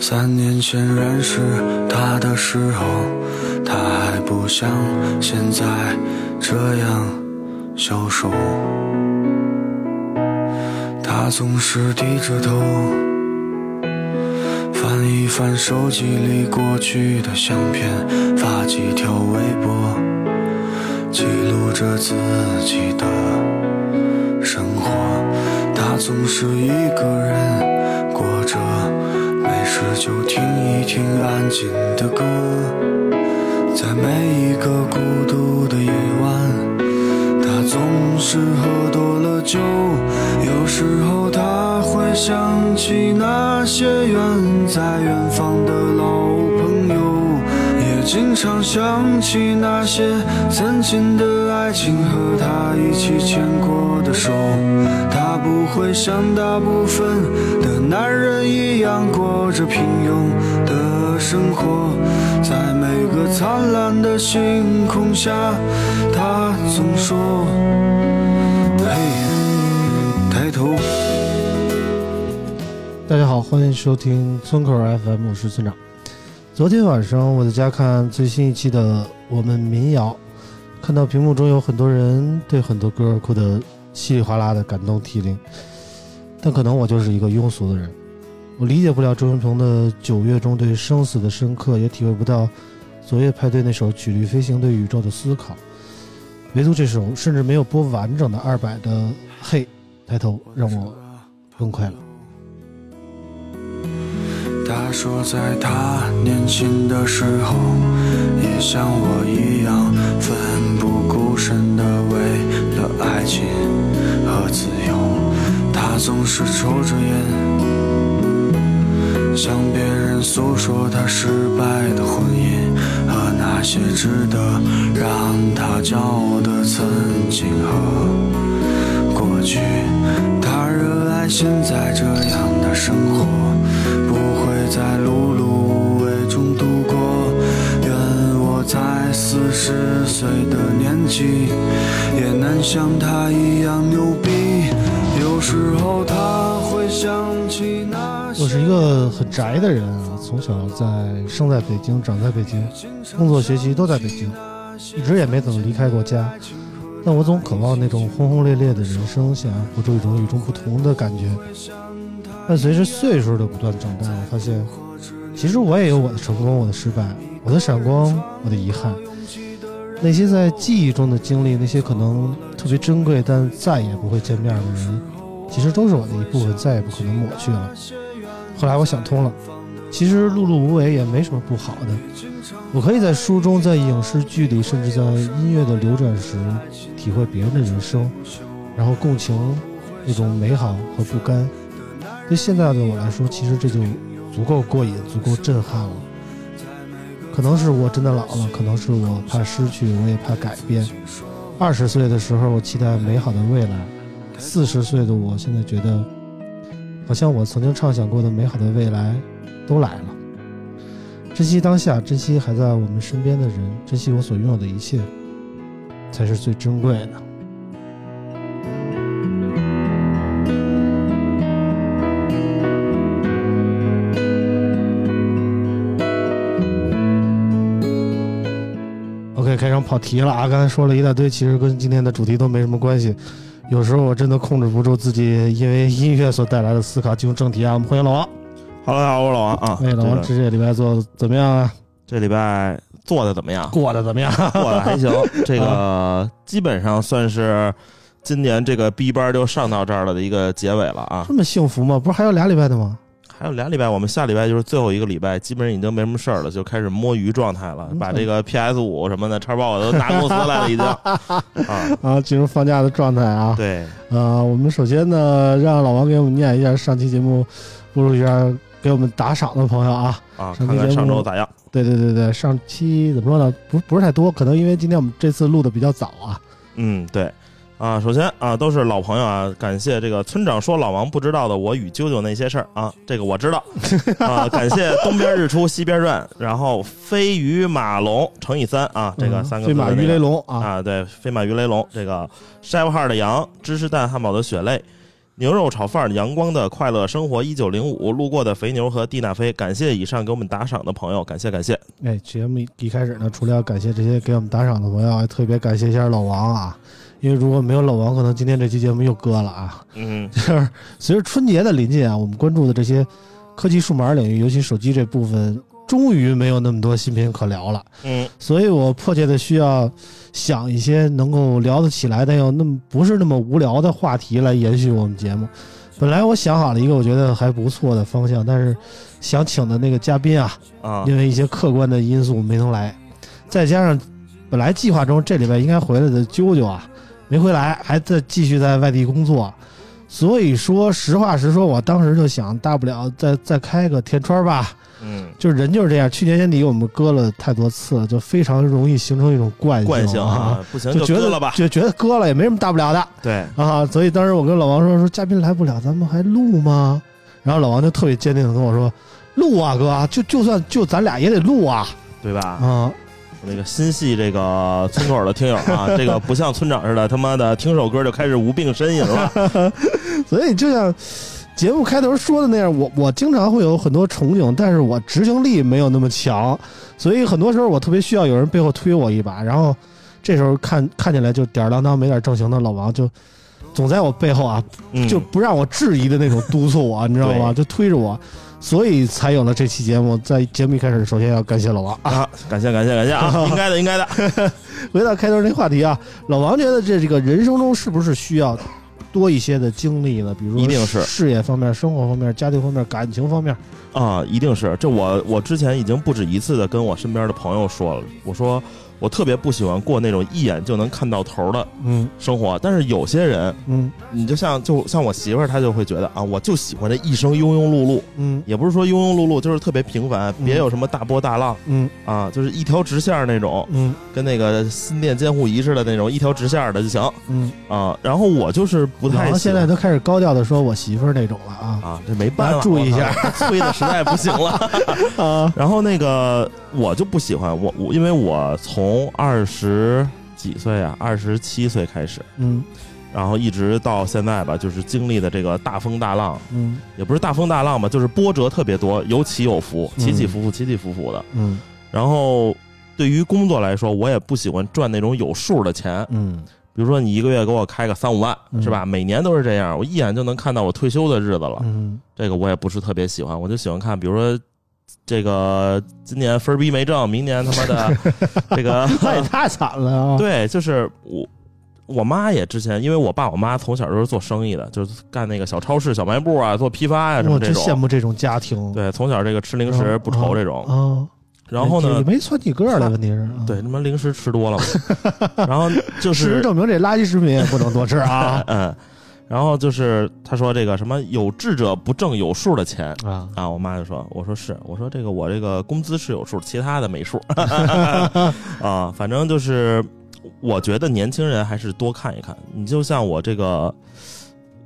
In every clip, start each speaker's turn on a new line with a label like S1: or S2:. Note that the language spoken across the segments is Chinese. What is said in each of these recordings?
S1: 三年前认识他的时候，他还不像现在这样消瘦。他总是低着头，翻一翻手机里过去的相片，发几条微博，记录着自己的。生活，他总是一个人过着，没事就听一听安静的歌，在每一个孤独的夜晚，他总是喝多了酒，有时候他会想起那些远在远方的老朋友。也经常想起那些曾经的爱情和他一起牵过的手，他不会像大部分的男人一样过着平庸的生活，在每个灿烂的星空下，他总说，嘿，抬头。
S2: 大家好，欢迎收听村口 FM，我是村长。昨天晚上我在家看最新一期的《呃我们民谣》，看到屏幕中有很多人对很多歌哭得稀里哗啦的，感动涕零。但可能我就是一个庸俗的人，我理解不了周云鹏的《九月》中对生死的深刻，也体会不到昨夜派对那首《曲率飞行》对宇宙的思考。唯独这首甚至没有播完整的二百的《嘿，抬头》，让我崩溃了。
S1: 他说，在他年轻的时候，也像我一样奋不顾身的为了爱情和自由。他总是抽着烟，向别人诉说他失败的婚姻和那些值得让他骄傲的曾经和过去。他热爱现在这样的生活，不会再碌碌无为中度过。愿我在四十岁的年纪，也能像他一样牛逼。有时候他会想起那些。
S2: 我是一个很宅的人啊，从小在生在北京，长在北京，工作学习都在北京，一直也没怎么离开过家。但我总渴望那种轰轰烈烈的人生，想要活出一种与众不同的感觉。但随着岁数的不断长大，我发现，其实我也有我的成功，我的失败，我的闪光，我的遗憾。那些在记忆中的经历，那些可能特别珍贵但再也不会见面的人，其实都是我的一部分，再也不可能抹去了。后来我想通了，其实碌碌无为也没什么不好的。我可以在书中、在影视剧里，甚至在音乐的流转时，体会别人的人生，然后共情那种美好和不甘。对现在的我来说，其实这就足够过瘾，足够震撼了。可能是我真的老了，可能是我怕失去，我也怕改变。二十岁的时候，我期待美好的未来；四十岁的我，现在觉得，好像我曾经畅想过的美好的未来都来了。珍惜当下，珍惜还在我们身边的人，珍惜我所拥有的一切，才是最珍贵的。OK，开场跑题了啊！刚才说了一大堆，其实跟今天的主题都没什么关系。有时候我真的控制不住自己，因为音乐所带来的思考。进入正题啊，我们欢迎老王。
S3: Hello，大家好，我是老王啊。
S2: 哎，老王，
S3: 这个
S2: 这这礼拜做得怎么样啊？？
S3: 这礼拜做的怎么样
S2: 过得怎么样？
S3: 做 的还行，这个基本上算是今年这个 B 班就上到这儿了的一个结尾了啊。
S2: 这么幸福吗？不是还有俩礼拜的吗？
S3: 还有俩礼拜，我们下礼拜就是最后一个礼拜，基本上已经没什么事儿了，就开始摸鱼状态了，
S2: 嗯
S3: 把这个 PS 五什么的叉 box 都拿公司来了，已经 啊。
S2: 啊，进入放假的状态啊。
S3: 对，
S2: 呃，我们首先呢，让老王给我们念一下上期节目，录入一下给我们打赏的朋友啊，
S3: 啊，
S2: 上期
S3: 看看
S2: 节
S3: 上
S2: 目
S3: 周咋样？
S2: 对对对对，上期怎么说呢？不不是太多，可能因为今天我们这次录的比较早啊。
S3: 嗯，对。啊，首先啊，都是老朋友啊，感谢这个村长说老王不知道的我与啾啾那些事儿啊，这个我知道 啊，感谢东边日出西边转，然后飞鱼马龙乘以三啊，这个
S2: 嗯
S3: 三个
S2: 飞
S3: 字
S2: 马
S3: 的那
S2: 鱼
S3: 个
S2: 雷龙啊，
S3: 啊，对，飞马鱼雷龙，这个 chef 号的羊，芝士蛋汉堡的血泪，牛肉炒饭，阳光的快乐生活一九零五，路过的肥牛和蒂娜菲，感谢以上给我们打赏的朋友，感谢感谢。
S2: 哎，节目一开始呢，除了要感谢这些给我们打赏的朋友，还特别感谢一下老王啊，因为如果没有老王，可能今天这期节目又搁了啊。
S3: 嗯
S2: 就是随着春节的临近啊，我们关注的这些科技数码领域，尤其手机这部分，终于没有那么多新品可聊了。
S3: 嗯
S2: 所以我迫切的需要想一些能够聊得起来但又那么不是那么无聊的话题来延续我们节目。本来我想好了一个我觉得还不错的方向，但是想请的那个嘉宾啊，
S3: 啊
S2: 因为一些客观的因素没能来，再加上本来计划中这礼拜应该回来的啾啾啊没回来，还在继续在外地工作，所以说实话实说，我当时就想，大不了再再开个天窗吧，
S3: 嗯，
S2: 就是人就是这样，去年年底我们割了太多次了，就非常容易形成一种惯性
S3: 惯性
S2: 啊。
S3: 啊，不行
S2: 就觉
S3: 割
S2: 得
S3: 了吧。
S2: 就觉得割了也没什么大不了的
S3: 对，
S2: 啊，所以当时我跟老王说说嘉宾来不了，咱们还录吗？然后老王就特别坚定的跟我说，录啊哥，就就算就咱俩也得录啊，
S3: 对吧？
S2: 啊，
S3: 我那个心系这个村口的听友 啊，这个不像村长似的，他妈的听首歌就开始无病呻吟了。
S2: 所以就像节目开头说的那样，我我经常会有很多憧憬，但是我执行力没有那么强，所以很多时候我特别需要有人背后推我一把，然后这时候看看起来就吊儿郎当、没点正形的老王就。总在我背后啊，
S3: 嗯，
S2: 就不让我质疑的那种督促我，你知道吗？就推着我，所以才有了这期节目。在节目一开始，首先要感谢老王。
S3: 啊，感谢感谢感 谢啊，应该的应该的。
S2: 回到开头那话题啊，老王觉得这这个人生中是不是需要多一些的经历呢？比如说
S3: 一定是
S2: 事业方面、生活方面、家庭方面、感情方面。
S3: 啊，一定是这我我之前已经不止一次的跟我身边的朋友说了，我说我特别不喜欢过那种一眼就能看到头的
S2: 嗯
S3: 生活，但是有些人，
S2: 嗯
S3: 你就像就像我媳妇儿，她就会觉得啊，我就喜欢这一生庸庸碌碌，
S2: 嗯
S3: 也不是说庸庸碌碌，就是特别平凡，
S2: 嗯
S3: 别有什么大波大浪
S2: 嗯
S3: 啊，就是一条直线儿那种，
S2: 嗯
S3: 跟那个心电监护仪似的那种一条直线儿的就行
S2: 嗯。
S3: 啊。然后我就是不
S2: 老
S3: 太
S2: 王
S3: 喜
S2: 现在
S3: 欢
S2: 都开始高调的说我媳妇儿那种了啊
S3: 啊，这没办法，
S2: 注意一下
S3: 我靠， 催的实在不行了。
S2: 啊
S3: 然后那个我就不喜欢我我，因为我从二十几岁啊，二十七岁开始，
S2: 嗯
S3: 然后一直到现在吧，就是经历的这个大风大浪，
S2: 嗯
S3: 也不是大风大浪吧，就是波折特别多，有起有伏，
S2: 嗯
S3: 起起伏伏，起起伏伏的。
S2: 嗯
S3: 然后对于工作来说，我也不喜欢赚那种有数的钱，
S2: 嗯
S3: 比如说你一个月给我开个三五万，
S2: 嗯
S3: 是吧？每年都是这样，我一眼就能看到我退休的日子了。
S2: 嗯
S3: 这个我也不是特别喜欢，我就喜欢看，比如说这个今年分儿逼没挣，明年他妈 的这个
S2: 那也太惨了啊！
S3: 对，就是我我妈也之前，因为我爸我妈从小都是做生意的，就是干那个小超市、小卖部啊，做批发呀、什
S2: 我
S3: 么这
S2: 真羡
S3: 种。
S2: 慕这种家庭。
S3: 对，从小这个吃零食不愁这种，
S2: 啊，
S3: 然后
S2: 也
S3: 呢
S2: 也，没窜起个儿来，问题是啊
S3: 对，他妈零食吃 多了嘛，然后就
S2: 事实
S3: 是
S2: 证明这垃圾食品也不能多吃啊
S3: 嗯，然后就是他说这个什么有志者不挣有数的钱，
S2: 啊！
S3: 啊，我妈就说：“我说是，我说这个我这个工资是有数，其他的没数啊。反正就是，我觉得年轻人还是多看一看。你就像我这个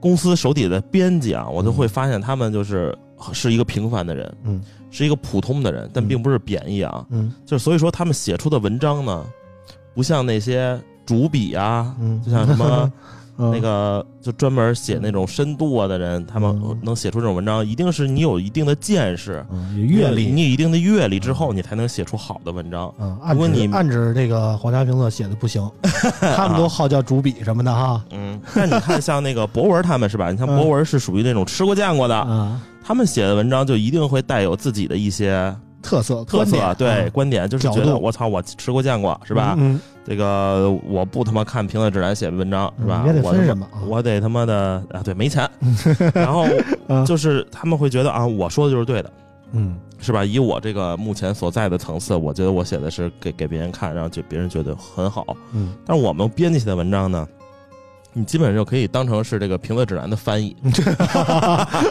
S3: 公司手底的编辑啊，我就会发现他们就是是一个平凡的人，
S2: 嗯，
S3: 是一个普通的人，但并不是贬义啊。
S2: 嗯
S3: 就是所以说，他们写出的文章呢，不像那些主笔啊，
S2: 嗯，
S3: 就像什么
S2: 嗯
S3: 那个就专门写那种深度啊的人，他
S2: 嗯
S3: 们能写出这种文章，一定是你有一定的见识。”
S2: 嗯有阅历
S3: 你有一定的阅历之后，你才能写出好的文章。
S2: 啊，
S3: 如果
S2: 暗指
S3: 你
S2: 暗指这个皇家评测写的不 行，他们都好叫主笔什么的哈
S3: 嗯， 但你看像那个博文他们是吧？你像
S2: 嗯
S3: 博文是属于那种吃过见过的，
S2: 啊，
S3: 他们写的文章就一定会带有自己的一些
S2: 特色
S3: 特
S2: 观
S3: 色，
S2: 点
S3: 对
S2: 啊
S3: 观点，就是觉
S2: 角
S3: 得
S2: 度
S3: 我操，我吃过见过是吧？
S2: 嗯，
S3: 这个我不他妈看评论指南写的文章是吧？
S2: 也得
S3: 我他
S2: 分
S3: 妈
S2: 什么啊
S3: 我得他妈的啊，对，没 钱，然后
S2: 啊
S3: 就是他们会觉得啊，我说的就是对的。
S2: 嗯
S3: 是吧？以我这个目前所在的层次，我觉得我写的是给给别人看，然后就别人觉得很好。
S2: 嗯
S3: 但是我们编辑写的文章呢，你基本就可以当成是这个评测指南的 翻译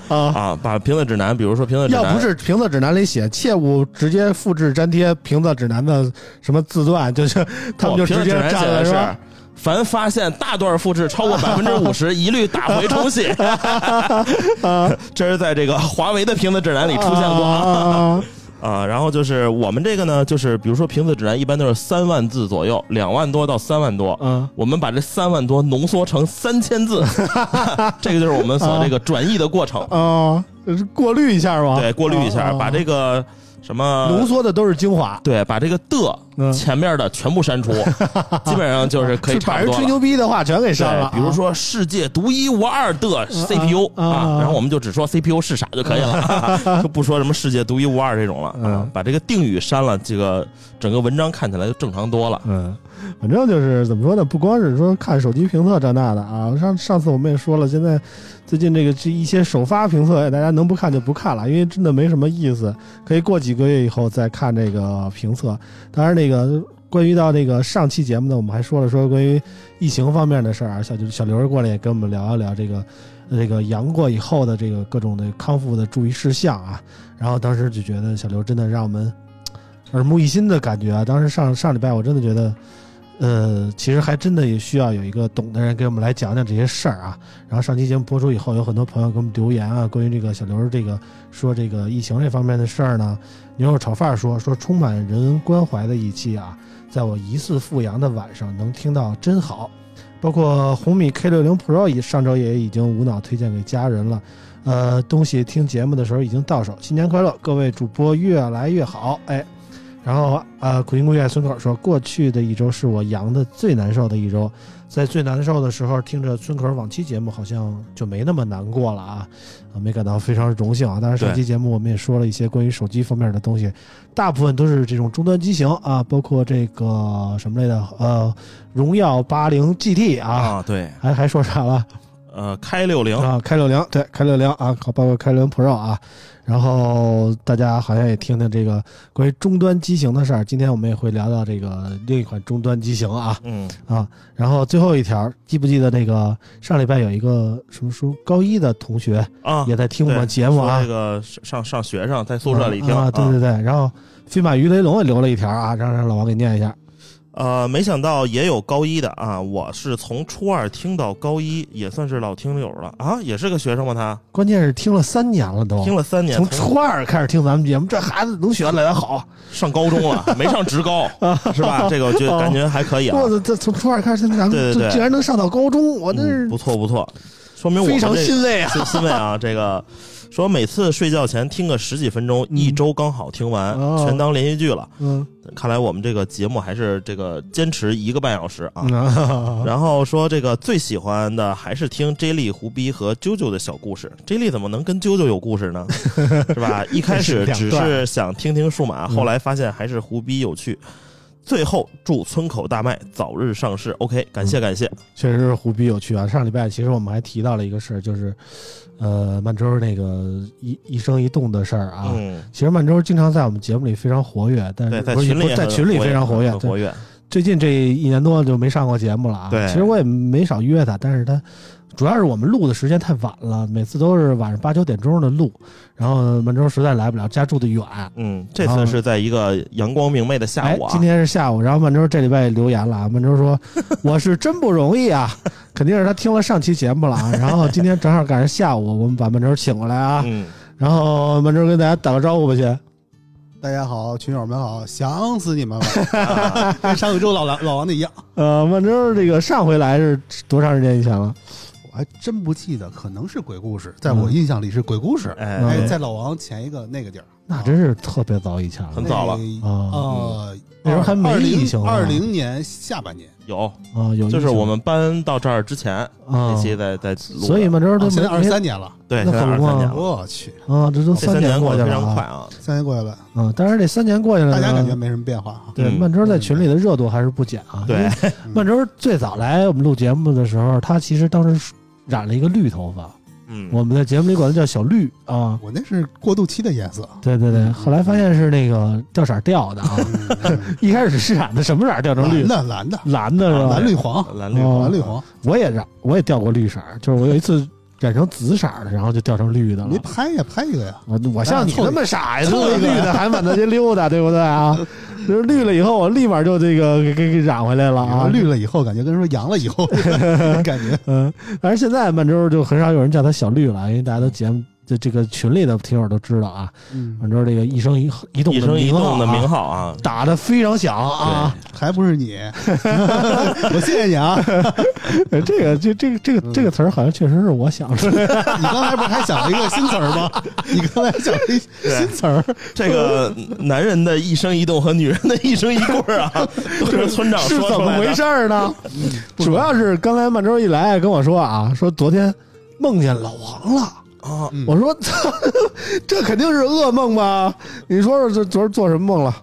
S3: 啊，把评测指南，比如说评测指
S2: 要不
S3: 南，
S2: 是评测指南里写，切勿直接复制粘贴评测指南的什么字段，就是他们就
S3: 哦评
S2: 直
S3: 测
S2: 接
S3: 指南
S2: 站
S3: 写
S2: 了
S3: 的
S2: 是
S3: 是
S2: 吧？，
S3: 凡发现大段复制超过百分之五十，一律打回重 写。 这是在这个华为的评测指南里出现过啊。
S2: 啊，
S3: 啊，然后就是我们这个呢，就是比如说评测指南一般都是三万字左右，两万多到三万多。
S2: 嗯，
S3: 我们把这三万多浓缩成三千 字，这个就是我们所这个转译的过程。
S2: 啊，过滤一下吧，
S3: 对，过滤一
S2: 啊
S3: 下，把这个什么
S2: 浓缩的都是精华，
S3: 对，把这个
S2: 嗯
S3: 的前面的全部删 除，基本上就是可以
S2: 是把
S3: 差
S2: 人
S3: 不多
S2: 吹
S3: 了。
S2: 牛逼的话全给删了啊。
S3: 对，比如说世界独一无二的 CPU
S2: 啊啊
S3: 啊，然后我们就只说 CPU 是啥就可 以了，就不说什么世界独一无二这种了啊
S2: 嗯。
S3: 把这个定语删了，这个整个文章看起来就正常多了。
S2: 嗯，反正就是怎么说呢，不光是说看手机评测这那的啊，上上次我们也说了，现在最近这个这一些首发评测，哎大家能不看就不看了，因为真的没什么意思，可以过几个月以后再看这个评测。当然，那个关于到这个上期节目呢，我们还说了说关于疫情方面的事儿啊，小刘小刘过来也跟我们聊一聊这个。这个阳过以后的这个各种的康复的注意事项啊，然后当时就觉得小刘真的让我们耳目一新的感觉啊！当时上上礼拜我真的觉得，呃，其实还真的也需要有一个懂的人给我们来讲讲这些事儿啊。然后上期节目播出以后，有很多朋友给我们留言啊，关于这个小刘这个说这个疫情这方面的事儿呢，牛肉炒饭说说充满人文关怀的一期啊，在我疑似复阳的晚上能听到真好。包括红米 K 6 0 Pro 也上周也已经无脑推荐给家人了，呃，东西听节目的时候已经到手，新年快乐，各位主播越来越好，哎，然后呃，苦心孤诣孙口说，过去的一周是我阳的最难受的一周，在最难受的时候，听着孙口往期节目，好像就没那么难过了啊，啊，没感到非常荣幸啊。当然，上期节目我们也说了一些关于手机方面的东西，大部分都是这种终端机型啊，包括这个什么类的，呃，荣耀八零 GT 啊，
S3: 啊，对，
S2: 还还说啥了？
S3: 呃，开六零，
S2: 啊，开六零，对，开六零啊，包括开六零 Pro 啊。然后大家好像也听听这个关于终端机型的事儿，今天我们也会聊到这个另一款终端机型啊
S3: 嗯，
S2: 啊。然后最后一条，记不记得那个上礼拜有一个什么书，高一的同学
S3: 啊，
S2: 也在听我
S3: 对
S2: 们节目啊
S3: 说这，个上上学上在宿舍里听
S2: 啊，对对
S3: 啊
S2: 对。然后飞马鱼雷龙也留了一条啊，让让老王给念一下。
S3: 呃，没想到也有高一的啊，我是从初二听到高一，也算是老听友了啊，也是个学生吗？他
S2: 关键是听了三年了都，
S3: 听了三年，
S2: 哦从初二开始听咱们节目，这孩子能学得来得好。
S3: 上高中 了，没上职高
S2: 啊
S3: 是吧？这个我觉得感觉还可以啊
S2: 我，操，这从初二开始，咱们
S3: 对对
S2: 这
S3: 对
S2: 竟然能上到高中，哦我真
S3: 嗯
S2: 是
S3: 不错不错，说明我
S2: 非
S3: 们
S2: 常
S3: 这
S2: 欣慰啊！
S3: 欣欣慰啊！这个说每次睡觉前听个十几分钟，
S2: 嗯
S3: 一周刚好听完，
S2: 哦
S3: 全当连续剧了。
S2: 嗯
S3: 看来我们这个节目还是这个坚持一个半小时啊。
S2: 啊，
S3: 然后说这个最喜欢的还是听 J 莉、胡逼和啾啾的小故事。J 莉怎么能跟啾啾有故事呢？ 是吧？一开始只是想听听数码，
S2: 嗯
S3: 后来发现还是胡逼有趣。最后祝村口大麦早日上市。OK，感谢感谢。
S2: 确实是虎逼有趣啊！上礼拜其实我们还提到了一个事儿，就是呃，曼周那个一一生一动的事儿啊。
S3: 嗯，
S2: 其实曼周经常在我们节目里非常活跃，但
S3: 对，
S2: 是
S3: 在
S2: 不是
S3: 群
S2: 不
S3: 里
S2: 是在
S3: 很
S2: 群里非常活跃
S3: 很。
S2: 对
S3: 活跃。
S2: 最近这一年多就没上过节目了啊。
S3: 对
S2: 其实我也没少约他，但是他主要是我们录的时间太晚了，每次都是晚上八九点钟的录，然后曼周实在来不了，家住的远，
S3: 嗯，这次是在一个阳光明媚的下午
S2: 哎。
S3: 啊。
S2: 今天是下午，然后曼周这礼拜留言了 啊，曼周说我是真不容易啊，肯定是他听了上期节目了 啊。然后今天正好赶上下午，我们把曼周请过来啊，
S3: 嗯，
S2: 然后曼周跟大家打个招呼吧，先。
S4: 大家好，群友们好，想死你们了，
S3: 啊
S4: 跟上个周老王老王的一样，
S2: 呃，曼周这个上回来是多长时间以前了？
S4: 我还真不记得，可能是鬼故事，在我印象里是鬼故事。
S2: 嗯
S3: 哎，
S4: 在老王前一个那个地儿，
S2: 那真是特别早以前了
S3: 很哦早了
S4: 啊
S2: 啊
S4: 呃，
S2: 那时候还没疫情啊呢
S4: 二零年下半年，
S3: 有，
S2: 啊，有
S3: 就
S2: 印
S3: 是
S2: 象
S3: 我们搬到这儿之前，
S2: 啊
S3: 那，期在在录的，
S2: 所以曼周都
S4: 啊现
S2: 没
S4: 在二十三年了，
S3: 对，
S2: 那
S3: 现在
S2: 可
S3: 二
S2: 不嘛
S3: 三年了，
S4: 我去，
S2: 啊，这都
S3: 这三
S2: 年
S3: 过
S2: 过
S3: 得
S2: 去
S3: 非
S2: 了
S3: 常快
S2: 啊，
S3: 啊，
S4: 三年过去了，
S2: 嗯，但是这三年过去了呢，
S4: 大家感觉没什么变化啊？
S2: 对
S3: 嗯
S2: 曼周在群里的热度还是不减 啊，
S3: 对，
S4: 嗯
S2: 曼周最早来我们录节目的时候，他其实当时染了一个绿头发，
S3: 嗯，
S2: 我们在节目里管它叫小绿啊。
S4: 我那是过渡期的颜色。
S2: 对对对，后来发现是那个掉色儿掉的啊， 一开始是染的什么色儿掉成绿
S4: 蓝的蓝的，
S2: 蓝的是吧？
S4: 蓝绿黄，
S3: 蓝绿
S2: 哦
S3: 黄
S4: 蓝绿黄。
S2: 我也染，我也掉过绿色儿，就是我有一次染成紫色儿的，然后就掉成绿的了
S4: 没。拍呀，拍一个呀。
S2: 我我像你
S4: 凑一
S2: 那
S4: 个
S2: 么傻呀，
S4: 凑
S2: 特
S4: 一个
S2: 绿的还满大街溜达，对不对啊？就是绿了以后，我立马就这个给给给染回来了啊。
S4: 绿了以后，感觉跟说阳了 以后 感觉。
S2: 嗯，反正现在满洲就很少有人叫他小绿了，因为大家都节目这这个群里的听友都知道啊，满洲这个一生一一动
S3: 一
S2: 的
S3: 生一
S2: 名号
S3: 动的
S2: 啊
S3: 名号啊，
S2: 打的非常响啊！
S4: 还不是你， 我谢谢你啊！
S2: 呃 这个这这个这
S3: 嗯
S2: 个这个词儿好像确实是我想 出来的，
S4: 你刚才不是还想了一个新词儿 吗？你刚才想了一新词儿，
S3: 这个男人的一生一动和女人的一生一棍儿 啊，都是村长
S2: 是
S3: 说
S2: 怎
S3: 出
S2: 么
S3: 来
S2: 回
S3: 的。嗯
S2: 事儿呢？主要是刚才满洲一来跟我说啊，说昨天梦见老王了。
S3: 啊，
S4: 嗯
S2: 我说 操这肯定是噩梦吧？你说说这昨儿做什么梦了？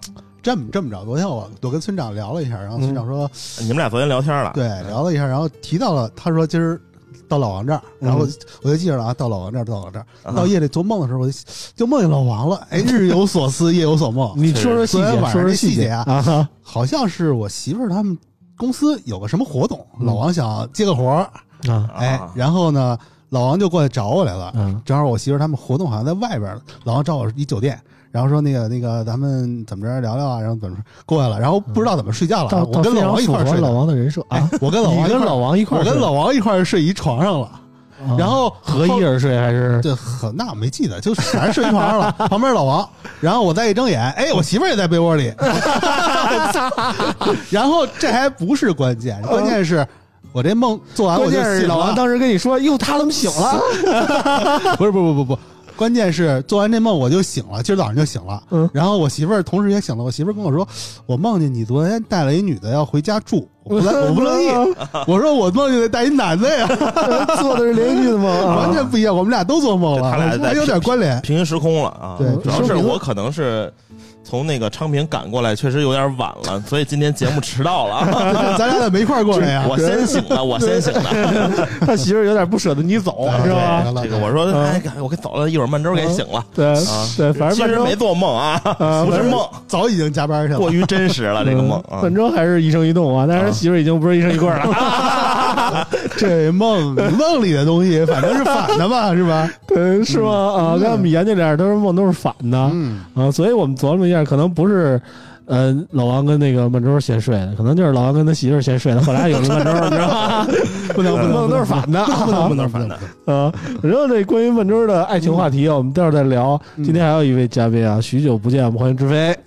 S4: 这么这么着，昨天我我跟村长聊了一下，然后村
S2: 嗯
S4: 长说，
S3: 你们俩昨天聊天了？
S4: 对，聊了一下，然后提到了，他说今儿到老王这儿，然后
S2: 嗯
S4: 我就记着了啊，到老王这儿，到老王这儿，
S3: 啊
S4: 到夜里做梦的时候，我就就梦见老王了，哎，日有所思，夜有所
S3: 哦
S4: 梦，
S2: 你说说细
S4: 昨
S2: 节
S4: 天，晚
S2: 说
S4: 上
S2: 说
S4: 这
S2: 细
S4: 细节
S2: 啊
S4: 啊
S2: 哈！
S4: 好像是我媳妇儿他们公司有个什么活动，
S2: 嗯
S4: 老王想接个活儿，
S2: 啊
S4: 哎
S3: 啊，，
S4: 然后呢，老王就过来找我来了，
S2: 嗯
S4: 正好我媳妇儿他们活动好像在外边儿，老王找我一酒店，然后说那个那个咱们怎么着聊聊啊，然后怎么着过来了，然后不知道怎么睡觉了，
S2: 到
S4: 我
S2: 到
S4: 跟
S2: 非
S4: 老
S2: 常
S4: 王一
S2: 符
S4: 块儿
S2: 合
S4: 睡
S2: 老
S4: 的，
S2: 王的人设啊
S4: 哎，，我跟老
S2: 你
S4: 王一
S2: 跟
S4: 块
S2: 老
S4: 儿，
S2: 王一块儿
S4: 我
S2: 睡，
S4: 跟老王一块儿睡一床上了，
S2: 啊
S4: 然后
S2: 合
S4: 后
S2: 一而睡还是
S4: 对，很那我没记得，就是反正睡一床 上了，旁边老王，然后我再一睁眼，哎，我媳妇儿也在被 窝里，然后这还不是关键，关键是我这梦做完我
S2: 关
S4: 就
S2: 键
S4: 醒
S2: 是老王
S4: 了，
S2: 当时跟你说：“哟，他怎么醒了
S4: 不是不不不不，关键是做完这梦我就醒了，今儿早上就醒了，
S2: 嗯
S4: 然后我媳妇儿同时也醒了，我媳妇儿跟我说，我梦见你昨天带了一女的要回家住，？” 我不来我不乐意，
S2: 啊
S4: 我说我梦见得带一男的呀，
S2: 做的是连续剧的梦
S4: 完
S2: 啊！
S4: 全不一样，我们俩都做梦了，
S3: 他俩在
S4: 还有点关联，
S3: 平行时空了啊。
S4: 对
S3: 主要是
S4: 说明
S3: 我可能是从那个昌平赶过来，确实有点晚了，所以今天节目迟到了 啊。
S4: 咱俩在没一块儿
S2: 哎
S4: 过来 呀。
S3: 我先醒的，我先醒的。
S2: 他媳妇儿有点不舍得你走，是吧？
S3: 这个我说，
S2: 嗯
S3: 哎，我给走了一会儿，曼周给醒了。
S2: 对
S3: 啊
S2: 对，反正
S3: 其
S2: 半
S3: 实
S2: 周
S3: 没做梦啊，
S2: 啊
S3: 不是梦，
S4: 早已经加班去了
S3: 过。于真实了这个梦啊
S2: 本。周嗯还是一生一动啊，但是
S3: 啊
S2: 媳妇儿已经不是一生一棍儿了。
S4: 这梦梦里的东西，反正是反的嘛，是吧？
S2: 对，是吗？啊，跟我们研究点儿，都是梦都是反的
S4: 嗯，
S2: 啊，所以我们琢磨一下，可能不是。呃，老王跟那个曼周先睡的，可能就是老王跟他媳妇儿先睡的，后来有了曼周，你知道 吗？
S4: 不能不
S2: 梦
S4: 能
S2: 都是反的，
S4: 嗯不能不能
S3: 反的。
S2: 啊，然后这关于曼周的爱情话题啊，我们待会儿再聊。今天还有一位嘉宾啊，许久不见，我们欢迎知飞。啊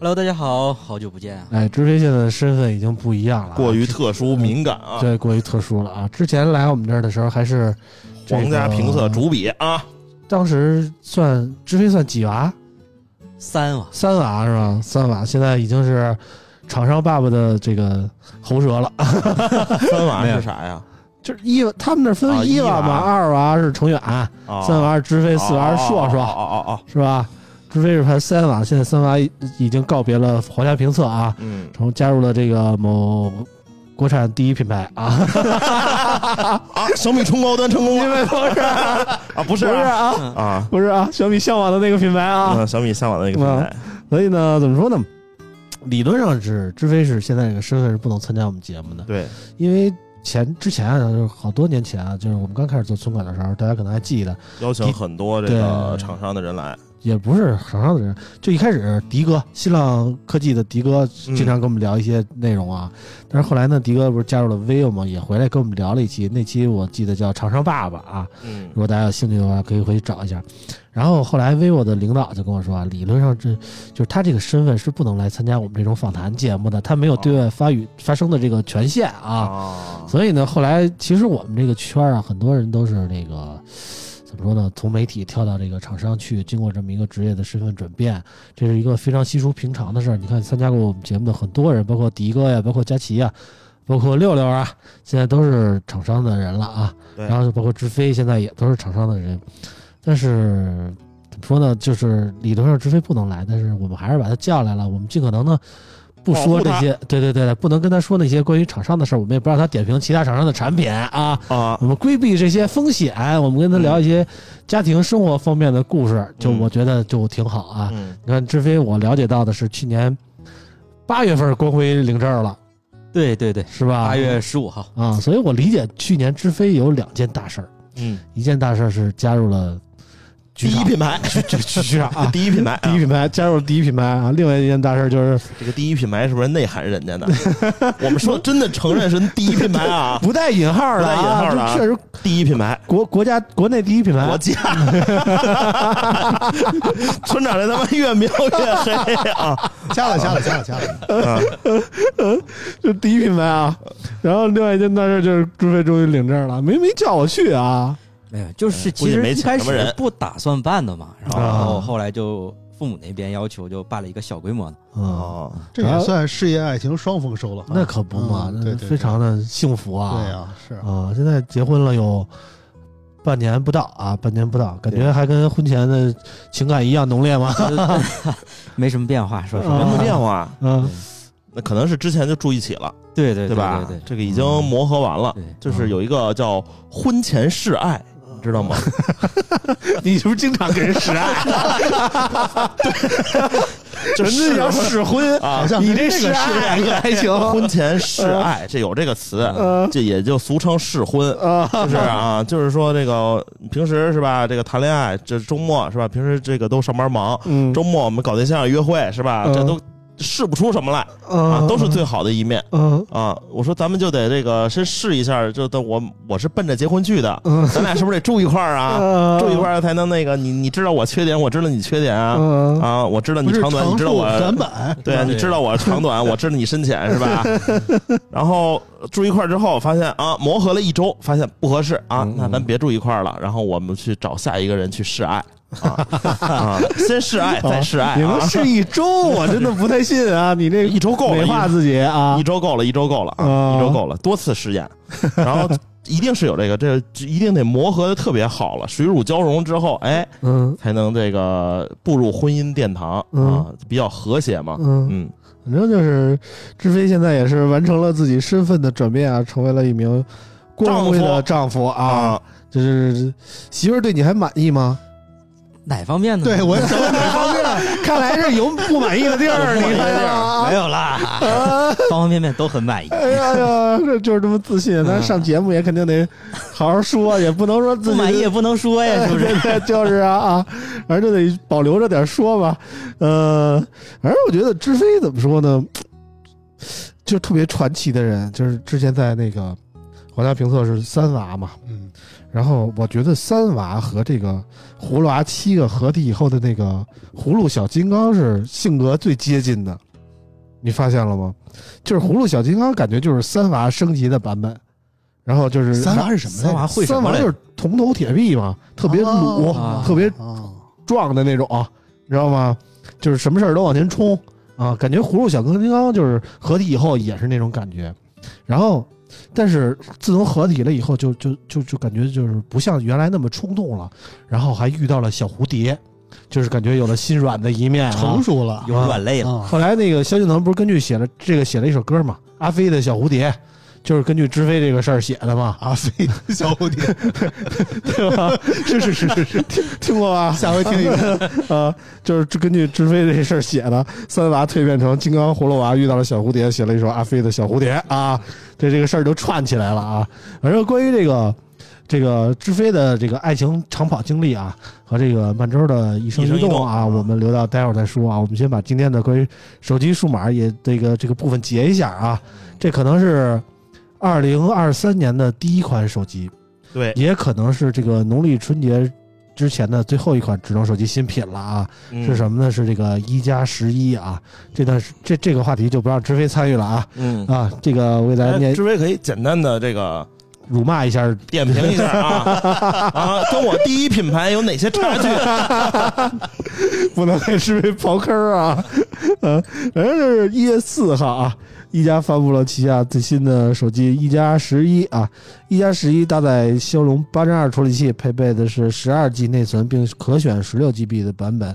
S5: Hello，大家好，好久不见啊！
S2: 哎，知飞现在的身份已经不一样了啊，
S3: 过于特殊敏感啊，
S2: 对过于特殊了啊。之前来我们这儿的时候还是这个
S3: 皇家评测主笔啊，
S2: 当时算知飞算几娃？
S5: 三啊，
S2: 三娃是吧？三娃现在已经是厂商爸爸的这个喉舌了，
S3: 三娃是啥呀？
S2: 就是一他们那
S3: 啊
S2: 分一娃嘛，
S3: 一娃
S2: 二娃是程远，
S3: 啊
S2: 三娃是知飞，四娃是硕
S3: 哦
S2: 硕，
S3: 哦哦哦哦，
S2: 是吧？知飞是排三娃，现在三娃已已经告别了皇家评测啊，
S3: 嗯，
S2: 然后加入了这个某国产第一品牌啊，
S3: 啊，小米冲高端成功
S2: 因
S3: 了
S2: 为不是啊
S3: 啊，不 是
S2: 不是
S3: 啊
S2: 啊
S3: 啊，
S2: 不是啊，小米向往的那个品牌啊，
S3: 嗯小米下网的那个平台，
S2: 所以呢，怎么说呢？理论上是知飞是现在这个身份是不能参加我们节目的，
S3: 对，
S2: 因为前之前啊，就是好多年前啊，就是我们刚开始做村管的时候，大家可能还记得，
S3: 邀请很多这个厂商的人来，
S2: 也不是厂商的人，就一开始迪哥，新浪科技的迪哥
S3: 嗯
S2: 经常跟我们聊一些内容啊，但是后来呢，迪哥不是加入了 vivo 嘛，也回来跟我们聊了一期，那期我记得叫厂商爸爸啊，
S3: 嗯
S2: 如果大家有兴趣的话，可以回去找一下。然后后来 vivo 的领导就跟我说啊，理论上这就是他这个身份是不能来参加我们这种访谈节目的，他没有对外发语发声的这个权限啊。
S3: 啊，
S2: 所以呢，后来其实我们这个圈儿啊，很多人都是那个怎么说呢，从媒体跳到这个厂商去，经过这么一个职业的身份转变，这是一个非常稀疏平常的事儿。你看，参加过我们节目的很多人，包括迪哥呀，包括佳琪呀。包括六六啊，现在都是厂商的人了啊。
S3: 对
S2: 然后就包括知飞，现在也都是厂商的人。但是怎么说呢，就是理论上知飞不能来，但是我们还是把他叫来了。我们尽可能呢，不说
S3: 保护
S2: 这
S3: 他
S2: 些，对对对对，不能跟他说那些关于厂商的事儿，我们也不让他点评其他厂商的产品啊，
S3: 啊，
S2: 我们规避这些风险，我们跟他聊一些家庭生活方面的故事，就
S3: 嗯
S2: 我觉得就挺好啊。
S3: 嗯，
S2: 你看志飞，我了解到的是去年八月份光辉领证了，
S5: 对对对，
S2: 是吧？
S5: 八月十五号，
S2: 啊，所以我理解去年志飞有两件大事儿，
S3: 嗯，
S2: 一件大事儿是加入了
S3: 第
S2: 局
S3: 一
S2: 长
S3: 品牌，。
S2: 局局局长 啊
S3: 第一品牌，
S2: 第一品牌加入了第一品牌啊，另外一件大事儿就是
S3: 这个第一品牌是不是内涵人家呢？我们说真的承认是第一品牌啊，
S2: 不带引号的
S3: 不带引
S2: 啊，
S3: 号的
S2: 这
S3: 啊
S2: 确实
S3: 第一品牌。
S2: 国国家国内第一品牌
S3: 国，家， 村长这他妈越描越黑啊！
S4: 掐了掐了掐了掐了，
S2: 这第一品牌啊。然后另外一件大事儿就是朱飞终于领证了，没没叫我去啊，
S5: 呃没有，哎就是
S3: 估
S5: 其
S3: 计
S5: 实
S3: 没
S5: 一
S3: 请
S5: 开
S3: 什么人
S5: 始不打算办的嘛，然
S2: 啊
S5: 后后来就父母那边要求就办了一个小规模的，
S2: 嗯，
S3: 哦，
S4: 这也算事业爱情双丰收了哈。
S2: 那可不嘛，
S4: 嗯
S2: 那
S4: 对对对
S2: 非常的幸福啊，
S4: 对呀，是
S2: 啊，现在结婚了有半年不到啊，半年不到，感觉
S3: 对
S2: 还跟婚前的情感一样浓 烈吗？
S5: 没什么变化，说实
S2: 啊
S5: 话
S3: 人，不变化，
S2: 嗯，
S3: 哦那可能是之前就住一起了，
S5: 对对
S3: 吧？
S5: 对对
S3: 这个已经磨合完了，
S5: 对
S3: 就是有一个叫婚前示爱。你知道 吗？
S2: 你是不是经常给人使爱？
S3: 就
S2: 人家
S3: 是
S2: 要使婚，
S3: 啊
S4: 好，像
S2: 你
S4: 跟
S2: 使 爱可还 行？
S3: 婚前示爱，这有这个词，这也就俗称试婚，就是啊，就是说这个平时是吧，这个谈恋爱，这周末是吧，平时这个都上班忙，
S2: 嗯
S3: 周末我们搞对象约会是吧，
S2: 嗯
S3: 这都试不出什么来啊，
S2: 啊
S3: 都是最好的一面
S2: 嗯
S3: 啊。我说咱们就得这个先试一下，就等我我是奔着结婚去的，
S2: 嗯
S3: 咱俩是不是得住一块 儿啊？
S2: 啊
S3: 住一块儿才能那个，你你知道我缺点，我知道你缺点啊
S2: 嗯
S3: 啊，我知道你
S4: 不是
S3: 长短，你
S4: 长
S3: 知道
S4: 处
S3: 我
S4: 短板，
S3: 对啊，你知道我 长短，我知道你深浅是吧？ 然后住一块儿之后，发现啊，磨合了一周，发现不合适
S2: 嗯
S3: 啊，那咱别住一块儿了。然后我们去找下一个人去示爱 啊啊，先示爱再示爱
S4: 哎
S2: 你
S3: 啊
S2: 们，是一周， 我真的不太信啊！你这
S3: 一周够了
S2: 美化自己啊
S3: 一，周够了，一周够了啊，
S2: 啊
S3: 一周够了，多次试验，然后一定是有这个，这一定得磨合的特别好了，水乳交融之后，哎，
S2: 嗯
S3: 才能这个步入婚姻殿堂啊
S2: 嗯，
S3: 比较和谐嘛，
S2: 嗯，
S3: 嗯
S2: 反正就是志飞现在也是完成了自己身份的转变啊，成为了一名光辉的丈夫啊。
S3: 啊，
S2: 就是媳妇儿对你还满意吗？
S5: 哪方面呢？
S4: 对我也想问哪方面
S2: 看来是有不满意的地儿，你啊看 呀
S5: 没有啦， 方方面面都很满意。
S2: 哎呀呀，这就是这么自信，咱上节目也肯定得好好说，也不能说 自己
S5: 不满意也不能说呀，是 不是？
S2: 对对，就是啊啊，反正就得保留着点说吧。呃，反正我觉得知飞怎么说呢，就特别传奇的人，就是之前在那个皇家评测是三娃嘛，
S4: 嗯，
S2: 然后我觉得三娃和这个葫芦娃七个合体以后的那个葫芦小金刚是性格最接近的，你发现了吗？就是葫芦小金刚感觉就是三娃升级的版本，然后就是
S4: 三娃是什么来着？
S5: 三娃会什
S2: 三
S5: 么
S2: 娃
S5: 嘞
S2: 就是铜头铁臂嘛，特别鲁，
S4: 啊
S2: 特别
S4: 啊，
S2: 壮的那种、啊，你知道吗？就是什么事儿都往前冲啊，感觉葫芦小金刚就是合体以后也是那种感觉。然后，但是自从合体了以后就，就就就感觉就是不像原来那么冲动了。然后还遇到了小蝴蝶，就是感觉有了心软的一面、啊，
S4: 成熟了
S5: 有软肋了，
S4: 啊，
S2: 后来那个萧敬腾不是根据写了这个写了一首歌嘛，《阿飞的小蝴蝶》，就是根据知飞这个事儿写的嘛，
S4: 阿飞小蝴蝶，
S2: 对吧？是是是是是，听听过吧？
S4: 下回 听一听。
S2: 呃，就是根据知飞这事儿写的，三娃蜕变成金刚葫芦娃，遇到了小蝴蝶，写了一首阿飞的小蝴蝶啊，这这个事儿就串起来了啊。反正关于这个这个知飞的这个爱情长跑经历啊，和这个曼周的一生
S3: 一生一
S2: 动
S3: 动
S2: 啊，
S3: 啊
S2: 我们留到待会儿再说啊。我们先把今天的关于手机数码也这个这个部分截一下啊，这可能是二零二三年的第一款手机。
S3: 对，
S2: 也可能是这个农历春节之前的最后一款智能手机新品了啊！
S3: 嗯
S2: 是什么呢？是这个一加十一啊！这段时这这个话题就不让知飞参与了啊
S3: 嗯。
S2: 啊！这个我给大家
S3: 哎
S2: 念
S3: 志伟可以简单的这个
S2: 辱骂一下，
S3: 点评一下 啊啊，跟我第一品牌有哪些差距？
S2: 不能给知飞刨坑儿啊！ 呃，反正就是一月四号啊，一加发布了旗下最新的手机一加十一啊，一加十一搭载骁龙八零二处理器，配备的是十二 G 内存，并可选十六 GB 的版本。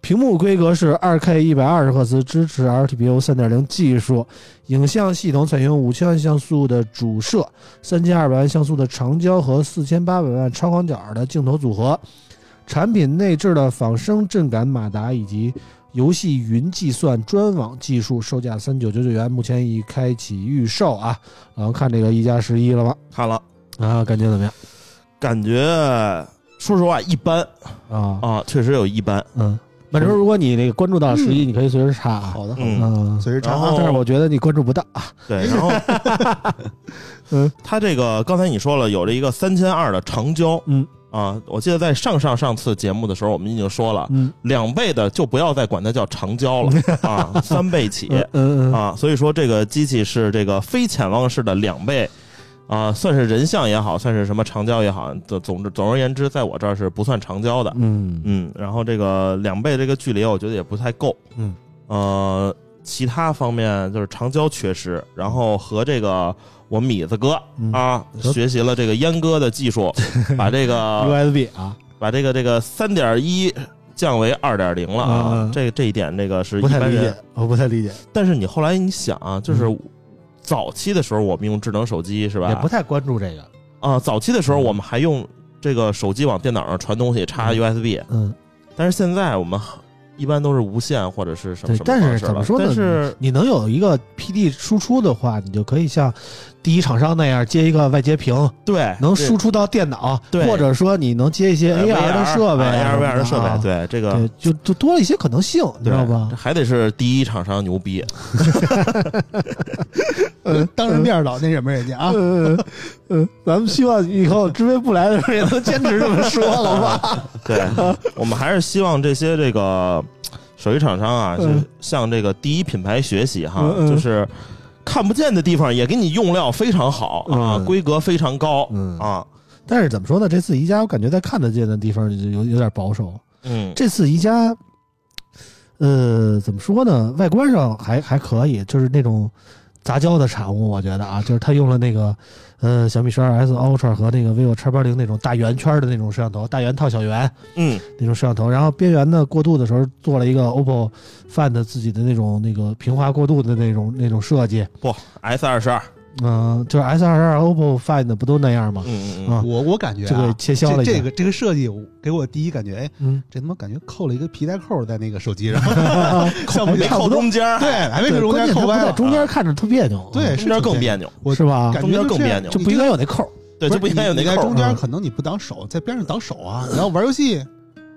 S2: 屏幕规格是二 K 一百二十赫兹，支持 LTPO 三点零技术。影像系统采用五千万像素的主摄、三千二百万像素的长焦和四千八百万超广角的镜头组合。产品内置了仿生震感马达以及游戏云计算专网技术，售价三九九九元，目前已开启预售啊。然后看这个一加十一了吗？
S3: 看了，
S2: 啊，感觉怎么样？
S3: 感觉说实话一般
S2: 啊，
S3: 啊，确实有一般。
S2: 嗯，反正如果你那个关注到十一，你可以随时查啊。
S4: 好的，好的，
S3: 嗯，
S2: 嗯，
S4: 随时查
S3: 然
S4: 啊
S3: 后。
S2: 但是我觉得你关注不到啊。
S3: 对，然后，
S2: 嗯，
S3: 它这个刚才你说了有这一个三千二的长焦，
S2: 嗯
S3: 啊，我记得在上上上次节目的时候，我们已经说了，
S2: 嗯
S3: 两倍的就不要再管它叫长焦了啊， 三倍起
S2: 嗯嗯嗯
S3: 啊，所以说这个机器是这个非潜望式的两倍。啊，算是人像也好，算是什么长焦也好，总总之总而言之，在我这儿是不算长焦的。
S2: 嗯
S3: 嗯，然后这个两倍这个距离，我觉得也不太够。
S2: 嗯，
S3: 呃，其他方面就是长焦缺失，然后和这个我米子哥、
S2: 嗯
S3: 啊
S2: 得
S3: 学习了这个阉割的 技术，把这个
S2: ，USB 啊，
S3: 把这个这个三点一降为二点零了啊，
S2: 嗯嗯
S3: 这这一点这个是一
S2: 不太
S3: 般
S2: 理
S3: 人
S2: 解。，我不太理解，
S3: 但是你后来你想啊，
S2: 嗯
S3: 就是早期的时候我们用智能手机是吧？
S2: 也不太关注这个。
S3: 啊，早期的时候我们还用这个手机往电脑上传东西，插
S2: 嗯
S3: USB。
S2: 嗯，
S3: 但是现在我们一般都是无线或者是什么
S2: 对
S3: 什么
S2: 但
S3: 方
S2: 是
S3: 式
S2: 怎么
S3: 了
S2: 说呢
S3: 但是
S2: 你能有一个 PD 输出的话，你就可以像第一厂商那样接一个外接屏，
S3: 对
S2: 能
S3: 对
S2: 输出到电脑，
S3: 对
S2: 或者说你能接一些
S3: 呃
S2: AR 的设备
S3: 啊
S2: 啊
S3: ，AR VR 的设
S2: 啊
S3: 备，对这个
S2: 对，就就多了一些可能性，你知
S3: 对
S2: 道吧
S3: 这？还得是第一厂商牛逼，
S4: 呃，当着面老那什么人家啊，
S2: 嗯嗯嗯，咱们希望以后知微不来的时候也能坚持这么说，好吧？
S3: 对我们还是希望这些这个手机厂商啊，就
S2: 嗯
S3: 向这个第一品牌学习哈，
S2: 嗯嗯
S3: 就是看不见的地方也给你用料非常好啊，
S2: 嗯
S3: 规格非常高
S2: 嗯
S3: 啊，
S2: 但是怎么说呢？这次宜家我感觉在看得见的地方就有有点保守。
S3: 嗯，
S2: 这次宜家，呃，怎么说呢？外观上还还可以，就是那种杂交的产物，我觉得啊，就是它用了那个呃小米十二 S Ultra 和那个 vivo X 八零那种大圆圈的那种摄像头，大圆套小圆
S3: 嗯
S2: 那种摄像头，然后边缘的过渡的时候做了一个 OPPO Find 自己的那种那个平滑过渡的那种那种设计，
S3: ，S 二十二，
S2: 嗯、就是 S 二十二 OPPO Find 不都那样吗？
S3: 嗯嗯
S2: 啊
S3: 嗯，
S4: 我我感觉
S2: 就给
S4: 啊，
S2: 切削了
S4: 这
S2: 一下，
S4: 这个这个设计我给我第一感觉，哎，
S2: 嗯，
S4: 这他妈感觉扣了一个皮带扣在那个手机上，像不
S3: 没
S4: 像？
S3: 扣中间儿，
S4: 对，还没给
S2: 对
S4: 中
S2: 关键
S4: 间
S2: 它不
S4: 扣歪
S2: 在
S4: 了，啊
S2: 中间看着特别扭，嗯
S4: 对，
S3: 中间更
S4: 扭。
S3: 别扭，
S4: 我
S2: 是吧？
S4: 感
S3: 中
S4: 觉
S3: 间
S4: 就
S3: 更
S4: 是
S3: 别扭
S2: 啊就不应该有那扣儿。
S3: 对，就不应该有那
S4: 你在
S3: 扣
S4: 中
S3: 儿。嗯
S4: 间可能你不挡手，在边上挡手啊，然后玩游戏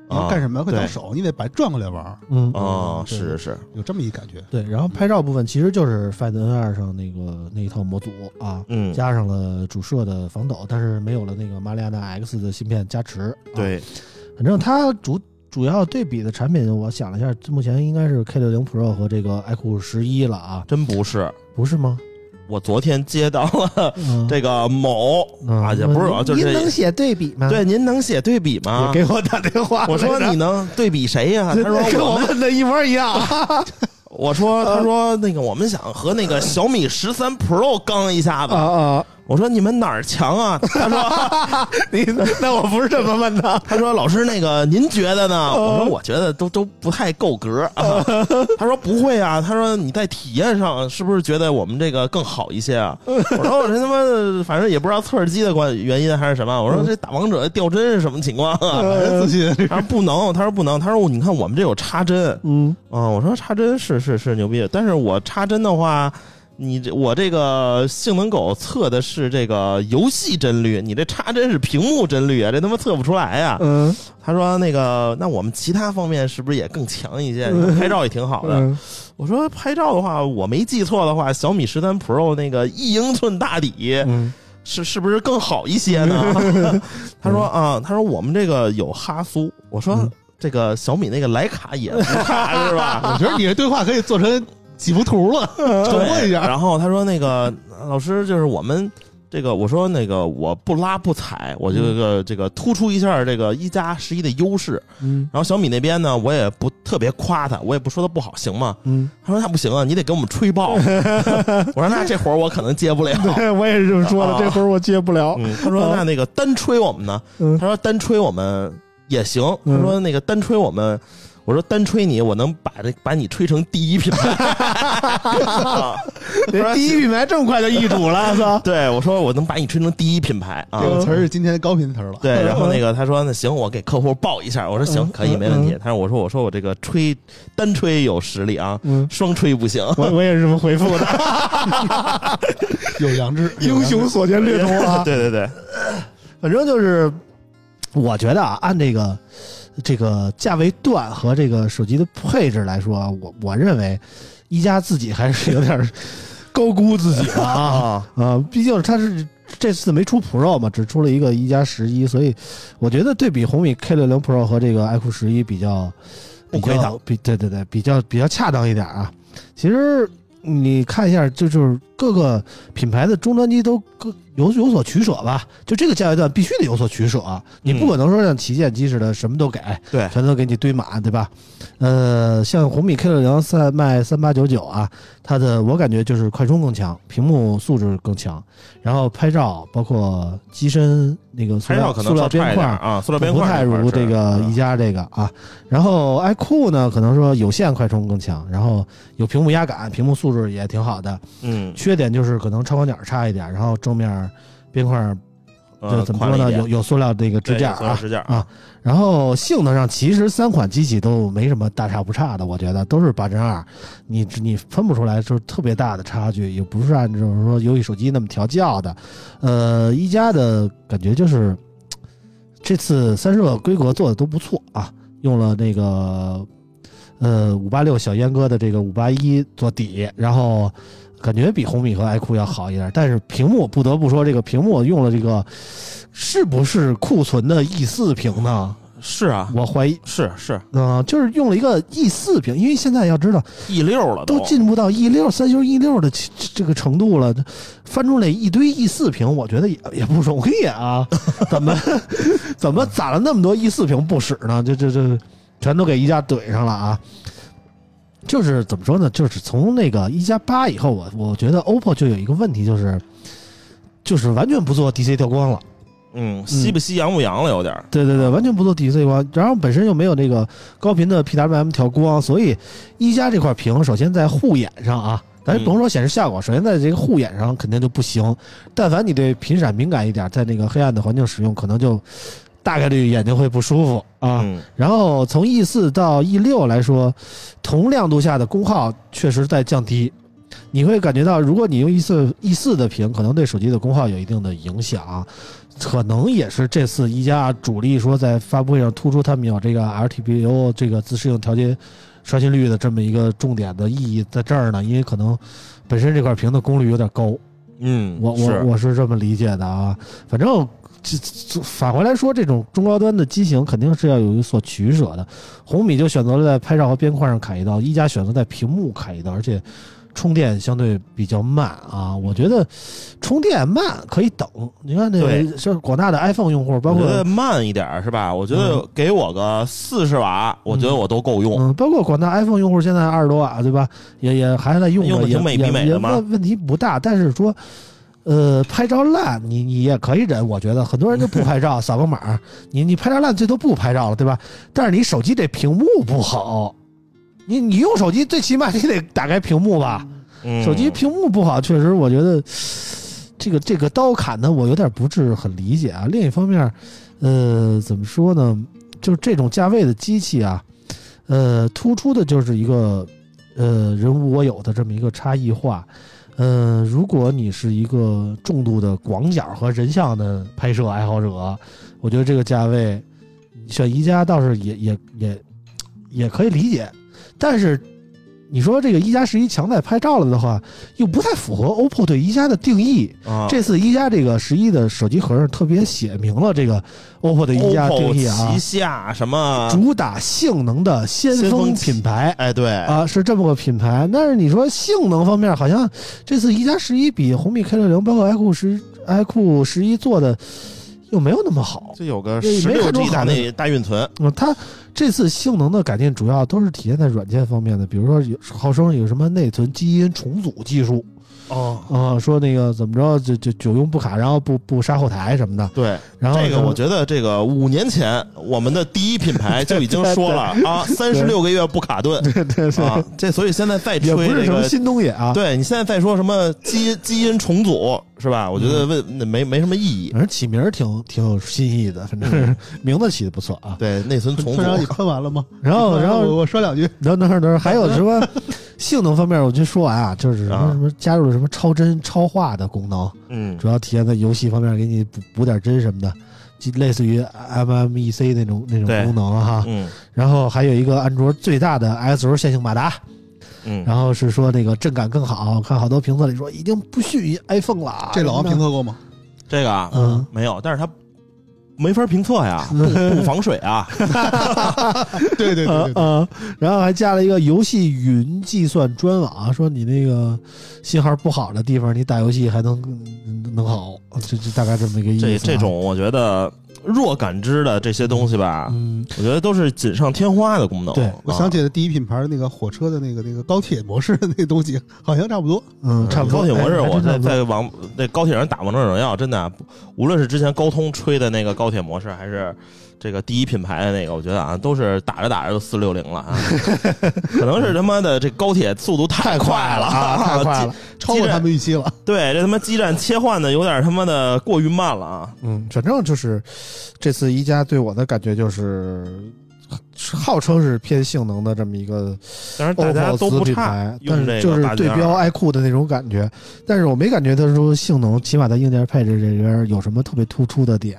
S4: 你要
S3: 啊
S4: 干什么会
S3: 对
S4: 挡手，你得把它转过来玩，
S2: 嗯
S3: 哦，
S2: 对
S3: 是是，
S4: 有这么一感觉。
S2: 对，然后拍照部分其实就是 Find N 二上那个那一套模组啊，
S3: 嗯，
S2: 加上了主摄的防抖，但是没有了那个马里亚纳 X 的芯片加持。啊，
S3: 对，
S2: 反正它主主要对比的产品，我想了一下，目前应该是 K 六零 Pro 和这个 iQOO 十一了啊，
S3: 真不是。
S2: 不是吗？
S3: 我昨天接到了
S2: 嗯、
S3: 这个某
S2: 嗯
S3: 啊，也不是我，就
S2: 您能
S3: 是
S2: 写对比吗？
S3: 对，您能写对比吗
S2: 也？给我打电话来着，
S3: 我说你能对比谁 呀？
S2: 这。
S3: 他
S2: 跟
S3: 说
S2: 我啊
S3: 我们，
S2: 问的一模一 样，啊
S3: 我说他说那个我们想和那个小米十三 Pro 刚一下 子。
S2: 啊！
S3: 我说你们哪儿 强啊？他说
S2: 你那我不是这么问的， 啊
S3: 他说老师那个您觉得呢？我说我觉得都都不太够格 啊。他说不会啊，他说你在体验上是不是觉得我们这个更好一些啊？我说我这他妈的反正也不知道测试机的关原因还是什么，啊我说
S2: 嗯
S3: 这打王者掉针是什么情况啊？
S2: 呃
S4: 自信，
S3: 他说不能，他说不能，他说你看我们这有插针啊、
S2: 嗯
S3: 我说插针是是是牛逼，但是我插针的话，你这我这个性能狗测的是这个游戏帧率，你这插针是屏幕帧率啊，这他妈测不出来呀、
S2: 嗯
S3: 他说那个，那我们其他方面是不是也更强一 些？你拍照也挺好的。
S2: 嗯
S3: 我说拍照的话，我没记错的话，小米十三 Pro 那个一英寸大底
S2: 嗯
S3: 是是不是更好一些呢？ 他说啊，他说我们这个有哈苏。我说、
S2: 嗯
S3: 这个小米那个徕卡也不差是吧？
S4: 我觉得你这对话可以做成几幅图了， 传播一下。
S3: 然后他说那个老师就是我们。这个我说那个我不拉不踩，我这个这个突出一下这个一加十一的优势，
S2: 嗯
S3: 然后小米那边呢，我也不特别夸他，我也不说他不好，行吗？
S2: 嗯，
S3: 他说那不行啊，你得给我们吹爆。 我说那这活儿我可能接不了。
S2: 对，我也是这么说的，
S3: 啊
S2: 这活儿我接不了。
S3: 嗯，他说那那个单吹我们呢？
S2: 嗯
S3: 他说单吹我们也行。他
S2: 嗯
S3: 说那个单吹我们，我说单吹你，我能把这把你吹成第一品牌。 啊
S2: 这第一品牌这么快就易主了，操！
S3: 对，我说我能把你吹成第一品牌啊
S4: 这。个词儿是今天的高频词儿了。
S3: 对，然后那个他说那行，我给客户报一下。我说行，可以，没问题。但是我说我说我这个吹单吹有实力啊，
S2: 嗯，
S3: 双吹不行。
S2: 我我也是这么回复的，
S4: 有良知，有
S2: 英
S4: 良知
S2: 雄所见略同 啊。
S3: 对对对，
S2: 反正就是，我觉得啊，按这个这个价位段和这个手机的配置来说啊，我我认为一加自己还是有点儿高估自己了啊
S3: 啊，
S2: 啊！毕竟它是这次没出 Pro 嘛，只出了一个一加十一，所以我觉得对比红米 K 六零 Pro 和这个 iQOO 十一比较
S3: 不亏它，
S2: 比较比对对对，比较比较恰当一点啊。其实你看一下，就就是各个品牌的终端机都各有有所取舍吧，就这个价位段必须得有所取舍啊，你不可能说像旗舰机似的什么都给，
S3: 嗯对
S2: 全都给你堆满，对吧？呃，像红米 K 六零三卖三八九九啊，它的我感觉就是快充更强，屏幕素质更强，然后拍照包括机身那个塑
S3: 拍
S2: 料
S3: 照可
S2: 塑
S3: 能
S2: 料
S3: 稍差
S2: 边
S3: 一点
S2: 框
S3: 儿啊，塑料边
S2: 不
S3: 框
S2: 太
S3: 这块儿
S2: 如
S3: 是嗯
S2: 这个一加这个啊。然后 iQOO 呢，可能说有线快充更强，然后有屏幕压感，屏幕素质也挺好的。
S3: 嗯，
S2: 缺点就是可能超广角差一点，然后正面边框
S3: 呃
S2: 就怎么说呢，有有塑料这个支架啊。
S3: 支架
S2: 啊然后性能上，其实三款机器都没什么大差不差的，我觉得都是八针二，你你分不出来就是特别大的差距，也不是按照说游戏手机那么调教的。呃，一加的感觉就是嘖这次三摄规格做的都不错啊，用了那个呃五八六小阉割的这个五八一做底，然后感觉比红米和 iQOO 要好一点，但是屏幕不得不说，这个屏幕用了这个是不是库存的 E 四屏呢？
S3: 是啊，
S2: 我怀疑，
S3: 是是
S2: 嗯、就是用了一个 E 四屏，因为现在要知道
S3: E 六了
S2: 都进步到 E 六三星 E 六的这这个程度了，翻出来一堆 E 四屏，我觉得也也不容易啊，怎么怎么攒了那么多 E 四屏不使呢？这这这全都给一加怼上了啊！就是怎么说呢？就是从那个一加八以后，我我觉得 OPPO 就有一个问题，就是就是完全不做 DC 调光了。
S3: 嗯，吸不吸阳不阳了有点儿
S2: 对对对，完全不做底色光，然后本身又没有那个高频的 PWM 调光，所以一加这块屏首先在护眼上啊，咱
S3: 嗯
S2: 甭说显示效果，首先在这个护眼上肯定就不行。但凡你对频闪敏感一点，在那个黑暗的环境使用，可能就大概率眼睛会不舒服啊。
S3: 嗯
S2: 然后从 E 四到 E 六来说，同亮度下的功耗确实在降低。你会感觉到，如果你用 E 四 E 四的屏，可能对手机的功耗有一定的影响，啊可能也是这次一加主力说在发布会上突出他们有这个 LTPO 这个自适应调节刷新率的这么一个重点的意义在这儿呢，因为可能本身这块屏的功率有点高，
S3: 嗯，
S2: 我
S3: 是
S2: 我我是这么理解的啊，反正这这返回来说，这种中高端的机型肯定是要有所取舍的。红米就选择了在拍照和边框上砍一刀，一加选择在屏幕砍一刀，而且充电相对比较慢啊。我觉得充电慢可以等，你看这
S3: 对
S2: 个像广大的 iPhone 用户，包
S3: 我
S2: 括
S3: 觉得慢一点儿是吧？我觉得给我个四十瓦，我觉得我都够用。
S2: 嗯，包括广大 iPhone 用户现在二十多瓦，对吧？也也还在用着，
S3: 用得
S2: 也
S3: 挺美
S2: 也
S3: 比美
S2: 也
S3: 的嘛
S2: 问问题不大，但是说。呃，拍照烂，你你也可以忍，我觉得很多人就不拍 照，扫个码儿，你你拍照烂，最多不拍照了，对吧？但是你手机这屏幕不好，你你用手机最起码你得打开屏幕吧，
S3: 嗯
S2: 手机屏幕不好，确实我觉得这个这个刀砍的我有点不是很理解啊。另一方面，呃，怎么说呢？就是这种价位的机器啊，呃，突出的就是一个呃人无我有的这么一个差异化。呃，如果你是一个重度的广角和人像的拍摄爱好者，我觉得这个价位选宜家倒是也也也也可以理解，但是你说这个一加十一强在拍照了的话，又不太符合 OPPO 对一加的定义。
S3: 啊，
S2: 这次一加这个十一的手机盒上特别写明了这个 OPPO 对一加
S3: OPPO
S2: 定义啊
S3: 旗，下什么？
S2: 主打性能的先
S3: 先
S2: 锋
S3: 锋
S2: 品牌。
S3: 哎，对，
S2: 啊，是这么个品牌，但是你说性能方面，好像这次一加十一比红米 K 六零，包括 iQOO 十 iQOO 十一做的又没有那么好。
S3: 这有个
S2: 对
S3: 十
S2: 没
S3: 六
S2: 看出
S3: G 大
S2: 好的
S3: 内大运存，
S2: 嗯，它这次性能的改进主要都是体现在软件方面的，比如说有号称有什么内存基因重组技术，
S3: 哦，
S2: 啊，说那个怎么着，就就久用不卡，然后不不杀后台什么的。
S3: 对，
S2: 然后
S3: 这个
S2: 他
S3: 我觉得，这个五年前我们的第一品牌就已经 说了啊，三十六个月不卡顿
S2: 对对对，
S3: 啊，这所以现在再
S2: 也
S3: 吹
S2: 不是
S3: 这
S2: 什么
S3: 个，
S2: 新东西啊。，嗯
S3: 对你现在再说什么基因基因重组是吧？我觉得问那没没什么意义。
S2: 反正起名儿挺挺有新意的，反正是名字起的不错啊。
S3: 嗯对，内存重组
S4: 村长，你喷完了吗？
S2: 然后
S4: 你喷
S2: 然
S4: 完了我
S2: 后
S4: 我说两句，
S2: 等等会儿等会儿还有什么性能方面，我就说完啊，就是什么
S3: 嗯啊
S2: 什么加入了什么超帧超画的功能，
S3: 嗯
S2: 主要体现在游戏方面，给你补补点帧什么的，就类似于 MMEC 那种那种
S3: 对
S2: 功能啊哈。
S3: 嗯
S2: 然后还有一个安卓最大的 SO 线性马达，
S3: 嗯，
S2: 然后是说那个震感更好，看好多评测里说已经不逊于 iPhone 了。啊
S4: 这老王评
S2: 测，
S4: 测过吗？
S3: 这个啊
S2: 嗯，
S3: 没有，但是它没法评测呀，不不防水啊，
S4: 对对对
S2: 呃
S4: 对对，
S2: 呃，然后还加了一个游戏云计算专网，啊说你那个信号不好的地方，你打游戏还能能好，这这大概这么一个意思啊、
S3: 这这种啊我觉得弱感知的这些东西吧，
S2: 嗯，
S3: 我觉得都是锦上添花的功能。
S2: 对
S3: 啊
S4: 我想起了第一品牌那个火车的那个那个高铁模式的那个东西，好像差不多。
S2: 嗯，差不多。
S3: 呃高铁模式，
S2: 哎还
S3: 我
S2: 真差
S3: 在
S2: 不多
S3: 在网那高铁上打王者荣耀，真的啊，不无论是之前高通吹的那个高铁模式，还是这个第一品牌的那个，我觉得啊，都是打着打着就四六零 了啊，可能是他妈的这高铁速度太快了 啊，
S2: 太快了
S3: 激，，
S4: 超过他们预期了。
S3: 对，这他妈基站切换的有点他妈的过于慢了啊，
S2: 嗯，反正就是这次一加对我的感觉就是，号称是偏性能的这么一个
S3: 当然大家
S2: OPPO
S3: 都
S2: 子
S3: 不
S2: 品
S3: 差，
S2: 牌，
S3: 用
S2: 但
S3: 这
S2: 是
S3: 个
S2: 就是
S3: 大
S2: 对
S3: 件儿
S2: 标爱酷的那种感觉，但是我没感觉它说性能，起码在硬件配置这边有什么特别突出的点，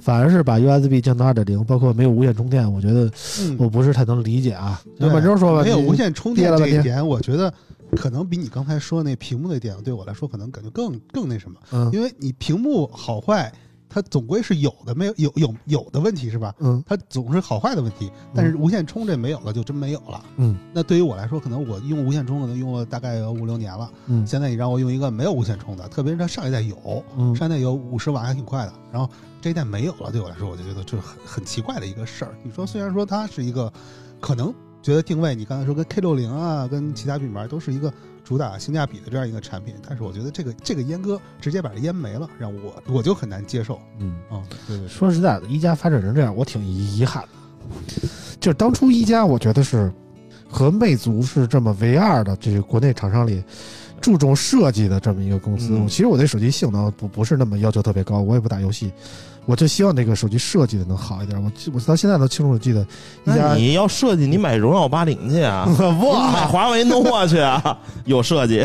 S2: 反而是把 USB 降到二点零，包括没有无线充电，我觉得
S4: 嗯
S2: 我不是太能理解啊。
S4: 对
S2: 那满洲说吧，
S4: 没有
S2: 你
S4: 无线充电
S2: 憋了
S4: 这
S2: 半
S4: 一
S2: 天
S4: 点，我觉得可能比你刚才说那屏幕那点，对我来说可能感觉更更那什么，
S2: 嗯
S4: 因为你屏幕好坏，它总归是有的，没有有有有的问题是吧？
S2: 嗯
S4: 它总是好坏的问题，但是无线充这没有了，就真没有了。
S2: 嗯，
S4: 那对于我来说，可能我用无线充可能用了大概有五六年了。
S2: 嗯
S4: 现在你让我用一个没有无线充的，特别是它上一代有，
S2: 嗯
S4: 上一代有五十瓦还挺快的，然后这一代没有了，对我来说，我就觉得这是很很奇怪的一个事儿。你说虽然说它是一个，可能觉得定位，你刚才说跟 K 六零啊，跟其他品牌都是一个主打性价比的这样一个产品，但是我觉得这个这个阉割直接把这阉没了，让我我就很难接受
S2: 嗯。
S4: 啊、对对对，
S2: 说实在的，一加发展成这样，我挺遗憾的。就是当初一加，我觉得是和魅族是这么唯二的，这个国内厂商里注重设计的这么一个公司。
S3: 嗯
S2: 其实我对手机性能不不是那么要求特别高，我也不打游戏，我就希望这个手机设计的能好一点。我记我到现在都清楚地记得一
S3: 那
S2: 加。
S3: 你要设计，你买荣耀八零 去啊，你买
S2: 哇，
S3: 华为 nova 去啊，有设计，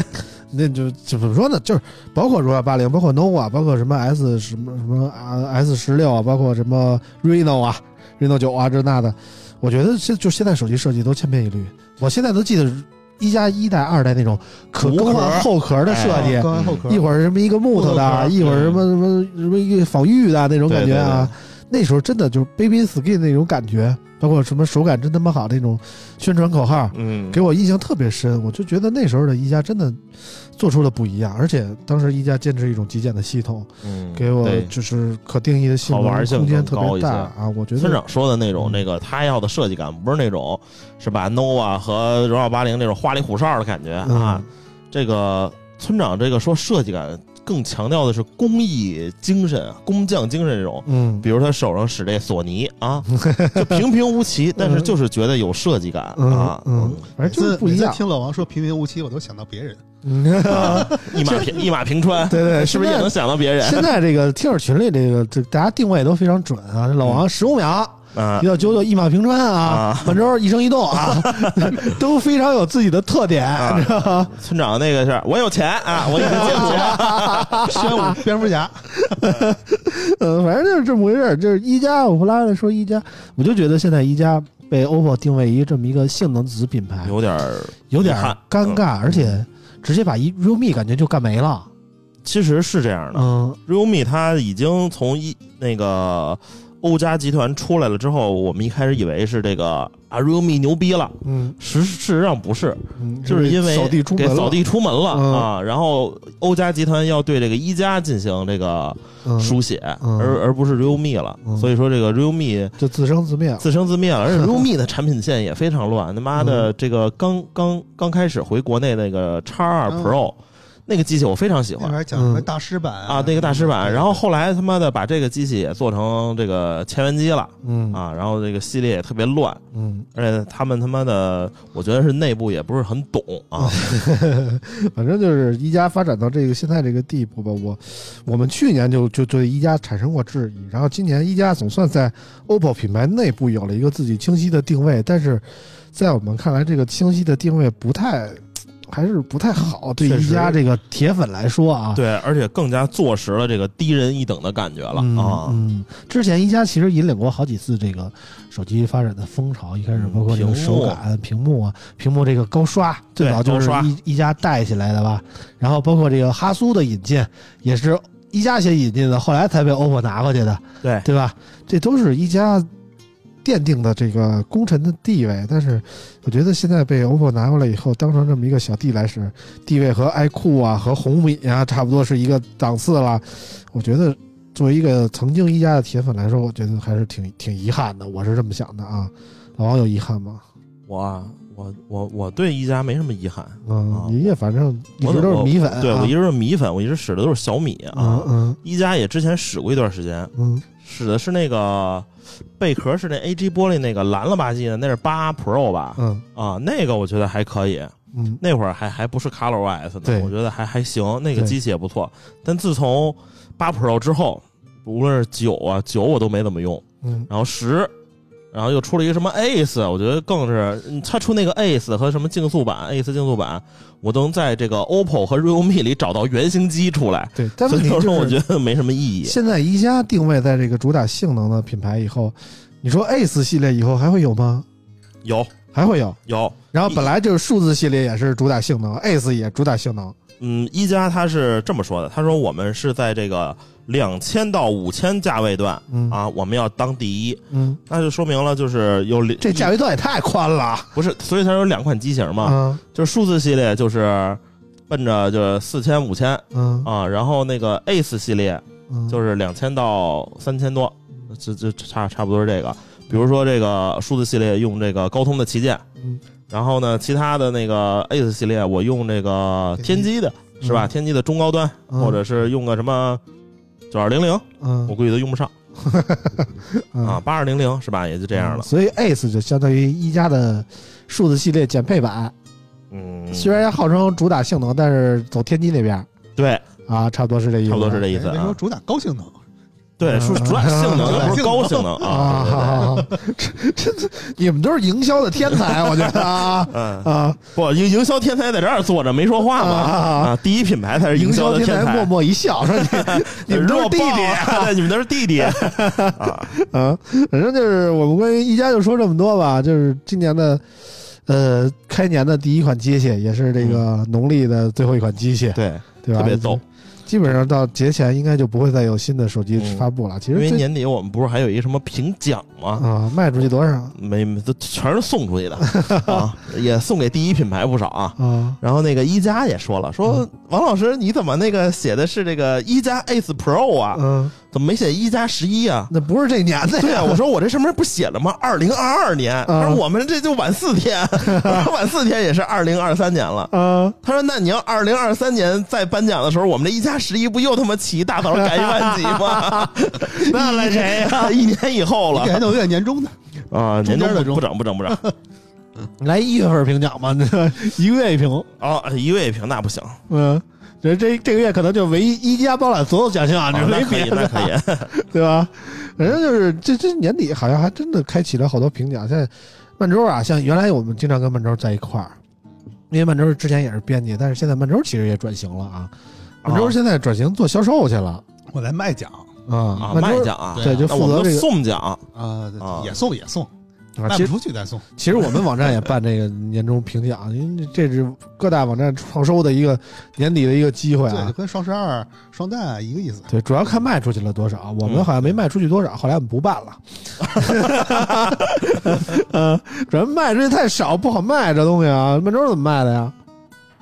S2: 那就怎么说呢？就是包括荣耀八零，包括 nova，包括什么 S 什么什么啊 S 十六啊，包括什么 Reno 啊、Reno 九啊这那的，我觉得现就现在手机设计都千篇一律。我现在都记得一加一代、二代那种可
S3: 无壳哎
S2: 更换后壳的设计，嗯
S4: 刚才后壳
S2: 一会儿什么一个木头的啊，
S4: 木头壳
S2: 一会儿什么什么什么一个仿玉的啊那种
S3: 嗯对
S2: 感觉啊。那时候真的就是 baby skin 那种感觉，包括什么手感真他妈好那种宣传口号，
S3: 嗯，
S2: 给我印象特别深，我就觉得那时候的一加真的做出了不一样，而且当时一加坚持一种极简的系统，
S3: 嗯
S2: 给我
S3: 对
S2: 就是可定义的性
S3: 好玩
S2: 能
S3: 性
S2: 空间
S3: 更
S2: 特
S3: 高
S2: 别
S3: 一
S2: 大
S3: 些
S2: 啊！我觉
S3: 村
S2: 得
S3: 长说的那种
S2: 嗯，
S3: 那个他要的设计感，不是那种是把 nova 和荣耀八零那种花里胡哨的感觉啊。
S2: 嗯
S3: 这个村长这个说设计感，更强调的是工艺精神、啊工匠精神这种。
S2: 嗯
S3: 比如他手上使这索尼啊，就平平无奇，但是就是觉得有设计感
S2: 嗯
S3: 啊。
S2: 嗯，反正就是不一
S4: 每
S2: 样
S4: 次。听老王说平平无奇，我都想到别人。
S3: 一马平一马平川，
S2: 嗯对对
S3: 是不是也
S2: 现在
S3: 能想到别人
S2: 现在这个听友群里这个这大家定位都非常准啊，这老王十五秒。
S3: 嗯啊
S2: 一？到九九一马平川啊
S3: 啊，
S2: 满洲一生一动 啊，都非常有自己的特点，
S3: 啊
S2: 你知道吗？
S3: 村长那个是我有钱 啊，我有钱。
S4: 宣
S2: 啊
S4: 武蝙蝠侠，
S2: 呃，反正就是这么回事儿。就是一加，我不拉着说一加，我就觉得现在一加被 OPPO 定位于这么一个性能子品牌，有
S3: 有点儿
S2: 点
S3: 遗
S2: 儿
S3: 憾
S2: 尴
S3: 嗯
S2: 尬，而且直接把一 realme 感觉就干没了。
S3: 其实是这样的，
S2: 嗯
S3: realme 它已经从一那个欧家集团出来了之后，我们一开始以为是这个啊 realme 牛逼了，
S2: 嗯
S3: 实事实上不是，
S2: 嗯，
S3: 就是因为
S2: 扫地出门
S3: 给
S2: 了
S3: 扫地出门了
S2: 嗯
S3: 啊。然后欧家集团要对这个一加进行这个
S2: 嗯
S3: 书写，
S2: 嗯
S3: 而而不是 realme 了
S2: 嗯，
S3: 所以说这个 realme。
S2: 就自生自灭了。
S3: 自生自灭了，而 且 realme 的产品线也
S2: 嗯
S3: 非常乱。他妈的，这个刚刚刚开始回国内那个 X 二
S4: 嗯
S3: Pro，那个机器我非常喜
S4: 那
S3: 欢
S4: 边讲什么
S2: 嗯
S4: 大师版
S3: 啊，那个大师版。然后后来他妈的把这个机器也做成这个千元机了
S2: 嗯
S3: 啊，然后这个系列也特别乱，
S2: 嗯，
S3: 而且他们他妈的，我觉得是内部也不是很懂啊，
S2: 嗯 反正就是一加发展到这个现在这个地步吧。我我们去年就就对一加产生过质疑，然后今年一加总算在 OPPO 品牌内部有了一个自己清晰的定位，但是在我们看来，这个清晰的定位不太。还是不太好，对
S3: 确
S2: 一
S3: 实
S2: 加这个铁粉来说啊，
S3: 对，而且更加坐实了这个低人一等的感觉了
S2: 嗯
S3: 啊。
S2: 嗯，之前一加其实引领过好几次这个手机发展的风潮，一开始
S3: 嗯
S2: 包括这个
S3: 屏幕
S2: 手感、屏幕啊，屏幕这个高刷，最
S3: 对
S2: 早就是
S3: 高刷
S2: 一一加带起来的吧。然后包括这个哈苏的引进，也是一加先引进的，后来才被 OPPO 拿过去的，
S3: 对，
S2: 对吧？这都是一加奠定的这个功臣的地位。但是我觉得现在被 OPPO 拿过来以后，当成这么一个小弟来使，地位和 iQOO 啊和红米啊差不多是一个档次了。我觉得作为一个曾经一加的铁粉来说，我觉得还是挺挺遗憾的。我是这么想的啊。老王有遗憾吗？
S3: 我啊我我我对一加没什么遗憾，
S2: 嗯
S3: 啊，
S2: 你也反正一
S3: 我
S2: 直都是
S3: 我
S2: 米粉啊、
S3: 对我一直是米粉，我一直使的都是小米啊
S2: 嗯。嗯
S3: 一加也之前使过一段时间，
S2: 嗯
S3: 使的是那个贝壳是那 AG 玻璃那个蓝了吧唧的，那是八 Pro 吧？
S2: 嗯
S3: 啊，那个我觉得还可以，
S2: 嗯
S3: 那会儿还还不是 ColorOS
S2: 对
S3: 呢，我觉得还还行，那个
S2: 对
S3: 机器也不错。但自从八 Pro 之后，无论是九啊九我都没怎么用，
S2: 嗯
S3: 然后十，然后又出了一个什么 Ace，我觉得更是嗯它出那个 Ace 和什么竞速版 Ace 竞速版，我都能在这个 OPPO 和 realme 里找到原型机出来。
S2: 对，但
S3: 所
S2: 问
S3: 以
S2: 题就
S3: 说，
S2: 是
S3: 我觉得没什么意义。
S2: 现在宜家定位在这个主打性能的品牌以后，你说 Ace 系列以后还会有吗？
S3: 有
S2: 还会有。
S3: 有，
S2: 然后本来就是数字系列也是主打性能，Ace 也主打性能。
S3: 嗯，一加他是这么说的，他说我们是在这个两千到五千价位段
S2: 嗯
S3: 啊，我们要当第一，
S2: 嗯，
S3: 那就说明了就是有
S2: 这价位段也太宽了
S3: 不是，所以它有两款机型嘛，
S2: 啊！
S3: 就是数字系列就是奔着就是四千五千
S2: 嗯
S3: 啊，然后那个 Ace 系列
S2: 嗯，
S3: 就是是两千到三千多，这这差差不多是这个。比如说这个数字系列用这个高通的旗舰，
S2: 嗯
S3: 然后呢，其他的那个 Ace 系列我用这个天玑的，是吧？
S2: 嗯
S3: 天玑的中高端，
S2: 嗯
S3: 或者是用个什么九二零零，我
S2: 嗯
S3: 估计都用不上
S2: 嗯
S3: 啊，八二零零是吧？也就这样了。
S2: 所以 Ace 就相当于一加的数字系列减配版，
S3: 嗯，
S2: 虽然号称主打性能，但是走天玑那边
S3: 对，
S2: 啊，差不多是这意思。
S3: 差不多是这意
S4: 别
S3: 思
S4: 别说
S3: 啊。
S4: 主打高性能，
S3: 对，说主打性能， 又不是高性能
S2: 嗯啊，
S3: 啊。
S2: 好
S3: 对对对
S2: 好好， 这这你们都是营销的天才，我觉得 啊
S3: 嗯，
S2: 啊
S3: 不，营营销天才在这儿坐着没说话
S2: 啊
S3: 吗？
S2: 啊！
S3: 啊，第一品牌才是
S2: 营
S3: 销
S2: 销
S3: 的
S2: 天
S3: 天
S2: 默默一笑说：“你你 们都是弟
S3: 弱爆
S2: 弟
S3: 啊，对你们都是弟弟。
S2: 啊！”反正就是我们关于一加就说这么多吧。就是今年的，呃，开年的第一款机械，也是这个农历的最后一款机械，
S3: 嗯对，
S2: 对吧？
S3: 特别逗，
S2: 基本上到节前应该就不会再有新的手机
S3: 嗯
S2: 发布了。其
S3: 因
S2: 实
S3: 为
S2: 这
S3: 年底我们不是还有一个什么评奖吗？
S2: 啊，卖出去多少
S3: 没，没都全是送出 去的啊，也送给第一品牌不少啊。
S2: 啊？
S3: 然后那个一加也说了，说王老师你怎么那个写的是这个一加 Ace Pro 啊？
S2: 嗯，
S3: 怎么没写一加十一啊？
S2: 那不是这年的呀。
S3: 对啊，我说我这上面不写了吗？二零二二年，他说我们这就晚四 天，我说晚四天也是二零二三年了。
S2: 啊，
S3: 他说：“那你要二零二三年再颁奖的时候，我们这一加十一不又他妈起一大早赶一万集吗？ 那赖谁啊呀、 一年以后
S4: 这还
S3: 了
S4: 能有点年终的，
S3: 啊，年
S4: 中间的
S3: 终
S4: 中
S3: 不整不整不整
S2: 来一月份评奖吧，那 个一个月一评。
S3: 啊！一个月一评那不行，啊
S2: 嗯，这这这个月可能就唯一一加包揽所有奖项啊，这
S3: 那
S2: 没
S3: 可
S2: 别
S3: 以
S2: 的
S3: 那可以，
S2: 对吧？反正就是这这年底好像还真的开启了好多评奖。现在曼周啊，像原来我们经常跟曼周在一块儿，因为曼周之前也是编辑，但是现在曼周其实也转型了啊。
S3: 哦
S2: 曼周现在转型做销售去了
S4: 我来卖奖
S2: 啊
S3: 啊，
S2: 曼
S3: 卖
S2: 周
S3: 奖啊，
S2: 对，就
S3: 那
S2: 负
S3: 我们
S2: 责
S3: 就
S2: 这
S3: 送奖，
S4: 啊
S3: 啊，
S4: 也送也送，
S2: 个。啊
S4: 卖
S2: 其实
S4: 不出去再送。
S2: 其实我们网站也办这个年终评奖，因为这是各大网站创收的一个年底的一个机会
S4: 对，就
S2: 啊。
S4: 跟双十二、双旦一个意思。
S2: 对，主要看卖出去了多少，我们好像没卖出去多少，后来我们不办了。 嗯，主要卖出去太少，不好卖这东西啊。曼州怎么卖的呀？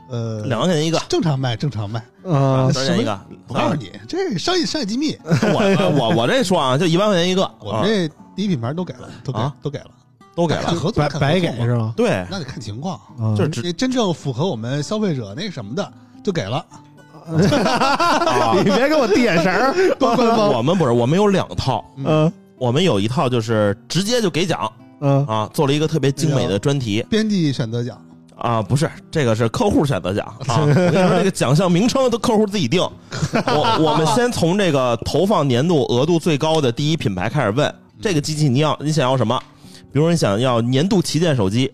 S4: 呃，
S3: 两块钱一个，啊
S4: 正常卖，正常卖。
S2: 嗯
S3: 多少钱一个？啊
S4: 我告诉你，这商业商业机密，
S3: 我我我这说啊，就一万块钱 一个，
S4: 我
S3: 啊
S4: 们这第一品牌都给了，都给
S3: 啊
S4: 都给了，
S3: 都给了
S4: 就，合作
S2: 白
S4: 看
S2: 白
S4: 合
S2: 给
S4: 作嘛
S2: 是吗？
S3: 对，
S4: 那得看情况。
S2: 啊
S3: 就是只
S4: 你真正符合我们消费者那什么的就给了，
S3: 啊
S2: 你别给我递眼神儿，多官方。
S3: 我们不是，我们有两套，
S2: 嗯
S3: 我们有一套就是直接就给奖
S2: 嗯
S3: 啊，做了一个特别精美的专题
S4: 编辑选择奖，
S3: 啊，不是这个是客户选择奖 啊，我跟你说这个奖项名称都客户自己定，我我们先从这个投放年度额度最高的第一品牌开始问，这个机器你要你想要什么？比如说你想要年度旗舰手机。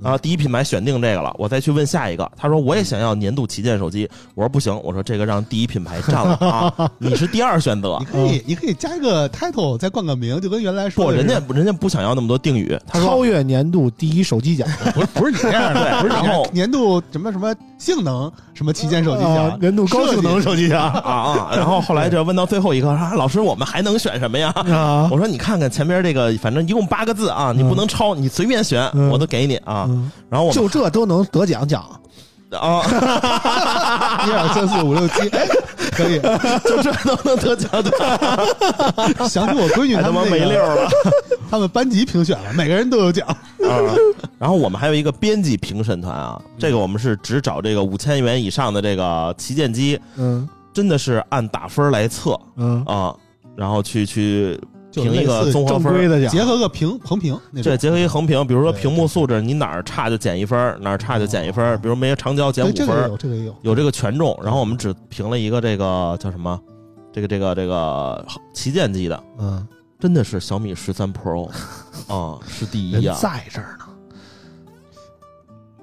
S3: 啊，第一品牌选定这个了，我再去问下一个。他说我也想要年度旗舰手机，我说不行，我说这个让第一品牌占了啊，你是第二选择，
S4: 你可以你可以加一个 title，再冠个名，就跟原来
S3: 嗯不，
S4: 说的
S3: 人
S4: 是
S3: 家人家不想要那么多定语，他说
S2: 超越年度第一手机奖，
S4: 不是不是你 这样的，
S3: 对，
S4: 不是你
S3: 然
S4: 这样
S3: 后
S4: 年度什么什么性能什么旗舰手机
S2: 啊
S4: 奖，
S2: 年度高性能手机奖
S3: 啊啊，然后后来这问到最后一个，啊，老师我们还能选什么呀？
S2: 啊。
S3: 我说你看看前边这个，反正一共八个字啊，你不能抄，你随便选，
S2: 嗯
S3: 我都给你啊。
S2: 嗯
S3: 然后我
S2: 就这都能得奖奖，
S3: 们啊， 哦
S4: 一二三四五六七，哎可以。
S3: 就这都能得奖，对
S4: 想起我 闺女
S3: 哎太他
S4: 他
S3: 妈
S4: 们
S3: 没
S4: 那
S3: 溜
S4: 个，
S3: 儿 了
S4: 他们班级评选了，每个人都有奖。
S3: 啊。然后我们还有一个编辑评审团啊，这个我们是只找这个五千元以上的这个旗舰机，
S2: 嗯
S3: 真的是按打分来测
S2: 嗯，
S3: 啊，然后去去
S4: 就
S3: 评一
S4: 类
S3: 个
S4: 似
S3: 综合
S2: 正
S3: 分儿。
S2: 规的奖，
S4: 结合个评横评那种
S3: 啊对，，结合一横屏，比如说
S4: 对
S3: 屏幕素质，你哪儿差就减一分儿，哪儿差就减一分儿，
S4: 哦
S3: 比如没有长焦减
S4: 对
S3: 五
S4: 这
S3: 分
S4: 个也
S3: 儿，
S4: 有，这个也有。
S3: 有这个权重。然后我们只评了一个这个叫什么，这个这个这个旗舰机的，
S2: 嗯，
S3: 真的是小米十三 Pro 啊，是第
S2: 人
S3: 一啊，
S2: 在这儿呢，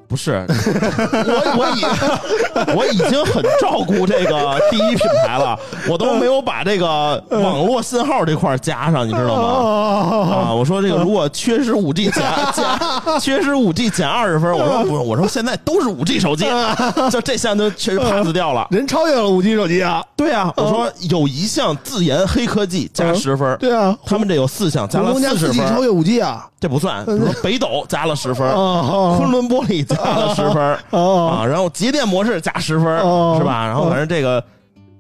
S3: 不 是我我已我已经很照顾这个第一品牌了，我
S4: 嗯
S3: 都没有把这个网络信号这块儿加上，你知道吗？
S2: 吗？
S3: 啊，我说这个如果缺失五 G 减
S2: 啊
S3: 减缺失五 G 减二十分，我说不，我说现在都是五 G 手机，
S2: 啊
S3: 就这项就确实 pass 掉了。
S2: 人超越了五 G 手机啊，
S3: 对啊，我说有一项自研黑科技加十分，
S2: 对啊，
S3: 他们这有四项加
S2: 鸿
S3: 了
S2: 蒙家
S3: 四
S2: 四
S3: 十
S2: G 超
S3: 分，
S2: 越五 G 啊，
S3: 这不算。比如说北斗加了十分，
S2: 啊
S3: 昆仑玻璃加了十分
S2: 啊
S3: 啊，然后节电模式加十分
S2: 哦
S3: 是吧？然后反正这个。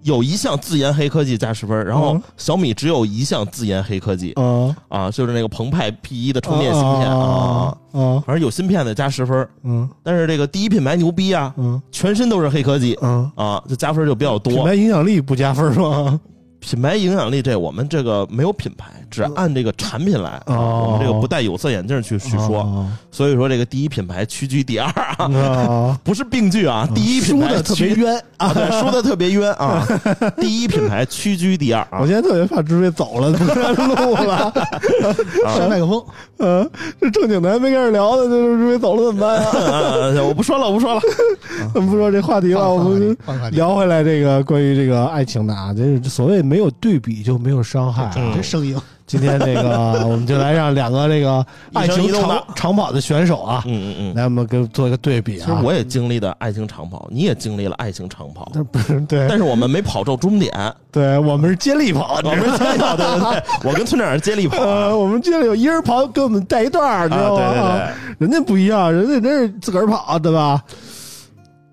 S3: 有一项自研黑科技加十分，然后
S2: 嗯
S3: 小米只有一项自研黑科技
S2: 啊，
S3: 啊，就是那个澎湃 P 一的充
S2: 哦
S3: 电芯片啊，
S2: 啊
S3: 反正有芯片的加十分，
S2: 嗯
S3: 但是这个第一品牌牛逼啊，
S2: 嗯
S3: 全身都是黑科技
S2: 嗯，
S3: 啊，就加分就比较
S2: 品
S3: 多。
S2: 牌影响力不加分是吧？
S3: 品牌影响力这我们这个没有品牌，只按这个产品来。啊
S2: 嗯哦
S3: 我们这个不戴有色眼镜去去说，所以说这个第一品牌屈居第二 啊，
S2: 啊，
S3: 不是并居啊，第一
S2: 输
S3: 品牌
S2: 的特别
S3: 屈
S2: 冤。
S3: 啊，对，输的特别冤 啊，第一品牌屈居第二啊
S2: 我现在特别怕直接走了，不跟录 了。
S4: 扇麦克风，
S2: 嗯，这正经的还没开始聊呢，就是直接走了怎么办呀？
S3: 嗯我不说了，我不说了，
S2: 咱们不说这话题了，我们
S4: 换个话题，
S2: 聊回来这个关于这个爱情的啊，这所谓没有对比就没有伤害啊。
S3: 嗯
S4: 这声音
S2: 今天这个我们就来让两个这个爱
S3: 一生
S2: 情
S3: 一动的
S2: 长长跑的选手啊，
S3: 嗯嗯嗯。
S2: 来我们给做一个对比
S3: 其
S2: 啊。
S3: 实我也经历了爱情长跑，你也经历了爱情长跑，
S2: 那不是对
S3: 但是我们没跑到终 点，
S2: 对，我们是接力跑，你
S3: 我
S2: 知道
S3: 们
S2: 吗
S3: 是接力跑，啊对对对，我跟村长是接力跑啊，
S2: 呃，我们接力有一人跑给我们带一段儿，你知
S3: 啊
S2: 道吗？啊
S3: 对，
S2: 人家不一样，人家真是自个儿跑，对吧？